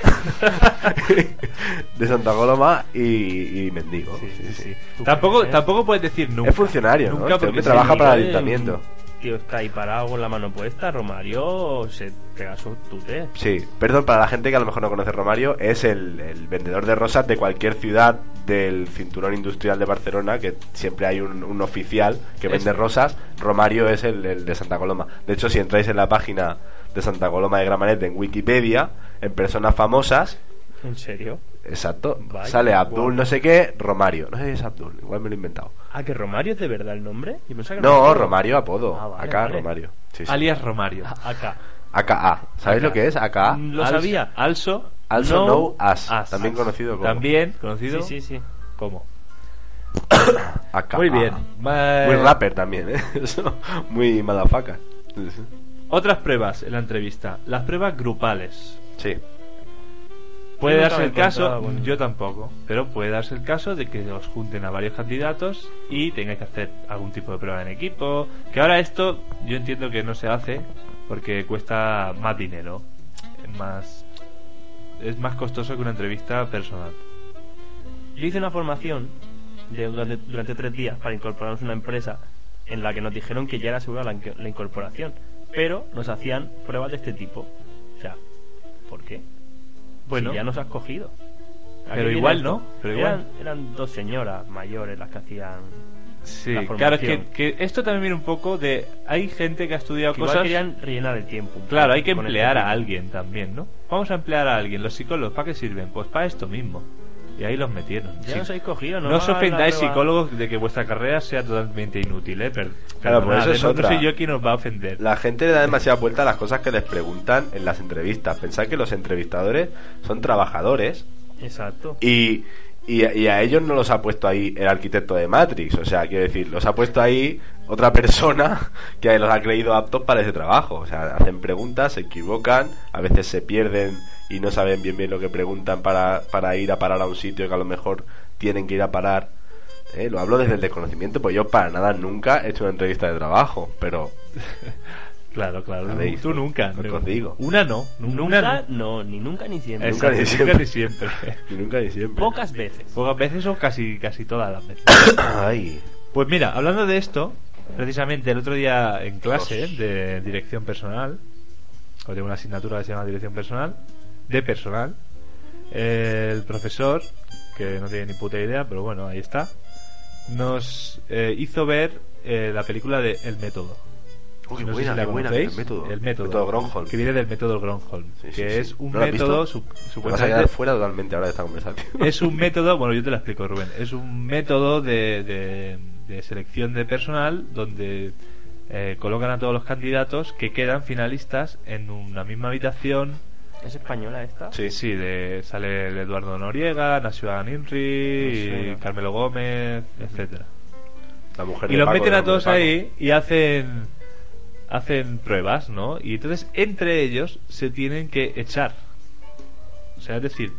Speaker 2: de Santa Coloma y, y mendigo.
Speaker 4: Sí, sí, sí.
Speaker 3: Tú
Speaker 4: Tampoco,
Speaker 3: puedes, ¿eh?
Speaker 4: tampoco puedes decir nunca.
Speaker 2: Es funcionario, ¿no? Este
Speaker 4: Nunca
Speaker 2: hombre
Speaker 4: porque
Speaker 2: trabaja
Speaker 4: sí,
Speaker 2: para el
Speaker 4: eh,
Speaker 2: ayuntamiento.
Speaker 3: Tío, está ahí parado con la mano puesta. Romario se pega su tute.
Speaker 2: Sí, perdón para la gente que a lo mejor no conoce a Romario, es el, el vendedor de rosas de cualquier ciudad del cinturón industrial de Barcelona, que siempre hay un, un oficial que vende rosas. Romario es el, el de Santa Coloma. De hecho, si entráis en la página de Santa Coloma de Gramanet en Wikipedia, en personas famosas,
Speaker 3: ¿En serio?
Speaker 2: Exacto.
Speaker 3: Vaya,
Speaker 2: Sale Abdul
Speaker 3: guau.
Speaker 2: no sé qué, Romario. No sé si es Abdul, igual me lo he inventado.
Speaker 3: ¿Ah, que Romario es de verdad el nombre? Yo pensaba que
Speaker 2: No, Romario apodo.
Speaker 3: Ah, vale,
Speaker 2: acá
Speaker 3: vale.
Speaker 2: Romario. Sí, sí.
Speaker 4: Alias Romario.
Speaker 3: Acá.
Speaker 2: AKA. ¿Sabéis lo que es? AKA.
Speaker 3: Mm, Lo
Speaker 4: Als-
Speaker 3: sabía.
Speaker 4: Also
Speaker 2: Also
Speaker 4: No
Speaker 2: Know As,
Speaker 4: As.
Speaker 2: también conocido como
Speaker 4: También conocido
Speaker 3: Sí, sí, sí.
Speaker 4: como.
Speaker 2: AKA.
Speaker 4: Muy
Speaker 3: Ah.
Speaker 4: bien.
Speaker 2: Muy
Speaker 4: Eh,
Speaker 2: rapper también, ¿eh? Eso, muy malafaca. Sí, sí.
Speaker 4: Otras pruebas en la entrevista. Las pruebas grupales.
Speaker 2: Sí.
Speaker 4: Puede
Speaker 3: Yo nunca
Speaker 4: darse
Speaker 3: me
Speaker 4: el
Speaker 3: he encontrado
Speaker 4: caso,
Speaker 3: con-
Speaker 4: yo tampoco, pero puede darse el caso de que os junten a varios candidatos y tengáis que hacer algún tipo de prueba en equipo. Que ahora esto yo entiendo que no se hace porque cuesta más dinero. Es más, es más costoso que una entrevista personal.
Speaker 3: Yo hice una formación de- durante, durante tres días para incorporarnos a una empresa en la que nos dijeron que ya era segura la, inc- la incorporación, pero nos hacían pruebas de este tipo. O sea, ¿por qué?
Speaker 4: Bueno.
Speaker 3: Bueno, ya nos has cogido. ¿A
Speaker 4: Pero
Speaker 3: qué
Speaker 4: igual,
Speaker 3: viene esto?
Speaker 4: ¿no? Pero
Speaker 3: eran,
Speaker 4: igual.
Speaker 3: eran dos señoras mayores las que hacían.
Speaker 4: Sí,
Speaker 3: La
Speaker 4: claro, es que,
Speaker 3: formación.
Speaker 4: que esto también viene un poco de... Hay gente que ha estudiado
Speaker 3: Que
Speaker 4: cosas...
Speaker 3: igual querían rellenar el tiempo. un
Speaker 4: Claro,
Speaker 3: poco
Speaker 4: hay que
Speaker 3: con
Speaker 4: emplear
Speaker 3: este
Speaker 4: a
Speaker 3: tipo.
Speaker 4: alguien también, ¿no? Vamos a emplear a alguien. ¿Los psicólogos para qué sirven? Pues para esto mismo. Y ahí los metieron.
Speaker 3: Ya
Speaker 4: Sí.
Speaker 3: nos habéis cogido,
Speaker 4: No os
Speaker 3: va a dar la
Speaker 4: ofendáis,
Speaker 3: prueba.
Speaker 4: psicólogos, de que vuestra carrera sea totalmente inútil, ¿eh? Per-
Speaker 2: Claro, pues
Speaker 4: perdonad,
Speaker 2: eso
Speaker 4: ¿eh?
Speaker 2: es
Speaker 4: no,
Speaker 2: otra.
Speaker 4: No soy yo quien os va a ofender.
Speaker 2: La gente le da demasiada vuelta a las cosas que les preguntan en las entrevistas. Pensad que los entrevistadores son trabajadores
Speaker 3: Exacto.
Speaker 2: y, y, y a ellos no los ha puesto ahí el arquitecto de Matrix. O sea, quiero decir, los ha puesto ahí otra persona que los ha creído aptos para ese trabajo. O sea, hacen preguntas, se equivocan, a veces se pierden y no saben bien bien lo que preguntan para, para ir a parar a un sitio que a lo mejor tienen que ir a parar. Eh, lo hablo desde el desconocimiento, pues yo para nada nunca he hecho una entrevista de trabajo, pero
Speaker 4: Claro, claro.
Speaker 2: Sabéis,
Speaker 4: Tú nunca.
Speaker 2: lo que
Speaker 4: pero-
Speaker 2: os digo.
Speaker 4: Una no. Nunca.
Speaker 3: Nunca, no, ni nunca ni siempre.
Speaker 4: Exacto,
Speaker 2: ni
Speaker 4: nunca
Speaker 2: siempre.
Speaker 4: ni siempre.
Speaker 2: y nunca ni siempre.
Speaker 3: Pocas veces.
Speaker 4: Pocas veces o casi, casi todas las veces.
Speaker 2: Ay,
Speaker 4: Pues mira, hablando de esto, precisamente el otro día en clase de dirección personal, o de una asignatura que se llama dirección personal, de personal, eh, el profesor, que no tiene ni puta idea, pero bueno, ahí está, nos eh, hizo ver eh, la película de El Método.
Speaker 2: Uy,
Speaker 4: No sé
Speaker 2: buena,
Speaker 4: si la
Speaker 2: qué buena,
Speaker 4: conocéis,
Speaker 2: el método.
Speaker 4: El método.
Speaker 2: Método Gronholm.
Speaker 4: Que viene del método Gronholm.
Speaker 2: Sí,
Speaker 4: que
Speaker 2: sí,
Speaker 4: es
Speaker 2: sí.
Speaker 4: un
Speaker 2: ¿No lo has
Speaker 4: método
Speaker 2: visto?
Speaker 4: su-
Speaker 2: Te vas a quedar
Speaker 4: supuestamente
Speaker 2: fuera totalmente ahora de esta conversación.
Speaker 4: es un método, bueno, yo te lo explico, Rubén. Es un método de, de- de selección de personal donde eh, colocan a todos los candidatos que quedan finalistas en una misma habitación.
Speaker 3: ¿Es española esta?
Speaker 2: Sí.
Speaker 4: Sí, de, sale el Eduardo Noriega, Nacho Aninri,
Speaker 3: No sé,
Speaker 4: y
Speaker 3: ¿no?
Speaker 4: Carmelo Gómez, etcétera.
Speaker 2: La mujer
Speaker 4: Y
Speaker 2: de
Speaker 4: los
Speaker 2: Paco,
Speaker 4: meten
Speaker 2: de
Speaker 4: a todos
Speaker 2: Paco.
Speaker 4: ahí y hacen hacen pruebas, ¿no? Y entonces entre ellos se tienen que echar. O sea, es decir,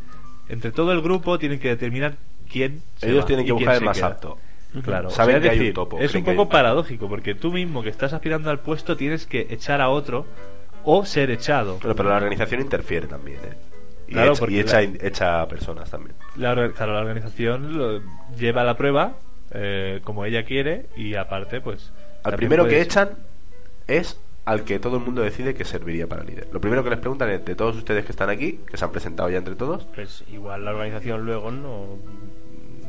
Speaker 4: entre todo el grupo tienen que determinar quién se
Speaker 2: Ellos
Speaker 4: va
Speaker 2: tienen que
Speaker 4: y quién
Speaker 2: buscar
Speaker 4: se
Speaker 2: el más
Speaker 4: queda.
Speaker 2: apto.
Speaker 4: Claro,
Speaker 2: Saben
Speaker 4: o sea, es
Speaker 2: que hay un
Speaker 4: decir,
Speaker 2: topo,
Speaker 4: es
Speaker 2: creen
Speaker 4: un
Speaker 2: que hay
Speaker 4: poco
Speaker 2: un topo.
Speaker 4: paradójico porque tú mismo que estás aspirando al puesto tienes que echar a otro o ser echado.
Speaker 2: Pero, pero la organización interfiere también, ¿eh? Y,
Speaker 4: Claro,
Speaker 2: echa,
Speaker 4: porque
Speaker 2: y echa,
Speaker 4: la-
Speaker 2: echa personas también.
Speaker 4: La, or- claro, la organización lo- lleva la prueba eh, como ella quiere y aparte pues
Speaker 2: Al
Speaker 4: también
Speaker 2: primero que
Speaker 4: puedes-
Speaker 2: echan es al que todo el mundo decide que serviría para líder. Lo primero que les preguntan es de todos ustedes que están aquí, que se han presentado ya entre todos.
Speaker 3: Pues igual la organización luego no.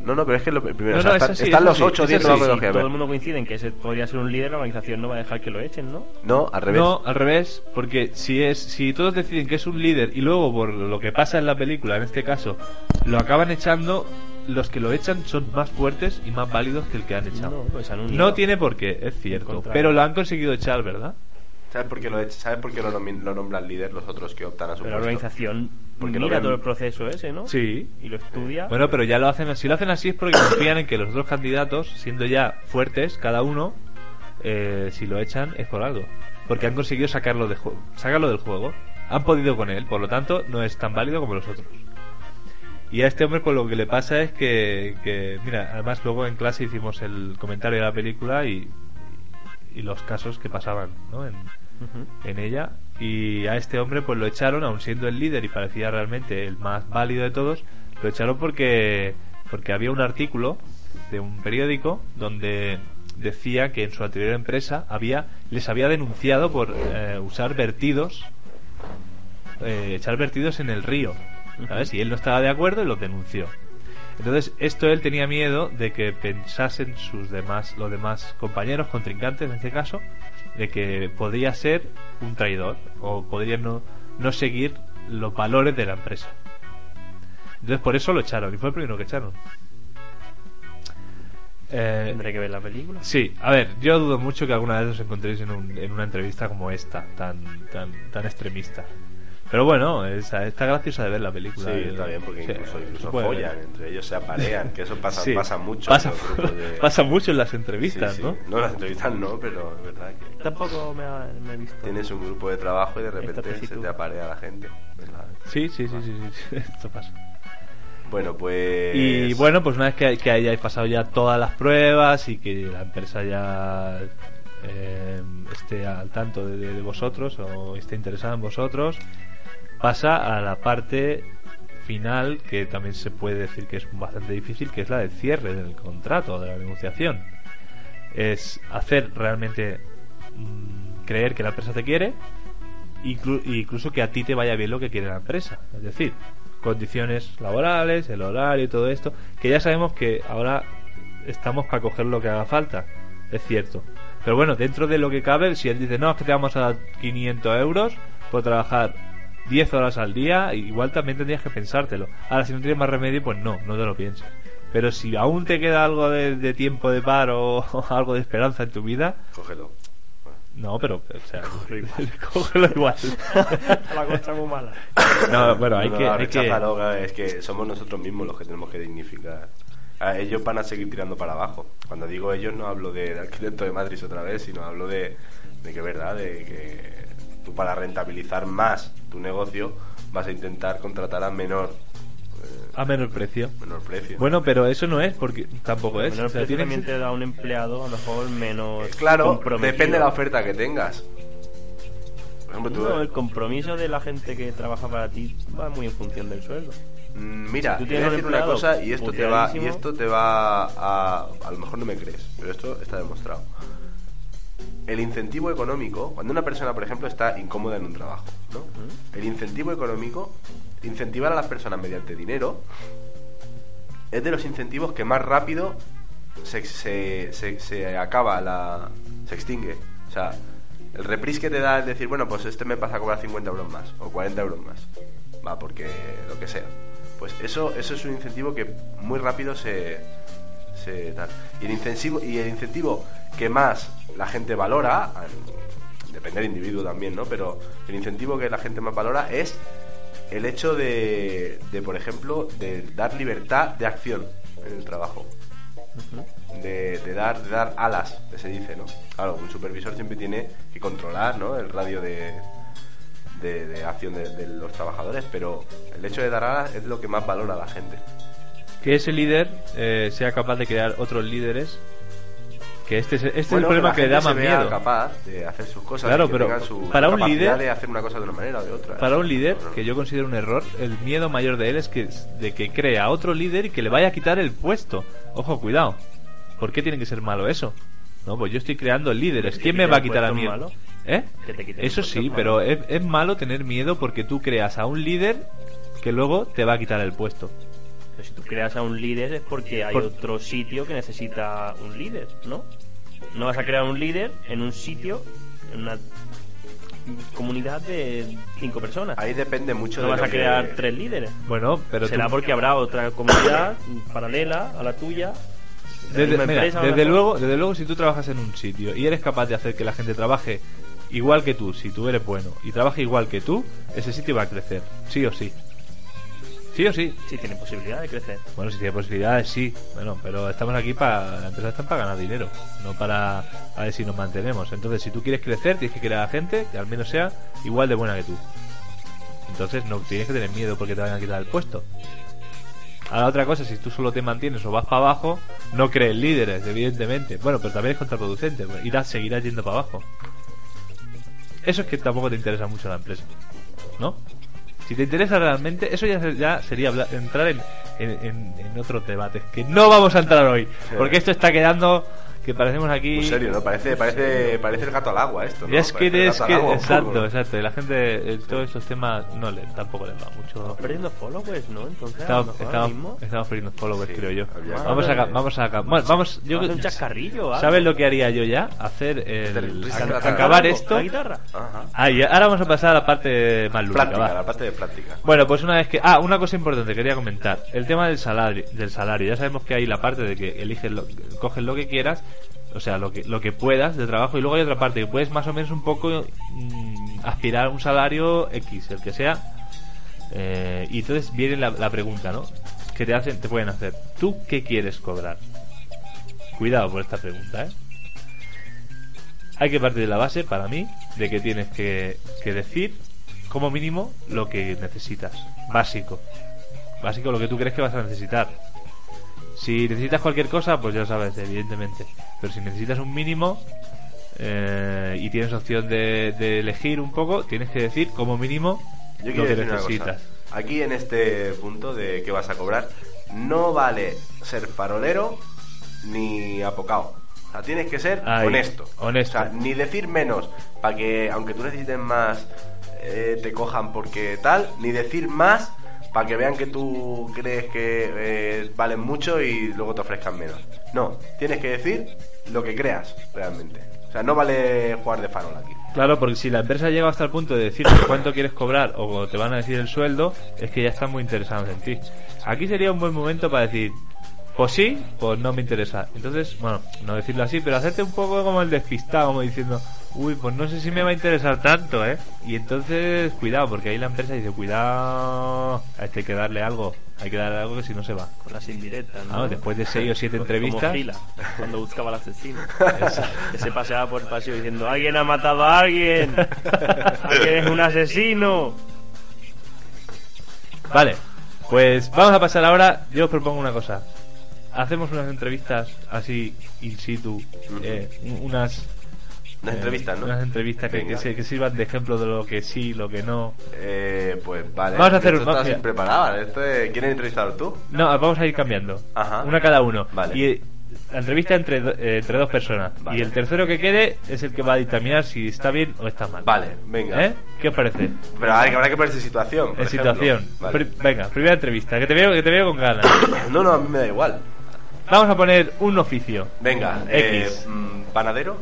Speaker 2: No, no, pero es que lo primero.
Speaker 4: No,
Speaker 2: o sea,
Speaker 4: no,
Speaker 2: están,
Speaker 4: eso sí,
Speaker 2: están
Speaker 4: eso
Speaker 2: los
Speaker 4: sí,
Speaker 2: 8 o
Speaker 4: eso
Speaker 2: 10
Speaker 4: sí,
Speaker 2: no me
Speaker 4: sí,
Speaker 2: acuerdo
Speaker 3: Si
Speaker 2: que
Speaker 3: todo
Speaker 2: ver.
Speaker 3: el mundo coincide en que ese podría ser un líder, la organización no va a dejar que lo echen, ¿no?
Speaker 2: No, al revés.
Speaker 4: No, al revés, porque si es si todos deciden que es un líder y luego por lo que pasa en la película, en este caso, lo acaban echando, los que lo echan son más fuertes y más válidos que el que han echado.
Speaker 3: No, pues han
Speaker 4: No,
Speaker 3: unido.
Speaker 4: tiene por qué, es
Speaker 3: Al
Speaker 4: cierto,
Speaker 3: contrario.
Speaker 4: pero lo han conseguido echar, ¿verdad?
Speaker 2: ¿Sabes por qué lo, echa- ¿sabes por qué lo, nomi- lo nombran líder los otros que optan a su
Speaker 3: Pero la
Speaker 2: puesto?
Speaker 3: organización
Speaker 2: Porque lo
Speaker 3: mira
Speaker 2: ven.
Speaker 3: todo el proceso ese, ¿no?
Speaker 4: Sí.
Speaker 3: Y lo estudia.
Speaker 4: Bueno, pero ya lo hacen, si lo hacen así es porque confían en que los otros candidatos, siendo ya fuertes cada uno, eh, si lo echan es por algo, porque han conseguido sacarlo de juego, sacarlo del juego, han podido con él, por lo tanto no es tan válido como los otros. Y a este hombre pues lo que le pasa es que, que, mira, además luego en clase hicimos el comentario de la película y, y los casos que pasaban, ¿no? En,
Speaker 3: Ujú.
Speaker 4: en ella y a este hombre pues lo echaron aun siendo el líder y parecía realmente el más válido de todos lo echaron porque porque había un artículo de un periódico donde decía que en su anterior empresa había les había denunciado por eh, usar vertidos eh, echar vertidos en el río ¿sabes? y él no estaba de acuerdo y los denunció entonces esto él tenía miedo de que pensasen sus demás los demás compañeros contrincantes en este caso de que podría ser un traidor o podría no, no seguir los valores de la empresa. Entonces por eso lo echaron y fue el primero que echaron. Eh,
Speaker 3: Tendré que ver la película.
Speaker 4: sí, a ver, yo dudo mucho que alguna vez os encontréis en, un- en una entrevista como esta, tan, tan, tan extremista. Pero bueno, esa- está graciosa de ver la
Speaker 2: Sí,
Speaker 4: película. Eh,
Speaker 2: pues está bien, porque
Speaker 4: sí,
Speaker 2: incluso,
Speaker 4: se
Speaker 2: incluso
Speaker 4: puede ver.
Speaker 2: follan, entre ellos se aparean, que eso pasa,
Speaker 4: Sí.
Speaker 2: pasa mucho
Speaker 4: Pasa,
Speaker 2: en los grupos de...
Speaker 4: pasa mucho en las
Speaker 2: Sí,
Speaker 4: entrevistas,
Speaker 2: sí.
Speaker 4: ¿no?
Speaker 2: No, las entrevistas no, pero es verdad que
Speaker 3: Tampoco me, ha- me he visto.
Speaker 2: tienes un grupo de trabajo y de repente se
Speaker 3: tesitura.
Speaker 2: te aparea la gente. Pues nada.
Speaker 4: Sí, sí, sí, sí, sí, sí, esto pasa.
Speaker 2: Bueno, pues...
Speaker 4: Y bueno, pues una vez que, que hayáis pasado ya todas las pruebas y que la empresa ya eh, esté al tanto de, de vosotros o esté interesada en vosotros, pasa a la parte final que también se puede decir que es bastante difícil, que es la del cierre del contrato, de la negociación. Es hacer realmente mm, creer que la empresa te quiere, inclu- incluso que a ti te vaya bien lo que quiere la empresa. Es decir, condiciones laborales, el horario y todo esto, que ya sabemos que ahora estamos para coger lo que haga falta. Es cierto. Pero bueno, dentro de lo que cabe, si él dice, no, es que te vamos a dar 500 euros por trabajar 10 horas al día, igual también tendrías que pensártelo. Ahora, si no tienes más remedio, pues no, no te lo pienses. Pero si aún te queda algo de, de tiempo de paro o algo de esperanza en tu vida,
Speaker 2: Cógelo.
Speaker 4: no, pero, o sea, cógelo igual.
Speaker 3: La cosa muy mala.
Speaker 4: No, bueno, hay
Speaker 2: No,
Speaker 4: que.
Speaker 2: no,
Speaker 4: hay que-
Speaker 2: recházalo, claro, Es que somos nosotros mismos los que tenemos que dignificar. Ah, ellos van a seguir tirando para abajo. Cuando digo ellos no hablo de, de arquitecto de Matrix otra vez, sino hablo de, de que, ¿verdad? De que tú para rentabilizar más tu negocio vas a intentar contratar a menor,
Speaker 4: A menor precio.
Speaker 2: menor precio.
Speaker 4: Bueno, pero eso no es, porque tampoco es.
Speaker 3: Menor
Speaker 4: O sea,
Speaker 3: precio
Speaker 4: tiene que
Speaker 3: también
Speaker 4: ser-
Speaker 3: te da un empleado, a lo mejor menos.
Speaker 2: Eh, claro,
Speaker 3: comprometido.
Speaker 2: depende de la oferta que tengas. Por ejemplo, tú...
Speaker 3: No, el compromiso de la gente que trabaja para ti va muy en función del sueldo.
Speaker 2: Mm, Mira,
Speaker 3: Si tú
Speaker 2: te voy
Speaker 3: tienes
Speaker 2: a
Speaker 3: un
Speaker 2: decir una
Speaker 3: empleado
Speaker 2: cosa y esto te va, y
Speaker 3: puteadísimo.
Speaker 2: esto te va a, a lo mejor no me crees, pero esto está demostrado. El incentivo económico, cuando una persona, por ejemplo, está incómoda en un trabajo, ¿no? El incentivo económico, incentivar a las personas mediante dinero, es de los incentivos que más rápido se, se- se- se acaba la. se extingue. O sea, el repris que te da es decir, bueno, pues este me pasa a cobrar 50 euros más o 40 euros más. Va, porque lo que sea. Pues eso, eso es un incentivo que muy rápido se. se tal. Y el incentivo, y el incentivo que más la gente valora, a- depende del individuo también, ¿no? Pero el incentivo que la gente más valora es el hecho de, de, por ejemplo, de dar libertad de acción en el trabajo. De, de dar, de dar alas, que se dice, ¿no? Claro, un supervisor siempre tiene que controlar, ¿no? El radio de, de, de acción de, de los trabajadores, pero el hecho de dar alas es lo que más valora a la gente.
Speaker 4: que ese líder eh, sea capaz de crear otros líderes. Que este es, este es
Speaker 2: Bueno,
Speaker 4: el problema que,
Speaker 2: la
Speaker 4: le da
Speaker 2: gente
Speaker 4: más
Speaker 2: se vea
Speaker 4: miedo.
Speaker 2: capaz de hacer sus cosas,
Speaker 4: Claro,
Speaker 2: y que
Speaker 4: pero
Speaker 2: tengan su
Speaker 4: para un
Speaker 2: capacidad
Speaker 4: líder-
Speaker 2: de hacer una cosa de una manera o de otra.
Speaker 4: Para un líder, que yo considero un error, el miedo mayor de él es que de que crea otro líder y que le vaya a quitar el puesto. Ojo, cuidado. ¿Por qué tiene que ser malo eso? No, pues yo estoy creando líderes.
Speaker 3: ¿Que
Speaker 4: ¿Quién
Speaker 3: te
Speaker 4: me
Speaker 3: quite
Speaker 4: va a
Speaker 3: el
Speaker 4: quitar a
Speaker 3: puesto
Speaker 4: mí?
Speaker 3: es malo?
Speaker 4: ¿Eh?
Speaker 3: ¿Que te quite el
Speaker 4: Eso
Speaker 3: puesto
Speaker 4: sí,
Speaker 3: es malo?
Speaker 4: pero es, es malo tener miedo porque tú creas a un líder que luego te va a quitar el puesto.
Speaker 3: Pero si tú creas a un líder es porque hay
Speaker 4: Por-
Speaker 3: otro sitio que necesita un líder, ¿no? No vas a crear un líder en un sitio, en una comunidad de cinco personas.
Speaker 2: Ahí depende mucho
Speaker 3: no
Speaker 2: de
Speaker 3: vas
Speaker 2: lo
Speaker 3: a
Speaker 2: que-
Speaker 3: crear tres líderes.
Speaker 4: Bueno, pero
Speaker 3: Será
Speaker 4: tú-
Speaker 3: porque habrá otra comunidad paralela a la tuya. la
Speaker 4: Desde,
Speaker 3: misma
Speaker 4: mira,
Speaker 3: empresa, a lo
Speaker 4: desde
Speaker 3: mejor.
Speaker 4: luego, desde luego, si tú trabajas en un sitio y eres capaz de hacer que la gente trabaje igual que tú, si tú eres bueno y trabaja igual que tú, ese sitio va a crecer, sí o sí. Sí o sí.
Speaker 3: Sí, tiene posibilidad de crecer.
Speaker 4: Bueno, si tiene posibilidades, sí. Bueno, pero estamos aquí para. La empresa está para ganar dinero, no para a ver si nos mantenemos. Entonces, si tú quieres crecer, tienes que crear a gente que al menos sea igual de buena que tú. Entonces, no tienes que tener miedo porque te van a quitar el puesto. Ahora, otra cosa, si tú solo te mantienes o vas para abajo, no crees líderes, evidentemente. Bueno, pero también es contraproducente, pues, irás, seguirás yendo para abajo. Eso es que tampoco te interesa mucho la empresa, ¿no? Si te interesa realmente, eso ya, ya sería hablar- entrar en, en- en- en otros debates, que no vamos a entrar hoy, porque esto está quedando que parecemos aquí...
Speaker 2: Muy serio, ¿no? Parece, parece, parece el gato al agua esto, ¿no?
Speaker 4: Y es que
Speaker 2: Parece el
Speaker 4: es
Speaker 2: gato al
Speaker 4: que,
Speaker 2: agua, un poco,
Speaker 4: exacto,
Speaker 2: ¿no?
Speaker 4: exacto. Y la gente, eh, todos estos temas, no le, tampoco les va mucho.
Speaker 3: Perdiendo followers, ¿no? Entonces, a lo
Speaker 4: Estamos,
Speaker 3: mejor ahora mismo.
Speaker 4: estamos, estamos perdiendo followers,
Speaker 2: Sí,
Speaker 4: creo yo.
Speaker 2: había que
Speaker 4: Vamos a,
Speaker 2: hablar
Speaker 4: ca-
Speaker 2: de-
Speaker 4: vamos a, ca- bueno, vamos, yo,
Speaker 3: Haz un chascarrillo, o algo.
Speaker 4: ¿sabes lo que haría yo ya? Hacer el,
Speaker 2: Este-
Speaker 4: a-
Speaker 2: este-
Speaker 4: acabar
Speaker 2: algo,
Speaker 4: esto.
Speaker 3: La guitarra.
Speaker 2: Ajá.
Speaker 4: Ah, y ahora vamos a pasar a la parte más lúdica,
Speaker 2: Práctica,
Speaker 4: va.
Speaker 2: la parte de práctica.
Speaker 4: Bueno, pues una vez que... Ah, una cosa importante quería comentar. El tema del salario. Del salario. Ya sabemos que hay la parte de que eliges lo, coges lo que quieras, o sea, lo que, lo que puedas de trabajo, y luego hay otra parte que puedes más o menos un poco mm, aspirar a un salario X, el que sea. Eh, y entonces viene la, la pregunta, ¿no? Que te hacen, te pueden hacer. ¿Tú qué quieres cobrar? Cuidado por esta pregunta, ¿eh? Hay que partir de la base, para mí, de que tienes que, que decir, como mínimo, lo que necesitas. Básico. Básico, lo que tú crees que vas a necesitar. Si necesitas cualquier cosa, pues ya lo sabes, evidentemente. Pero si necesitas un mínimo eh, y tienes opción de, de elegir un poco, tienes que decir, como mínimo,
Speaker 2: Yo
Speaker 4: lo
Speaker 2: quiero
Speaker 4: que
Speaker 2: decir una cosa.
Speaker 4: necesitas.
Speaker 2: Aquí en este punto de que vas a cobrar, no vale ser farolero ni apocado. O sea, tienes que ser
Speaker 4: Ahí,
Speaker 2: honesto.
Speaker 4: honesto.
Speaker 2: O sea, ni decir menos para que, aunque tú necesites más, eh, te cojan porque tal, ni decir más para que vean que tú crees que eh, valen mucho y luego te ofrezcan menos. No, tienes que decir lo que creas realmente. O sea, no vale jugar de farol aquí.
Speaker 4: Claro, porque si la empresa llega hasta el punto de decirte cuánto quieres cobrar o te van a decir el sueldo, es que ya están muy interesados en ti. Aquí sería un buen momento para decir, pues sí, pues no me interesa. Entonces, bueno, no decirlo así, pero hacerte un poco como el despistado, como diciendo, uy, pues no sé si me va a interesar tanto, ¿eh? Y entonces, cuidado, porque ahí la empresa dice, cuidado, a este hay que darle algo, hay que darle algo que si no se va.
Speaker 3: Con las indirectas, ¿no?
Speaker 4: Ah, después de seis o siete
Speaker 3: Como
Speaker 4: entrevistas.
Speaker 3: Gila, cuando buscaba al asesino. que se paseaba por el pasillo diciendo: ¡Alguien ha matado a alguien! ¡Alguien es un asesino!
Speaker 4: Vale, pues vamos a pasar ahora. Yo os propongo una cosa. Hacemos unas entrevistas así in situ, eh, un- unas,
Speaker 2: Unas
Speaker 4: eh,
Speaker 2: entrevistas, ¿no?
Speaker 4: unas entrevistas que, que
Speaker 2: Venga.
Speaker 4: se- que sirvan de ejemplo de lo que sí, lo que no.
Speaker 2: Eh, pues vale.
Speaker 4: Vamos a hacer
Speaker 2: Esto
Speaker 4: un-
Speaker 2: estás
Speaker 4: mira.
Speaker 2: impreparada. Esto es- ¿Quieren entrevistar tú?
Speaker 4: No, vamos a ir cambiando.
Speaker 2: Ajá.
Speaker 4: Una cada uno.
Speaker 2: Vale.
Speaker 4: Y eh, la entrevista entre, do- eh, entre dos personas.
Speaker 2: Vale.
Speaker 4: Y el tercero que quede es el que va a dictaminar si está bien o está mal.
Speaker 2: Vale, venga.
Speaker 4: ¿Eh? ¿Qué os parece?
Speaker 2: Pero hay que- habrá que ponerse situación. por
Speaker 4: En
Speaker 2: ejemplo.
Speaker 4: situación.
Speaker 2: Vale.
Speaker 4: Pri- venga, primera entrevista. Que te veo, que te veo con ganas.
Speaker 2: No, no, a mí me da igual.
Speaker 4: vamos a poner un oficio.
Speaker 2: Venga, eh,
Speaker 4: X.
Speaker 2: mm, panadero.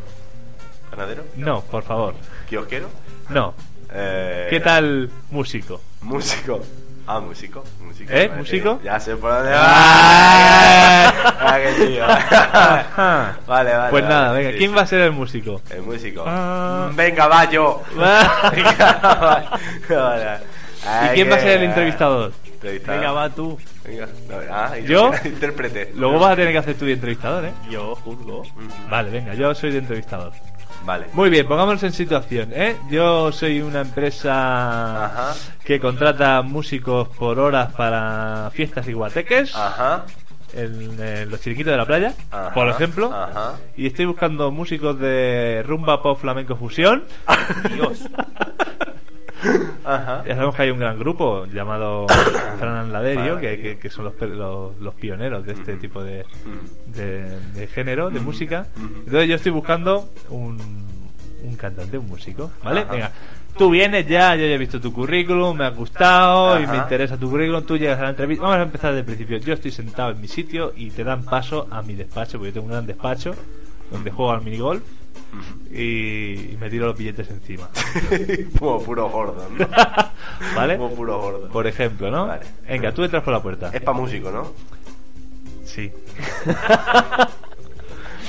Speaker 2: Panadero.
Speaker 4: No, por favor.
Speaker 2: Kiosquero.
Speaker 4: No.
Speaker 2: Eh,
Speaker 4: ¿Qué tal músico?
Speaker 2: Músico. Ah, músico. músico
Speaker 4: ¿Eh?
Speaker 2: Vale,
Speaker 4: ¿Músico?
Speaker 2: eh, Ya sé por dónde va.
Speaker 4: Ah.
Speaker 2: Ah, qué tío.
Speaker 4: Ajá.
Speaker 2: vale, vale.
Speaker 4: Pues nada,
Speaker 2: vale.
Speaker 4: venga,
Speaker 2: Sí,
Speaker 4: ¿quién
Speaker 2: sí.
Speaker 4: va a ser el músico?
Speaker 2: El músico.
Speaker 4: Ah.
Speaker 2: Mm, Venga, va yo.
Speaker 4: Va.
Speaker 2: Venga, va. Vale.
Speaker 4: ¿Y
Speaker 2: Ay,
Speaker 4: quién va a
Speaker 2: que-
Speaker 4: ser el entrevistador?
Speaker 2: Entrevistador.
Speaker 3: Venga, va tú.
Speaker 2: Venga, no, ah,
Speaker 4: ¿Yo?
Speaker 2: Intérprete.
Speaker 4: Luego vas a tener que hacer tú de entrevistador, ¿eh?
Speaker 3: Yo juzgo.
Speaker 2: Mm.
Speaker 4: Vale, venga, yo soy de entrevistador.
Speaker 2: Vale.
Speaker 4: Muy bien, pongámonos en situación, ¿eh? Yo soy una empresa
Speaker 2: Ajá.
Speaker 4: que contrata músicos por horas para fiestas y guateques
Speaker 2: Ajá.
Speaker 4: en, eh, los chiringuitos de la playa,
Speaker 2: Ah. Ajá,
Speaker 4: por ejemplo.
Speaker 2: ajá.
Speaker 4: Y estoy buscando músicos de rumba, pop, flamenco, fusión.
Speaker 3: Dios.
Speaker 2: Ajá.
Speaker 4: Ya sabemos que hay un gran grupo llamado Fran Laderio, que, que- que son los, pe- los- los pioneros de este tipo de,
Speaker 2: Mm.
Speaker 4: de- de género, de música. Entonces yo estoy buscando un, un cantante, un músico, ¿vale?
Speaker 2: Ajá.
Speaker 4: Venga, tú vienes ya, yo ya he visto tu currículum, me ha gustado y
Speaker 2: Ajá.
Speaker 4: me interesa tu currículum, tú llegas a la entrevista. Vamos a empezar desde el principio. Yo estoy sentado en mi sitio y te dan paso a mi despacho, porque yo tengo un gran despacho donde juego al minigolf y, y me tiro los billetes encima,
Speaker 2: Como puro gordo, ¿no?
Speaker 4: ¿vale?
Speaker 2: Como puro gordo.
Speaker 4: Por ejemplo, ¿no?
Speaker 2: Vale. Eh,
Speaker 4: Venga, tú entras por la puerta.
Speaker 2: Es para músico, ¿no?
Speaker 4: Sí.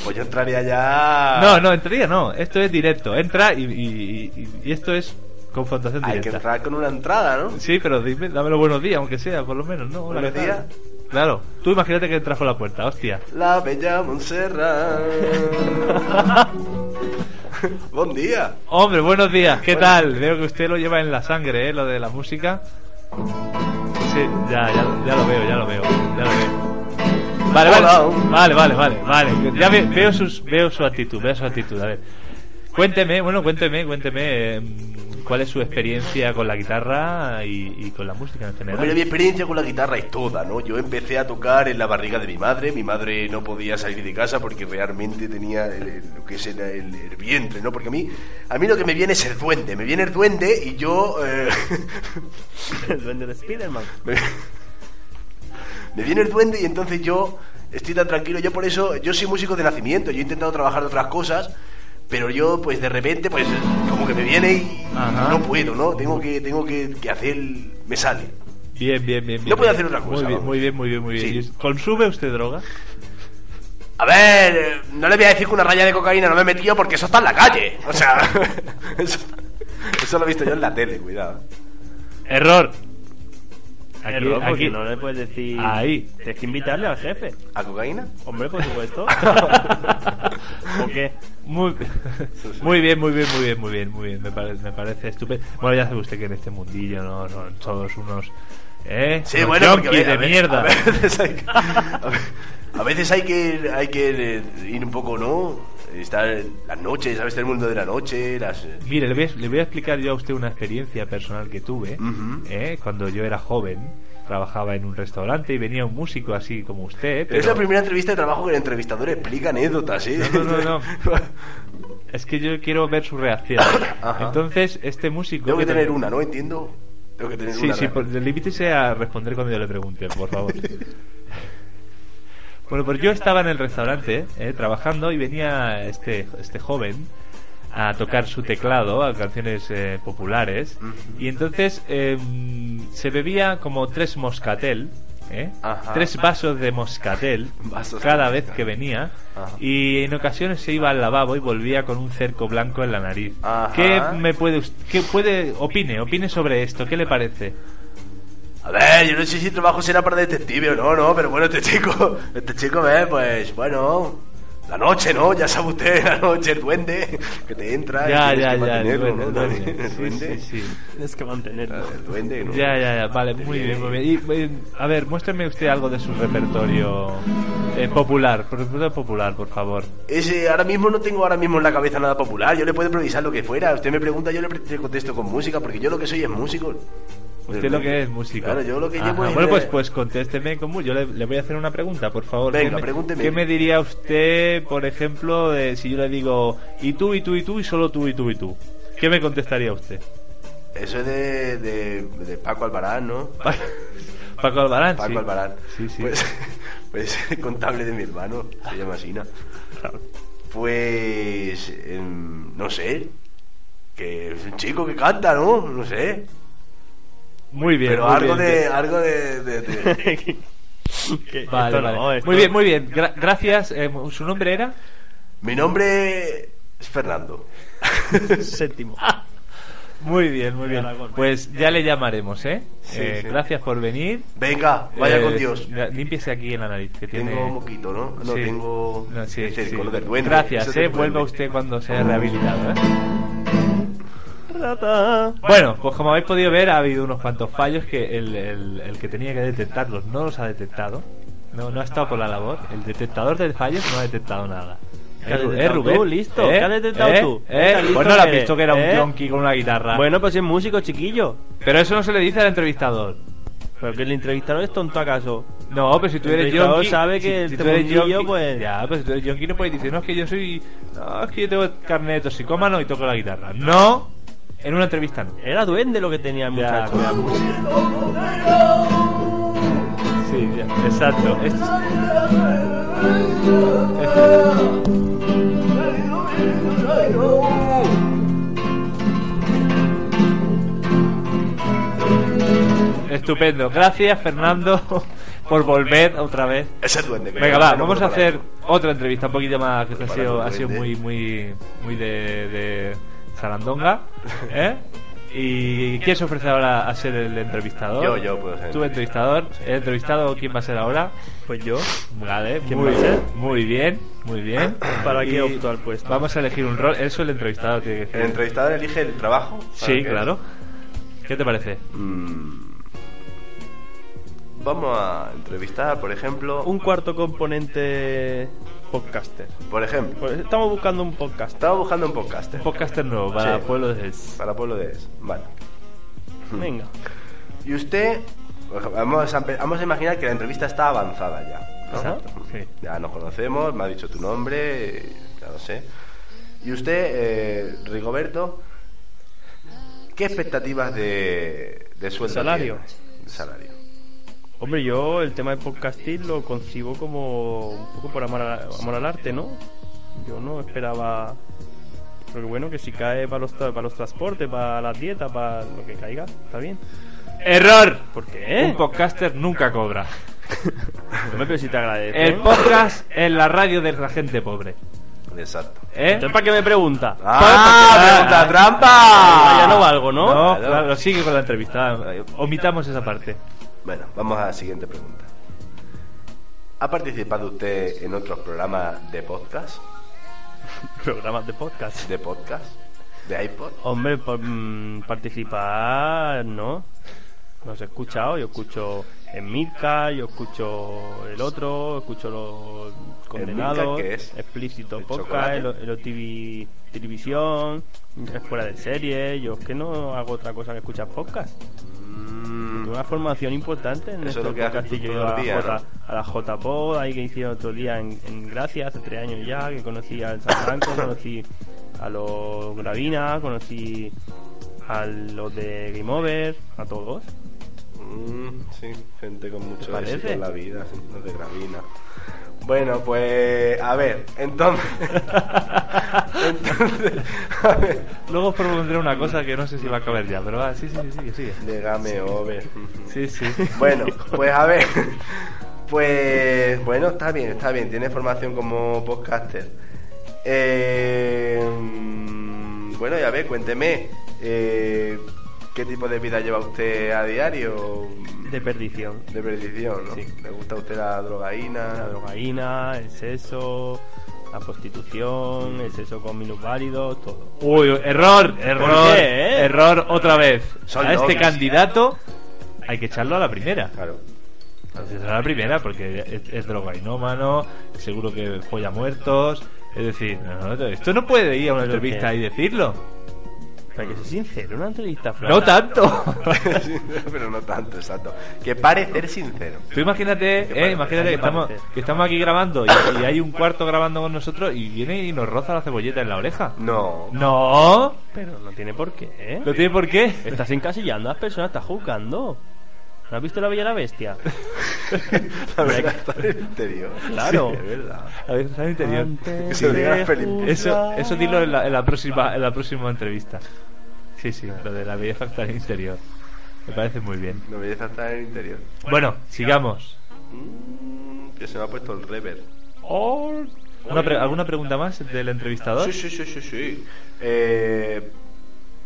Speaker 2: Pues yo entraría ya.
Speaker 4: No, no, entraría no. Esto es directo. Entra y, y- y- y esto es confrontación
Speaker 2: Hay que
Speaker 4: directa.
Speaker 2: entrar con una entrada, ¿no?
Speaker 4: Sí, pero dime, dámelo buenos días, aunque sea, por lo menos, ¿no? Hola,
Speaker 2: Buenos
Speaker 4: ¿qué tal?
Speaker 2: días.
Speaker 4: Claro. Tú imagínate que entras por la puerta, hostia.
Speaker 2: La bella Montserrat. Buen día.
Speaker 4: Hombre, buenos días, ¿qué
Speaker 2: Bueno.
Speaker 4: tal? Veo que usted lo lleva en la sangre, ¿eh? Lo de la música. Sí, ya, ya, ya lo veo, ya lo veo, ya lo veo. Vale,
Speaker 2: Hola.
Speaker 4: vale, vale, vale, vale, vale. Ya ve- veo, sus, veo su actitud, veo su actitud, a ver. Cuénteme, bueno, cuénteme, cuénteme eh, cuál es su experiencia con la guitarra y, y con la música en
Speaker 2: Pues mira, mi
Speaker 4: general.
Speaker 2: experiencia con la guitarra es toda, ¿no? Yo empecé a tocar en la barriga de mi madre. Mi madre no podía salir de casa porque realmente tenía el- el- lo que es el, el- el vientre, ¿no? Porque a mí, a mí lo que me viene es el duende. Me viene el duende y yo... eh,
Speaker 3: El duende de Spiderman.
Speaker 2: me, me viene el duende y entonces yo estoy tan tranquilo. Yo por eso, yo soy músico de nacimiento. Yo he intentado trabajar de otras cosas, pero yo pues de repente pues como que me viene y
Speaker 4: Ajá.
Speaker 2: no puedo, ¿no? Tengo que, tengo que, que hacer... Me sale.
Speaker 4: Bien, bien, bien, bien.
Speaker 2: No puede hacer otra cosa,
Speaker 4: Muy bien,
Speaker 2: vamos.
Speaker 4: muy bien, muy bien, muy bien.
Speaker 2: Sí.
Speaker 4: ¿Y ¿Consume usted droga?
Speaker 2: A ver, eh, no le voy a decir que una raya de cocaína no me he metido porque eso está en la calle. O sea, eso, Eso lo he visto yo en la tele, cuidado.
Speaker 4: Error. Aquí,
Speaker 3: Aquí,
Speaker 4: aquí.
Speaker 3: no le puedes decir.
Speaker 4: Ahí.
Speaker 3: Tienes que invitarle al jefe.
Speaker 2: ¿A cocaína?
Speaker 3: Hombre, por supuesto. ¿O qué?
Speaker 4: Muy, muy bien, muy bien, muy bien, muy bien, muy bien. Me, pare- me parece estupendo. Bueno, ya sabe usted que en este mundillo no son todos unos. ¿Eh?
Speaker 2: Sí,
Speaker 4: unos
Speaker 2: bueno, porque,
Speaker 4: yonkis
Speaker 2: a
Speaker 4: de
Speaker 2: ver,
Speaker 4: mierda.
Speaker 2: A veces hay que, a ve- a veces hay que, hay que eh, ir un poco, ¿no? Estar las noches, ¿sabes? Está el mundo de la noche, las... eh,
Speaker 4: Mire, le voy, a, le voy a explicar yo a usted una experiencia personal que tuve
Speaker 2: Ujú.
Speaker 4: ¿eh? cuando yo era joven. Trabajaba en un restaurante y venía un músico así como usted. Pero
Speaker 2: Es la primera entrevista de trabajo que el entrevistador explica anécdotas, ¿eh?
Speaker 4: No, no, no, es que yo quiero ver su reacción.
Speaker 2: Ajá.
Speaker 4: Entonces, este músico.
Speaker 2: Tengo que
Speaker 4: tra-
Speaker 2: tener una, ¿no? Entiendo. Tengo que tener
Speaker 4: Sí,
Speaker 2: una.
Speaker 4: sí,
Speaker 2: ¿no?
Speaker 4: por- limítese a responder cuando yo le pregunte, por favor. bueno, pues yo estaba en el restaurante eh, trabajando y venía este, este joven a tocar su teclado a canciones eh, populares y entonces eh, se bebía como tres moscatel. ¿eh?
Speaker 2: Ajá.
Speaker 4: Tres vasos de moscatel
Speaker 2: Vasos de
Speaker 4: cada
Speaker 2: moscatel.
Speaker 4: vez que venía
Speaker 2: Ajá.
Speaker 4: y en ocasiones se iba al lavabo y volvía con un cerco blanco en la nariz.
Speaker 2: Ajá.
Speaker 4: ¿Qué me puede, us- qué puede opine, opine sobre esto? ¿Qué le parece?
Speaker 2: A ver, yo no sé si trabajo será para detective o no, no, pero bueno, este chico, este chico, ¿ves? Pues bueno, la noche, ¿no? Ya sabe usted, la noche, el duende que te entra. y tienes
Speaker 4: Ya, ya,
Speaker 2: Ah, que
Speaker 4: ya, el
Speaker 2: mantenerlo, ¿no?
Speaker 4: duende, el duende.
Speaker 2: El
Speaker 4: Sí,
Speaker 2: duende.
Speaker 4: sí, sí.
Speaker 3: Tienes que mantenerlo.
Speaker 2: El duende, ¿no?
Speaker 4: Ya, ya, ya, vale, muy bien, muy bien. Y, eh, a ver, muéstrame usted algo de su repertorio eh, popular, repertorio popular, por favor.
Speaker 2: Ese, ahora mismo no tengo ahora mismo en la cabeza nada popular, yo le puedo improvisar lo que fuera. Usted me pregunta, yo le pre- contesto con música, porque yo lo que soy es músico.
Speaker 4: Usted lo que es músico.
Speaker 2: Claro, yo lo que
Speaker 4: Ajá,
Speaker 2: llevo es-
Speaker 4: Bueno, pues, pues contésteme como yo le, le voy a hacer una pregunta, por favor.
Speaker 2: Venga,
Speaker 4: ¿Qué me-
Speaker 2: pregúnteme.
Speaker 4: ¿Qué me diría usted, por ejemplo, de si yo le digo y tú, y tú, y tú, y solo tú, y tú, y tú? ¿Qué me contestaría usted?
Speaker 2: Eso es de, de, de Paco Albarán, ¿no?
Speaker 4: Pa- Paco Albarán.
Speaker 2: Paco
Speaker 4: sí.
Speaker 2: Albarán.
Speaker 4: Sí, Ah. sí.
Speaker 2: Pues, pues el contable de mi hermano, se llama Sina. Pues. em, no sé. Que es un chico que canta, ¿no? No sé.
Speaker 4: Muy bien.
Speaker 2: Pero
Speaker 4: muy
Speaker 2: algo
Speaker 4: bien.
Speaker 2: de. Algo de. de- de-
Speaker 3: Que
Speaker 4: Vale,
Speaker 3: esto
Speaker 4: vale.
Speaker 3: no, esto-
Speaker 4: Muy bien, muy bien. Gra- gracias. Eh, ¿Su nombre era?
Speaker 2: Mi nombre es Fernando.
Speaker 3: Séptimo.
Speaker 4: Muy bien, muy bien. Pues ya le llamaremos, ¿eh? Eh,
Speaker 2: sí.
Speaker 4: Gracias por venir.
Speaker 2: Venga, vaya
Speaker 4: Eh,
Speaker 2: con Dios.
Speaker 4: Límpiese aquí en la nariz. Que tiene...
Speaker 2: Tengo moquito, ¿no? No,
Speaker 4: Sí.
Speaker 2: tengo.
Speaker 4: No, sí,
Speaker 2: es el
Speaker 4: sí.
Speaker 2: color del duende. Eso
Speaker 4: Gracias,
Speaker 2: es
Speaker 4: eh.
Speaker 2: del duende.
Speaker 4: Vuelva
Speaker 2: Ah.
Speaker 4: usted cuando sea rehabilitado, ¿eh?
Speaker 3: Rata.
Speaker 4: Bueno, pues como habéis podido ver, ha habido unos cuantos fallos que el, el- el que tenía que detectarlos no los ha detectado. No, no ha estado por la labor. El detectador de fallos no ha detectado nada.
Speaker 3: ¿Qué has
Speaker 4: Eh, Ru- eh,
Speaker 3: detectado
Speaker 4: Rubén,
Speaker 3: tú? Listo,
Speaker 4: ¿eh?
Speaker 3: ¿qué has detectado
Speaker 4: ¿eh?
Speaker 3: tú?
Speaker 4: ¿eh?
Speaker 3: Está listo
Speaker 4: Pues no lo has
Speaker 3: que-
Speaker 4: visto que era un
Speaker 3: ¿eh?
Speaker 4: yonki con una guitarra.
Speaker 3: Bueno, pues si es músico, chiquillo.
Speaker 4: Pero eso no se le dice al entrevistador.
Speaker 3: Pero que el entrevistador es tonto acaso.
Speaker 4: No, pero si tú
Speaker 3: El
Speaker 4: eres
Speaker 3: entrevistador
Speaker 4: yonki...
Speaker 3: sabe que
Speaker 4: si,
Speaker 3: este
Speaker 4: tú eres
Speaker 3: mundillo,
Speaker 4: yonki-
Speaker 3: pues-
Speaker 4: Ya, pero si tú eres yonki no puedes decir, no, es que yo soy... No, es que yo tengo carnet de toxicómano y toco la guitarra. No, en una entrevista no.
Speaker 3: Era duende lo que tenía el
Speaker 4: Ya,
Speaker 3: muchacho.
Speaker 4: ya, pues. Sí, ya, exacto. Es- es- Estupendo. Gracias, Fernando, por volver otra vez.
Speaker 2: Es el duende.
Speaker 4: Venga, va,
Speaker 2: no
Speaker 4: vamos a
Speaker 2: puedo parar.
Speaker 4: hacer otra entrevista un poquito más que ha
Speaker 2: Preparando
Speaker 4: sido, ha
Speaker 2: el
Speaker 4: sido muy,
Speaker 2: duende.
Speaker 4: muy, muy de, de Sarandonga. ¿eh? ¿Y quién se ofrece ahora a ser el entrevistador?
Speaker 2: Yo, yo puedo ser
Speaker 4: Tú, entrevistador. ¿El entrevistado quién va a ser ahora?
Speaker 3: Pues yo.
Speaker 4: Vale,
Speaker 3: ¿Quién
Speaker 4: muy,
Speaker 3: va a ser?
Speaker 4: muy bien, muy bien.
Speaker 3: ¿Para
Speaker 4: Y
Speaker 3: qué pues? opto al puesto?
Speaker 4: Vamos a elegir un rol. Eso el entrevistado tiene que
Speaker 2: El
Speaker 4: elegir.
Speaker 2: entrevistador elige el trabajo. ¿sabes
Speaker 4: Sí,
Speaker 2: qué?
Speaker 4: claro. ¿Qué te parece?
Speaker 2: Mm. Vamos a entrevistar, por ejemplo.
Speaker 3: Un cuarto componente podcaster.
Speaker 2: Por ejemplo,
Speaker 3: Pues estamos buscando un podcast.
Speaker 2: estaba buscando un podcaster.
Speaker 4: Un podcaster nuevo para
Speaker 2: Sí.
Speaker 4: Pueblo de Es.
Speaker 2: para Pueblo de Es. Vale.
Speaker 3: Venga.
Speaker 2: Y usted. por ejemplo, Vamos a, empe- vamos a imaginar que la entrevista está avanzada ya. ¿no?
Speaker 4: ¿Avanzada? Sí.
Speaker 2: Ya nos conocemos, me ha dicho tu nombre, ya lo sé. Y usted, eh, Rigoberto, ¿qué expectativas de, de sueldo?
Speaker 3: Salario.
Speaker 2: tiene? De salario.
Speaker 3: Hombre, yo el tema de podcasting lo concibo como un poco por amor, a- amor al arte, ¿no? Yo no esperaba... Pero que bueno, que si cae para los, tra- para los transportes, para la dieta, para lo que caiga, está bien.
Speaker 4: ¡Error!
Speaker 3: ¿Por qué?
Speaker 4: Un podcaster nunca cobra.
Speaker 3: Hombre, pero si te agradezco.
Speaker 4: El podcast en la radio de la gente pobre.
Speaker 2: Exacto.
Speaker 4: ¿Eh?
Speaker 3: Entonces, Pues, ¿para qué me pregunta?
Speaker 2: ¡Ah! ¡Pregunta trampa!
Speaker 3: ya no valgo, ¿no?
Speaker 4: No,
Speaker 2: Claro.
Speaker 4: claro, sigue con la entrevista. Omitamos esa parte.
Speaker 2: Bueno, vamos a la siguiente pregunta. ¿Ha participado usted en otros programas de podcast?
Speaker 3: Programas de podcast.
Speaker 2: ¿De podcast? ¿De iPod?
Speaker 3: Hombre, pa- mm, participar, ¿no? Nos he escuchado, yo escucho en Milka, yo escucho el otro, escucho los condenados,
Speaker 2: qué es?
Speaker 3: explícito
Speaker 2: ¿El
Speaker 3: podcast,
Speaker 2: chocolate?
Speaker 3: el, el OTV televisión, es fuera de serie, yo es que no hago otra cosa que escuchar podcast.
Speaker 2: Mm,
Speaker 3: Tuve Una formación importante en
Speaker 2: Eso es
Speaker 3: estos
Speaker 2: lo que haces
Speaker 3: podcasts
Speaker 2: tú
Speaker 3: que
Speaker 2: todo
Speaker 3: yo
Speaker 2: el
Speaker 3: a, la
Speaker 2: día, ¿no?
Speaker 3: J- a la JPod, ahí que hicieron otro día en, en Gracia, hace tres años ya, que conocí al San Franco, conocí a los Gravina, conocí a los de Game Over, a todos.
Speaker 2: mm, sí, gente con
Speaker 3: ¿Te
Speaker 2: mucho
Speaker 3: parece?
Speaker 2: éxito en la vida, no de gravina. Bueno, pues a ver, entonces... entonces, a ver.
Speaker 4: Luego os propondré una cosa que no sé si va a caber ya, pero va, sí, sí, sí, sigue, sigue.
Speaker 2: De Game Over.
Speaker 4: Sí, sí.
Speaker 2: Bueno, pues a ver. Pues bueno, está bien, está bien. Tiene formación como podcaster. Eh, mm, bueno, y a ver, cuénteme. eh, ¿Qué tipo de vida lleva usted a diario?
Speaker 3: De perdición.
Speaker 2: De perdición, ¿no?
Speaker 3: Sí.
Speaker 2: ¿Le gusta a usted la drogaína?
Speaker 3: La drogaína, el sexo, la prostitución, el sexo con minusválidos, todo.
Speaker 4: Uy, error, error,
Speaker 3: qué, eh?
Speaker 4: error otra vez.
Speaker 2: Son
Speaker 4: a este
Speaker 2: locas.
Speaker 4: candidato hay que echarlo a la primera.
Speaker 2: Claro.
Speaker 4: Entonces, a la primera porque es, es drogainómano, seguro que folla muertos. Es decir, no, no, esto no puede ir a una
Speaker 3: Pero
Speaker 4: entrevista
Speaker 3: que-
Speaker 4: y decirlo.
Speaker 3: Para
Speaker 2: Mm.
Speaker 3: que soy sincero, una entrevista franca.
Speaker 4: No tanto.
Speaker 2: Pero no tanto, exacto. Que parecer sincero.
Speaker 4: Tú imagínate,
Speaker 2: Qué
Speaker 4: eh,
Speaker 2: parece,
Speaker 4: imagínate que
Speaker 3: qué
Speaker 4: estamos,
Speaker 3: parece.
Speaker 4: que estamos aquí grabando y, y hay un cuarto grabando con nosotros y viene y nos roza la cebolleta en la oreja.
Speaker 2: No.
Speaker 4: No,
Speaker 3: Pero no tiene por qué, ¿eh?
Speaker 4: no tiene por qué.
Speaker 3: Estás encasillando a las personas, estás juzgando. ¿No has visto la Bella y la Bestia?
Speaker 2: La verdad está en el interior.
Speaker 3: Claro.
Speaker 2: Sí, es verdad.
Speaker 4: A ver, está en el interior.
Speaker 3: Antes
Speaker 2: Se obliga a
Speaker 3: de
Speaker 2: las películas.
Speaker 4: Eso,
Speaker 3: juzgar.
Speaker 4: eso dilo en la, en la próxima en la próxima entrevista. Sí, sí, lo de la belleza está en el interior. Me parece muy bien.
Speaker 2: La belleza está en el interior.
Speaker 4: Bueno, sigamos.
Speaker 2: Mm, que se me ha puesto el rever.
Speaker 4: Una pre- ¿Alguna pregunta más del entrevistador?
Speaker 2: Sí, sí, sí, sí, sí. Eh,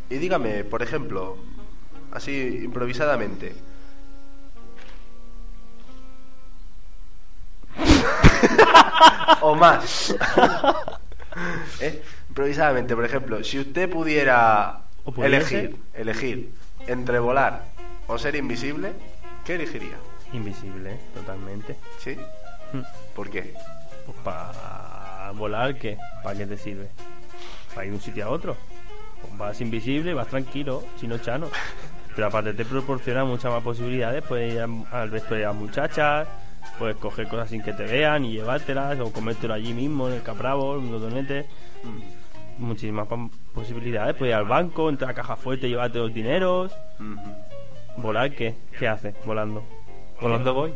Speaker 2: y dígame, por ejemplo, así improvisadamente. o más. Eh, Improvisadamente, por ejemplo, si usted pudiera
Speaker 3: ¿O pudiese?
Speaker 2: elegir, elegir entre volar o ser invisible, ¿qué elegiría?
Speaker 3: Invisible, totalmente.
Speaker 2: ¿Sí?
Speaker 3: Mm.
Speaker 2: ¿Por qué?
Speaker 3: Pues para volar, ¿qué? ¿Para qué te sirve? ¿Para ir de un sitio a otro? Pues vas invisible, vas tranquilo, chino chano. Pero aparte te proporciona muchas más posibilidades. Puedes ir a- al resto de las muchachas, puedes coger cosas sin que te vean y llevártelas, o comértelo allí mismo, en el capravo, en los donetes. Muchísimas pam- posibilidades. Puedes ir al banco, entrar a caja fuerte, llevarte los dineros.
Speaker 2: Ujú.
Speaker 3: ¿Volar qué? ¿Qué haces volando?
Speaker 4: Volando voy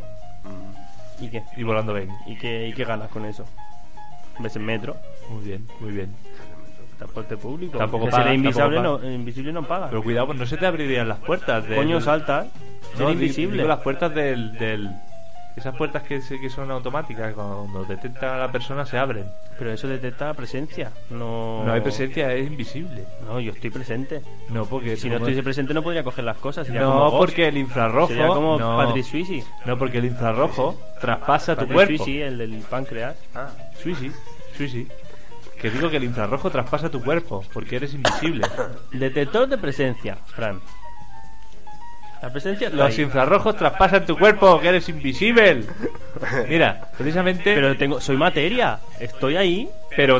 Speaker 3: ¿Y qué?
Speaker 4: y volando ven.
Speaker 3: ¿Y qué, y qué ganas con eso? ¿Ves el metro?
Speaker 4: Muy bien, muy bien.
Speaker 3: Transporte público.
Speaker 4: Tampoco
Speaker 3: Que
Speaker 4: paga,
Speaker 3: ser invisible,
Speaker 4: tampoco
Speaker 3: no, invisible no paga.
Speaker 4: Pero cuidado, pues, no se te abrirían las puertas. Del,
Speaker 3: Coño, salta. ¿eh?
Speaker 4: No,
Speaker 3: Ser
Speaker 4: di-
Speaker 3: invisible.
Speaker 4: digo las puertas del, del- Esas puertas que, se- que son automáticas, cuando detectan a la persona se abren.
Speaker 3: Pero eso detecta presencia. No...
Speaker 4: No hay presencia, es invisible.
Speaker 3: No, yo estoy presente.
Speaker 4: No, porque
Speaker 3: Si no
Speaker 4: como-
Speaker 3: estuviese presente no podría coger las cosas. Sería como
Speaker 4: No,
Speaker 3: Ghost.
Speaker 4: porque el infrarrojo.
Speaker 3: Sería como
Speaker 4: no.
Speaker 3: Patrick Suisi.
Speaker 4: No, porque el infrarrojo traspasa tu
Speaker 3: Patrick
Speaker 4: cuerpo.
Speaker 3: Suisi, el del páncreas.
Speaker 2: Ah.
Speaker 4: Suisi, Suisi. Que digo que el infrarrojo traspasa tu cuerpo, porque eres invisible.
Speaker 3: Detector de presencia, Fran. La presencia está
Speaker 4: Los
Speaker 3: ahí.
Speaker 4: infrarrojos traspasan tu cuerpo, que eres invisible. Mira, precisamente.
Speaker 3: Pero
Speaker 4: Pero,
Speaker 3: tengo, soy materia. Estoy ahí.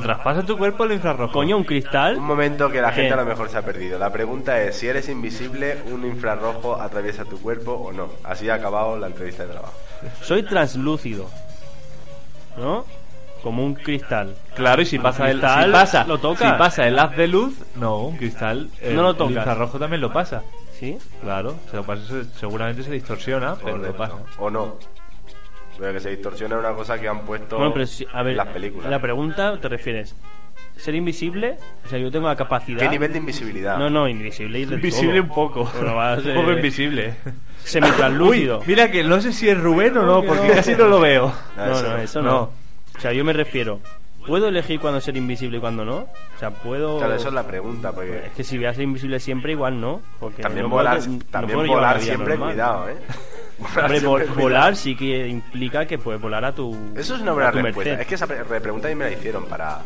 Speaker 4: traspasa tu cuerpo el infrarrojo.
Speaker 3: Coño, un cristal.
Speaker 2: Un momento que la gente
Speaker 3: ¿Qué?
Speaker 2: a lo mejor se ha perdido. La pregunta es, si eres invisible, ¿un infrarrojo atraviesa tu cuerpo o no? Así ha acabado la entrevista de trabajo.
Speaker 3: Soy translúcido. ¿No? Como un cristal.
Speaker 4: Claro, y si pasa el, si
Speaker 3: cristal,
Speaker 4: pasa,
Speaker 3: lo tocas.
Speaker 4: si pasa el haz de luz, no, un cristal, el,
Speaker 3: No lo
Speaker 4: el
Speaker 3: tocas.
Speaker 4: infrarrojo también lo pasa.
Speaker 3: ¿Sí?
Speaker 4: Claro, se lo pasa, se- seguramente se distorsiona, pero lo
Speaker 2: Correcto.
Speaker 4: pasa.
Speaker 2: ¿O no? Pero que se distorsiona es una cosa que han puesto
Speaker 3: Bueno, pero si- a ver,
Speaker 2: las películas.
Speaker 3: la pregunta te refieres. ¿Ser invisible? O sea, yo tengo la capacidad.
Speaker 2: ¿Qué nivel de invisibilidad?
Speaker 3: No, no, invisible y de
Speaker 4: Invisible un
Speaker 3: todo.
Speaker 4: poco.
Speaker 3: Pero va a ser-
Speaker 4: Un poco invisible.
Speaker 3: Semitraslúcido.
Speaker 4: Mira que no sé si es Rubén o no, porque casi no lo veo.
Speaker 3: No,
Speaker 2: Ah, eso
Speaker 3: no,
Speaker 2: no.
Speaker 3: eso no.
Speaker 4: No.
Speaker 3: O sea, yo me refiero. ¿Puedo elegir cuándo ser invisible y cuándo no? O sea, puedo.
Speaker 2: Claro, esa es la pregunta, porque
Speaker 3: Es que si voy a ser invisible siempre, igual no. Porque
Speaker 2: también
Speaker 3: no
Speaker 2: volar,
Speaker 3: puedo- no
Speaker 2: también
Speaker 3: puedo llevar una
Speaker 2: volar
Speaker 3: vida
Speaker 2: siempre,
Speaker 3: normal.
Speaker 2: cuidado, ¿eh?
Speaker 3: Hombre,
Speaker 2: siempre,
Speaker 3: vol-
Speaker 2: cuidado.
Speaker 3: volar sí que implica que puedes volar a tu.
Speaker 2: Eso es una
Speaker 3: a
Speaker 2: buena
Speaker 3: tu
Speaker 2: respuesta.
Speaker 3: merced.
Speaker 2: Es que esa pre- re- pregunta a mí me la hicieron para,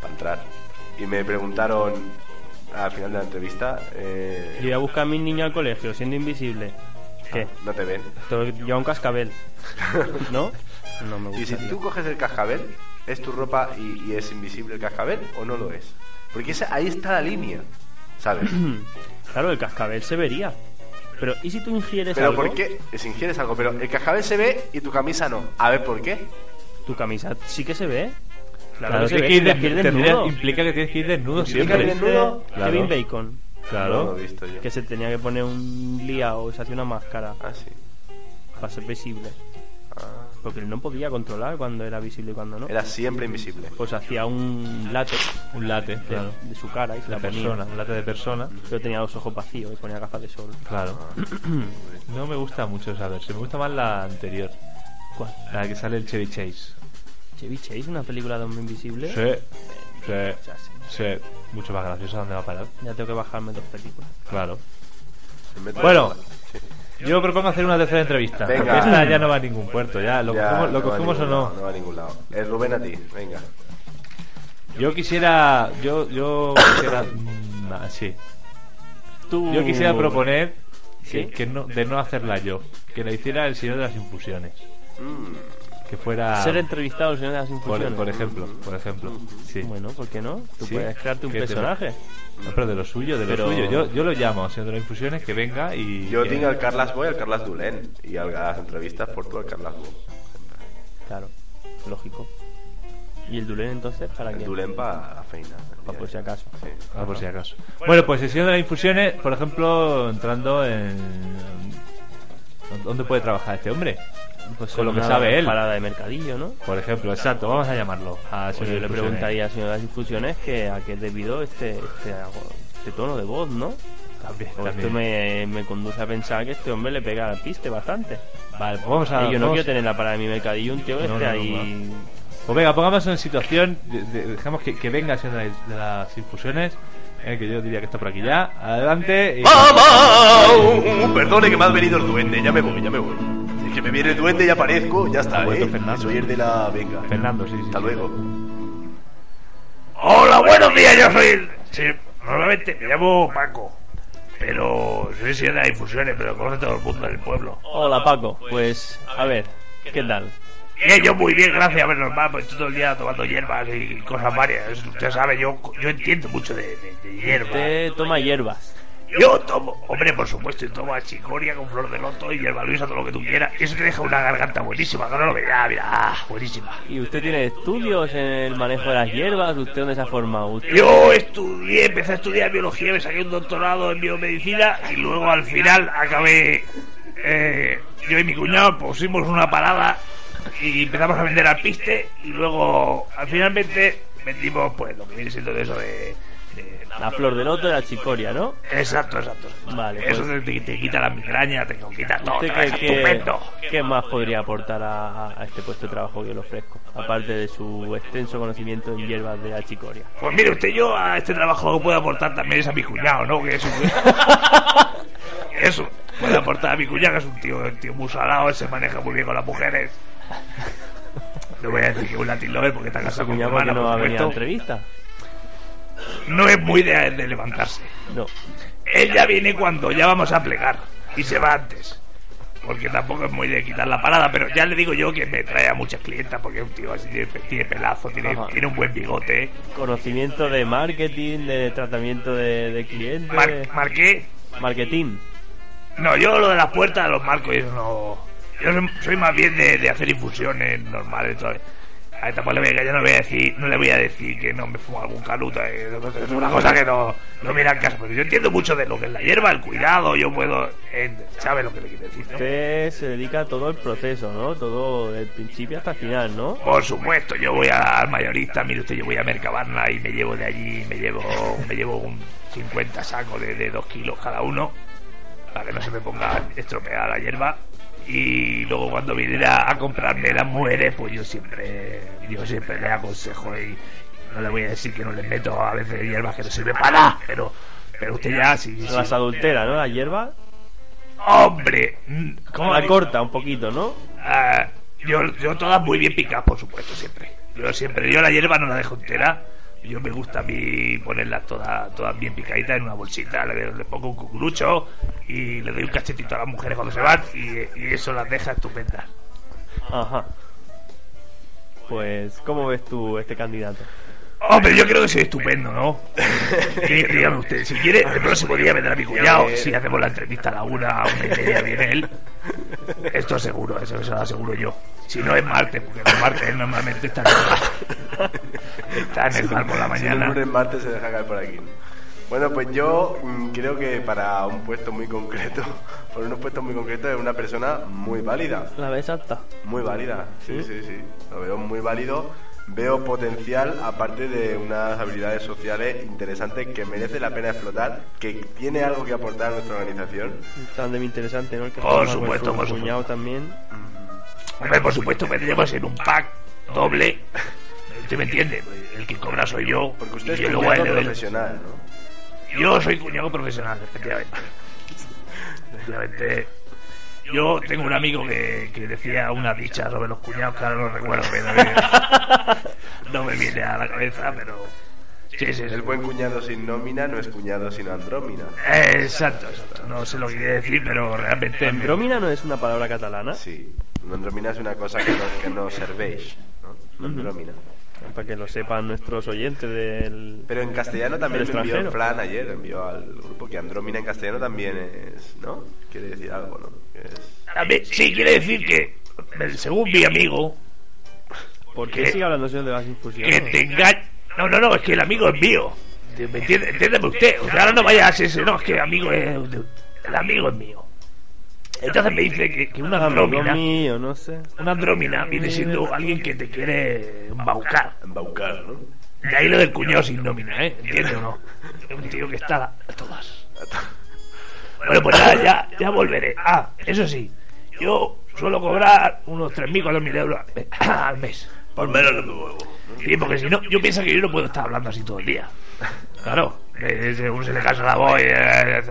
Speaker 2: para entrar. Y me preguntaron al final de la entrevista.
Speaker 3: Yo voy
Speaker 2: Eh,
Speaker 3: a buscar a mis niños al colegio siendo invisible. ¿Qué?
Speaker 2: no te ven.
Speaker 3: Te- Lleva un cascabel. ¿No? No me
Speaker 2: Y si
Speaker 3: gusta.
Speaker 2: tú coges el cascabel, ¿es tu ropa y, y es invisible el cascabel o no lo es? Porque esa, ahí está la línea, ¿sabes?
Speaker 3: Claro, el cascabel se vería. Pero ¿y si tú ingieres
Speaker 2: Pero
Speaker 3: algo?
Speaker 2: ¿por qué? Si ingieres algo, pero el cascabel se ve y tu camisa no. A ver, ¿por qué?
Speaker 3: Tu camisa sí que se ve. Claro,
Speaker 4: Claro,
Speaker 3: que se
Speaker 4: tienes
Speaker 3: ve.
Speaker 4: que ir
Speaker 3: tienes
Speaker 4: de-
Speaker 3: que ir
Speaker 4: tendría-
Speaker 3: desnudo.
Speaker 4: implica que tienes que ir desnudo
Speaker 2: Implica
Speaker 4: siempre.
Speaker 2: ir desnudo,
Speaker 4: Claro.
Speaker 3: Kevin Bacon.
Speaker 2: No lo
Speaker 4: Claro.
Speaker 2: he visto yo.
Speaker 3: Que se tenía que poner un liao y se hacía una máscara
Speaker 2: Ah, sí.
Speaker 3: para ser visible.
Speaker 2: Ah.
Speaker 3: Porque él no podía controlar cuando era visible y cuando no.
Speaker 2: Era siempre invisible.
Speaker 3: Pues hacía un látex
Speaker 4: Un late,
Speaker 3: de,
Speaker 4: claro.
Speaker 3: de su cara y se
Speaker 4: La
Speaker 3: la ponía.
Speaker 4: persona, un late de persona.
Speaker 3: Pero tenía los ojos vacíos y ponía gafas de sol.
Speaker 4: Claro. No me gusta mucho esa versión, me gusta más la anterior.
Speaker 3: ¿Cuál?
Speaker 4: La que sale el Chevy Chase.
Speaker 3: Chevy Chase, una película de hombre invisible. O
Speaker 4: Sí.
Speaker 3: sea, sí.
Speaker 4: Sí. Sí. Mucho más graciosa dónde va a parar.
Speaker 3: Ya tengo que bajarme dos películas.
Speaker 4: Claro.
Speaker 2: Se mete-
Speaker 4: Bueno, yo propongo hacer una tercera entrevista.
Speaker 2: Venga.
Speaker 4: Porque esta ya no va a ningún puerto, ya. ¿Lo
Speaker 2: Ya,
Speaker 4: cogemos, lo
Speaker 2: va a
Speaker 4: cogemos o
Speaker 2: ningún
Speaker 4: no?
Speaker 2: lado, No va a ningún lado. Eh, Rubén a ti, venga.
Speaker 4: Yo quisiera. Yo, yo quisiera. mm, ah, sí.
Speaker 3: Tú...
Speaker 4: Yo quisiera proponer que,
Speaker 3: ¿Sí?
Speaker 4: que no, de no hacerla yo. Que la hiciera el señor de las infusiones.
Speaker 2: Mm,
Speaker 4: Que fuera.
Speaker 3: Ser entrevistado al señor de las infusiones. Mm.
Speaker 4: Por, por ejemplo, por ejemplo. Sí.
Speaker 3: Bueno, ¿por qué no? Tú
Speaker 4: Sí.
Speaker 3: puedes crearte un
Speaker 4: Que te-
Speaker 3: personaje.
Speaker 4: No, pero de lo suyo, de lo
Speaker 3: Pero-
Speaker 4: suyo. Yo, yo lo llamo, señor de las infusiones, que venga y.
Speaker 2: Yo
Speaker 4: que-
Speaker 2: tengo al Carlas Boy, al Carlas Dulén y al- a las entrevistas por tú al Carlas Boy.
Speaker 3: Claro, lógico. ¿Y el Dulén entonces? ¿Para
Speaker 2: El
Speaker 3: qué?
Speaker 2: Dulén para la feina.
Speaker 3: Pa' por si acaso.
Speaker 2: Sí.
Speaker 4: Ah, por si acaso. Bueno, pues el señor de las infusiones, por ejemplo, entrando en. ¿Dónde puede trabajar este hombre?
Speaker 3: Pues
Speaker 4: Con lo que
Speaker 3: una
Speaker 4: sabe él.
Speaker 3: Parada de mercadillo, ¿no?
Speaker 4: Por ejemplo, exacto, vamos a llamarlo. a
Speaker 3: Pues yo le
Speaker 4: señor de las infusiones.
Speaker 3: preguntaría al señor de las infusiones que a qué es debido este, este, ago- este tono de voz, ¿no?
Speaker 4: También,
Speaker 3: Porque
Speaker 4: también.
Speaker 3: esto me, me conduce a pensar que este hombre le pega al piste bastante.
Speaker 4: Vale, pues vamos a.
Speaker 3: y yo no
Speaker 4: vamos-
Speaker 3: quiero tener la parada de mi mercadillo un tío que
Speaker 4: No,
Speaker 3: esté
Speaker 4: no, no,
Speaker 3: Este ahí...
Speaker 4: Pues venga, pongamos en situación, de- de- dejamos que, que venga siendo de las- de las infusiones, eh, que yo diría que está por aquí ya. Adelante. y-
Speaker 2: ¡Mamá! Perdone que me ha venido el duende, ya me voy, ya me voy. Es que me viene el duende y aparezco, ya
Speaker 4: Ha
Speaker 2: está,
Speaker 4: vuelto
Speaker 2: ¿eh?
Speaker 4: Fernando.
Speaker 2: Soy el de la... venga.
Speaker 4: Fernando, sí, sí.
Speaker 2: Hasta
Speaker 4: sí.
Speaker 2: luego.
Speaker 8: Hola, buenos días, yo soy el... Sí, normalmente me llamo Paco, pero soy si de difusiones, pero conoce todo el mundo del pueblo.
Speaker 3: Hola Paco, pues a ver, ¿qué tal?
Speaker 8: Bien, yo muy bien, gracias, pero normal, pues todo el día tomando hierbas y cosas varias. Usted sabe, yo, yo entiendo mucho de, de, de hierbas.
Speaker 3: Te toma hierbas.
Speaker 8: Yo tomo, hombre, por supuesto, yo tomo chicoria con flor de loto y hierba luisa, todo lo que tú quieras. Y eso te deja una garganta buenísima, no lo mira, mira, ah, buenísima.
Speaker 3: ¿Y usted tiene estudios en el manejo de las hierbas? ¿Usted dónde se ha formado? ¿Usted-
Speaker 8: Yo estudié, empecé a estudiar biología, me saqué un doctorado en biomedicina y luego al final acabé. eh, yo y mi cuñado pusimos una parada y empezamos a vender al piste y luego al finalmente vendimos pues lo que viene siendo de eso de. de-
Speaker 3: La flor del loto de la chicoria, ¿no?
Speaker 8: Exacto, exacto.
Speaker 3: Vale,
Speaker 8: Eso te, te- te quita la migraña, te lo quita todo.
Speaker 3: ¿Usted
Speaker 8: te
Speaker 3: cree
Speaker 8: deja
Speaker 3: que,
Speaker 8: estupendo.
Speaker 3: qué más podría aportar a, a este puesto de trabajo que yo le ofrezco? Aparte de su extenso conocimiento en hierbas de la chicoria.
Speaker 8: Pues mire usted, yo a este trabajo puedo aportar también es a mi cuñado, ¿no? Que es un... Eso, puedo aportar a mi cuñado, que es un tío, un tío muy salado, se maneja muy bien con las mujeres. No voy a decir que un latín lo es porque está casado con mi
Speaker 3: Cuñado, ¿por qué
Speaker 8: hermana,
Speaker 3: no va a
Speaker 8: por
Speaker 3: venir a la
Speaker 8: supuesto.
Speaker 3: entrevista?
Speaker 8: No es muy de, de levantarse.
Speaker 3: No.
Speaker 8: Ella viene cuando ya vamos a plegar y se va antes. Porque tampoco es muy de quitar la parada, pero ya le digo yo que me trae a muchas clientas porque es un tío así, tiene, tiene pelazo, tiene,
Speaker 3: Ajá.
Speaker 8: tiene un buen bigote.
Speaker 3: Conocimiento de marketing, de tratamiento de, de clientes.
Speaker 8: Mar- marqué
Speaker 3: marketing.
Speaker 8: No, yo lo de las puertas de los marcos y eso no. Yo soy, soy más bien de, de hacer infusiones normales, ¿sabes? A esta polémica yo no, voy a decir, no le voy a decir que no me fumo algún caluta. eh, Es una cosa que no, no me irá en caso. Pero yo entiendo mucho de lo que es la hierba, el cuidado. Yo puedo. eh, ¿Sabes lo que le quiero decir? no?
Speaker 3: Usted se dedica a todo el proceso, ¿no? Todo del principio hasta el final, ¿no?
Speaker 8: Por supuesto, yo voy al mayorista, mire usted, yo voy a Mercabarna y me llevo de allí, me llevo, me llevo un 50 sacos de, de 2 kilos cada uno, para que no se me ponga a estropear la hierba. Y luego cuando vienen a, a comprarme las mujeres, pues yo siempre, yo siempre le aconsejo y no le voy a decir que no le meto a veces hierbas que no sirve para nada, pero, pero usted ya, si... si-
Speaker 3: Las adulteras, ¿no? La hierba.
Speaker 8: ¡Hombre! mm, ¿Cómo
Speaker 3: La
Speaker 8: la
Speaker 3: corta un poquito, ¿no?
Speaker 8: Ah, yo, yo todas muy bien picadas, por supuesto, siempre. Yo siempre, yo la hierba no la dejo entera. Yo me gusta a mí ponerlas todas, todas bien picaditas en una bolsita. Le, le pongo un cucurucho y le doy un cachetito a las mujeres cuando se van y, y eso las deja estupendas.
Speaker 3: Ajá. Pues, ¿cómo ves tú este candidato?
Speaker 8: Hombre, yo creo que soy estupendo, ¿no? Dí- Dígame usted, si quiere, el próximo día vendrá mi cuñado. Si hacemos la entrevista a la una, a una y media viene él. Esto seguro, eso, eso lo aseguro yo. Si no es martes, porque los martes normalmente está en el, está en el bar por la
Speaker 2: Si el
Speaker 8: mañana.
Speaker 2: lunes martes se deja caer por aquí. Bueno, pues yo mm, creo que para un puesto muy concreto, por unos puestos muy concretos, es una persona muy válida.
Speaker 3: La vez alta.
Speaker 2: Muy válida, sí, sí, sí. Lo veo muy válido. Veo potencial, aparte de unas habilidades sociales interesantes que merece la pena explotar, que tiene algo que aportar a nuestra organización.
Speaker 3: Tandem interesante, ¿no? El que
Speaker 8: Por
Speaker 3: está con su
Speaker 8: supuesto, por supuesto.
Speaker 3: cuñado también.
Speaker 8: Hombre, por supuesto, vendremos en un pack doble. ¿Usted me entiende? El que cobra soy yo.
Speaker 2: Porque usted
Speaker 8: y
Speaker 2: es
Speaker 8: yo
Speaker 2: un
Speaker 8: luego a él le doy-
Speaker 2: profesional, ¿no?
Speaker 8: Yo soy cuñado profesional, efectivamente. Efectivamente. Yo tengo un amigo que, que decía una dicha sobre los cuñados, que ahora no recuerdo, pero que no me viene a la cabeza, pero. Sí, sí,
Speaker 2: El
Speaker 8: sí.
Speaker 2: buen cuñado sin nómina no es cuñado sin andrómina.
Speaker 8: Eh, Exacto, exacto. No sé lo que quiere decir, pero realmente. me-
Speaker 3: Andrómina no es una palabra catalana.
Speaker 2: Sí, una andrómina es una cosa que no, que no servéis, ¿no? Una andrómina.
Speaker 3: Para que lo sepan nuestros oyentes del.
Speaker 2: Pero en castellano también
Speaker 3: Pero
Speaker 2: lo envió
Speaker 3: extranjero.
Speaker 2: Fran ayer, envió al grupo que andrómina en castellano también es, ¿no? Quiere decir algo, ¿no? Que es-
Speaker 8: A mí- sí, quiere decir que, según mi amigo,
Speaker 3: ¿Por qué
Speaker 8: ¿Qué?
Speaker 3: sigue hablando señor de las
Speaker 8: que
Speaker 3: infusiones?
Speaker 8: te enga- No, no, no, es que el amigo es mío. ¿Me entiende? Entiéndeme usted. O sea, ahora no vaya a ese, no, es que el amigo es. de- El amigo es mío. Entonces me dice que, que una
Speaker 3: Amigo
Speaker 8: andrómina.
Speaker 3: mío, no sé.
Speaker 8: Una andrómina viene siendo alguien que te quiere embaucar.
Speaker 2: Embaucar, ¿no?
Speaker 8: De ahí lo del cuñado sin nómina, ¿eh? ¿Entiendes o no? Es un tío que está a todas. Bueno, pues nada, ya, ya volveré. Ah, eso sí, yo suelo cobrar unos 3.000, 4.000 euros al mes- al mes. Por menos no me muevo. Sí, porque si no, yo pienso que yo no puedo estar hablando así todo el día. Claro, eh, según se le cansa la voz. eh,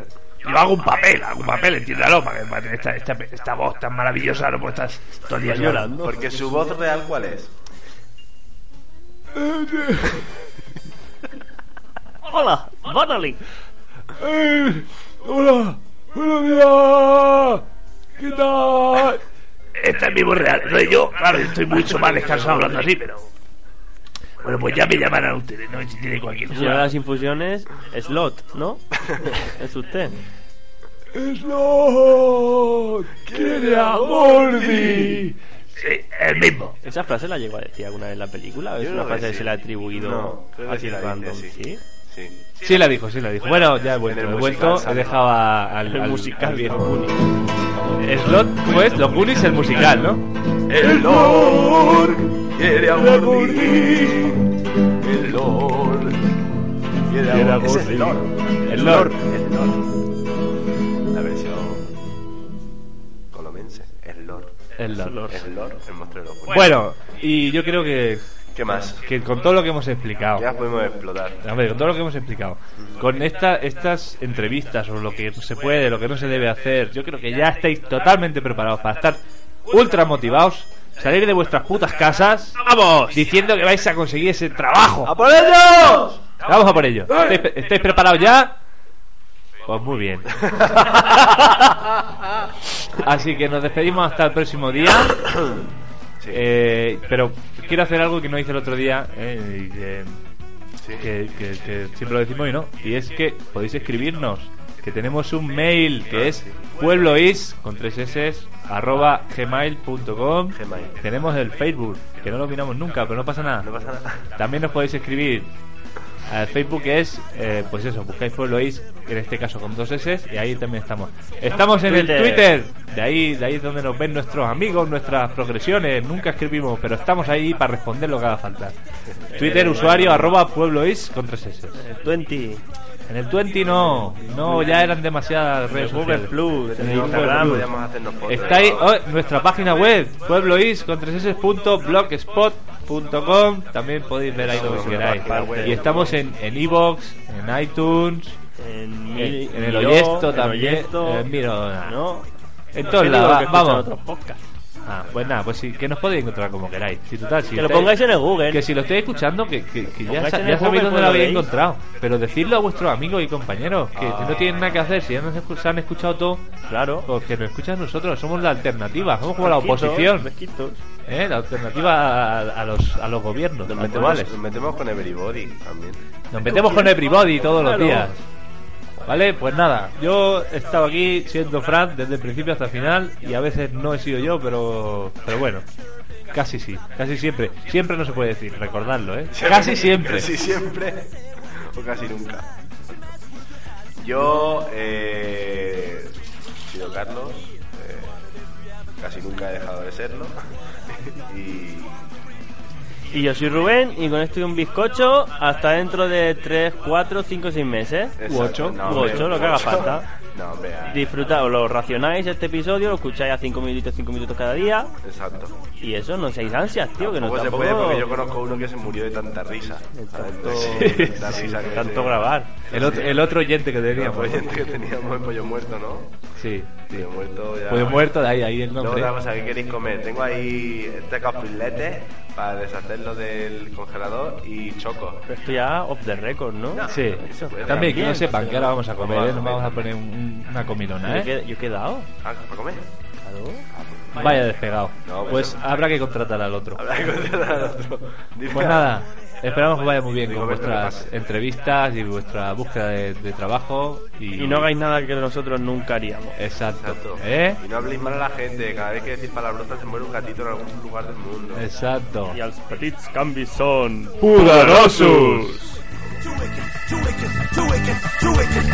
Speaker 8: yo hago un papel, hago un papel, entiéndalo, para que para tener esta, esta, esta voz tan maravillosa no puedo estar todo el día llorando.
Speaker 2: Porque su voz real, ¿cuál es?
Speaker 3: Hola, Donnelly.
Speaker 6: ¡Hola! ¡Buenos días! ¿Qué tal?
Speaker 8: Esta es mi voz real. Entonces yo, claro, estoy mucho más descansado hablando así, pero. Bueno, pues ya me llamarán ustedes, ¿no? Si tienen cualquier
Speaker 3: Señor de
Speaker 8: duda.
Speaker 3: las infusiones, Slot, ¿no? es usted.
Speaker 6: ¡Slot! ¡Quiere a Gordy!
Speaker 8: Sí, el mismo.
Speaker 3: ¿Esa frase la llegó a decir alguna vez en la película? ¿O es
Speaker 2: Yo
Speaker 3: una
Speaker 2: creo que
Speaker 3: frase que
Speaker 2: sí.
Speaker 3: se le ha atribuido
Speaker 2: No, creo que
Speaker 3: a
Speaker 2: sí
Speaker 3: Tim
Speaker 2: la dice,
Speaker 3: Random?
Speaker 2: sí.
Speaker 3: ¿Sí?
Speaker 2: Sí.
Speaker 4: Sí, la dijo, sí, la dijo. Bueno, ya he vuelto,
Speaker 2: En el
Speaker 4: he
Speaker 2: musical
Speaker 4: vuelto, he
Speaker 2: sale.
Speaker 4: dejado a- al,
Speaker 3: El
Speaker 4: al-
Speaker 3: musical,
Speaker 4: al viejo.
Speaker 3: los
Speaker 4: Slot, ¿cómo es? Los Goonies, el musical, ¿no?
Speaker 2: El Lord quiere a Gordy. El Lord quiere a Gordy. Es el Lord.
Speaker 4: El Lord.
Speaker 2: El Lord. La versión colomense. El Lord.
Speaker 4: El Lord.
Speaker 2: El Lord, el monstruo de los cuernos.
Speaker 4: Bueno, y yo creo que,
Speaker 2: ¿Qué más?
Speaker 4: que con todo lo que hemos explicado,
Speaker 2: Ya podemos explotar.
Speaker 4: Hombre, con todo lo que hemos explicado, con esta, estas entrevistas sobre lo que se puede, lo que no se debe hacer, yo creo que ya estáis totalmente preparados para estar ultra motivados, salir de vuestras putas casas, vamos, diciendo que vais a conseguir ese trabajo. ¡A por ellos! Vamos a por ello. ¿Estáis, pre- estáis preparados ya? Pues muy bien. Así que nos despedimos hasta el próximo día. Eh, pero quiero hacer algo que no hice el otro día. eh, y, eh, que, que- que siempre lo decimos y no. Y es que podéis escribirnos, que tenemos un mail que es pueblois con tres s arroba gmail.com.
Speaker 2: Gmail.
Speaker 4: Tenemos el Facebook, que no lo miramos nunca, pero no pasa nada.
Speaker 2: No pasa nada.
Speaker 4: También nos podéis escribir al Facebook que es, eh, pues eso, buscáis pueblois, en este caso con dos s y ahí también estamos. Estamos en el
Speaker 3: Twitter.
Speaker 4: Twitter, de ahí, de ahí es donde nos ven nuestros amigos, nuestras progresiones, nunca escribimos, pero estamos ahí para
Speaker 2: Eh,
Speaker 4: responder lo que haga falta. Twitter usuario arroba pueblois con tres s.
Speaker 3: 20.
Speaker 8: En el 20 no. No, ya eran demasiadas redes
Speaker 3: Google
Speaker 8: sociales.
Speaker 3: Plus, en
Speaker 8: Google
Speaker 3: Instagram.
Speaker 8: Plus.
Speaker 2: Podríamos hacernos fotos.
Speaker 8: Está ahí oh, nuestra página web, pueblois.blogspot.com. También podéis ver ahí lo que queráis. Y estamos en en iVoox, en iTunes,
Speaker 3: En,
Speaker 8: en,
Speaker 3: mi-
Speaker 8: en el
Speaker 3: mi-
Speaker 8: Oyesto
Speaker 3: en
Speaker 8: también.
Speaker 3: Oyesto,
Speaker 8: en Mirona.
Speaker 3: ¿no?
Speaker 8: En
Speaker 3: Yo
Speaker 8: todos
Speaker 3: digo que
Speaker 8: lados,
Speaker 3: escuchan
Speaker 8: vamos.
Speaker 3: otros podcasts.
Speaker 8: Ah, pues nada, pues sí, que nos podéis encontrar como queráis. Si total, si
Speaker 3: Que lo
Speaker 8: estáis-
Speaker 3: pongáis en el Google.
Speaker 8: que si lo estáis escuchando, que, que- que ya,
Speaker 3: Pongáis
Speaker 8: sa-
Speaker 3: en
Speaker 8: ya
Speaker 3: el
Speaker 8: sabéis
Speaker 3: Google,
Speaker 8: dónde
Speaker 3: pues
Speaker 8: lo
Speaker 3: lo
Speaker 8: habéis
Speaker 3: veis.
Speaker 8: encontrado. Pero decidlo a vuestros amigos y compañeros, que no tienen nada que hacer, si ya nos escu- se han escuchado todo,
Speaker 3: Ah. Claro.
Speaker 8: pues que nos escuchan nosotros, somos la alternativa, somos como la
Speaker 3: Fresquitos,
Speaker 8: oposición,
Speaker 3: fresquitos.
Speaker 8: ¿eh? la alternativa a, a- a los, a los gobiernos,
Speaker 2: Nos
Speaker 8: los
Speaker 2: metemos,
Speaker 8: actuales.
Speaker 2: nos metemos con Everybody también.
Speaker 8: Nos metemos con everybody todos los
Speaker 3: Claro.
Speaker 8: días. Vale, pues nada, yo he estado aquí siendo Fran desde el principio hasta el final y a veces no he sido yo, pero, pero bueno, casi sí, casi siempre. Siempre no se puede decir, recordadlo, ¿eh? Casi siempre.
Speaker 2: Casi siempre. O casi nunca. Yo, eh. he sido Carlos. eh, casi nunca he dejado de serlo. y.
Speaker 3: Y yo soy Rubén y con esto y un bizcocho hasta dentro de 3, 4, 5, 6 meses.
Speaker 2: exacto,
Speaker 8: ocho.
Speaker 2: no,
Speaker 3: U
Speaker 2: hombre,
Speaker 3: ocho, lo que haga
Speaker 2: ocho.
Speaker 3: falta.
Speaker 2: No, hombre, ah,
Speaker 3: Disfrutad, lo racionáis este episodio, lo escucháis a 5 minutitos, 5 minutos cada día.
Speaker 2: Exacto.
Speaker 3: Y eso, no seáis ansias, tío, que no
Speaker 2: Tampoco se
Speaker 3: tampoco...
Speaker 2: puede porque yo conozco uno que se murió de tanta risa.
Speaker 3: Tanto,
Speaker 2: Sí, tanta risa que
Speaker 3: tanto
Speaker 2: se-
Speaker 3: grabar.
Speaker 8: El otro, el otro oyente que
Speaker 2: El
Speaker 4: pues,
Speaker 8: teníamos.
Speaker 2: apoyante que teníamos el pollo muerto, ¿no?
Speaker 8: Sí.
Speaker 2: Pollo muerto ya.
Speaker 8: Pues muerto, de ahí, ahí el
Speaker 2: Luego
Speaker 8: nombre.
Speaker 2: otra cosa, ¿qué queréis comer? Tengo ahí este capiletes para deshacerlo del congelador y choco. Pues,
Speaker 3: Esto ya off the record, ¿no?
Speaker 8: Sí.
Speaker 3: Eso,
Speaker 8: También, que
Speaker 3: también.
Speaker 8: no sepan que ahora vamos a comer, ¿eh? Nos vamos a poner un- un- una
Speaker 3: Yo
Speaker 8: comilona,
Speaker 3: he
Speaker 8: ¿eh?
Speaker 3: qued- Yo he quedado.
Speaker 2: Ah, ¿para comer?
Speaker 3: Claro.
Speaker 8: Vaya despegado.
Speaker 2: No, pues-
Speaker 8: Pues habrá que contratar al otro.
Speaker 2: Habrá que contratar al otro. Dime-
Speaker 8: Pues nada, esperamos que vaya muy bien
Speaker 2: Digo,
Speaker 8: con
Speaker 2: esto no
Speaker 8: vuestras
Speaker 2: pase.
Speaker 8: entrevistas y vuestra búsqueda de, de trabajo. Y,
Speaker 3: Y no hagáis nada que nosotros nunca haríamos.
Speaker 8: Exacto.
Speaker 2: Exacto.
Speaker 8: ¿Eh?
Speaker 2: Y no habléis mal a la gente. Cada vez que decís palabrotas se muere un gatito en algún lugar del mundo.
Speaker 8: Exacto.
Speaker 3: Y los petits cambis son...
Speaker 1: ¡Pudorosus!
Speaker 9: Too wicked, too wicked, too wicked, too wicked,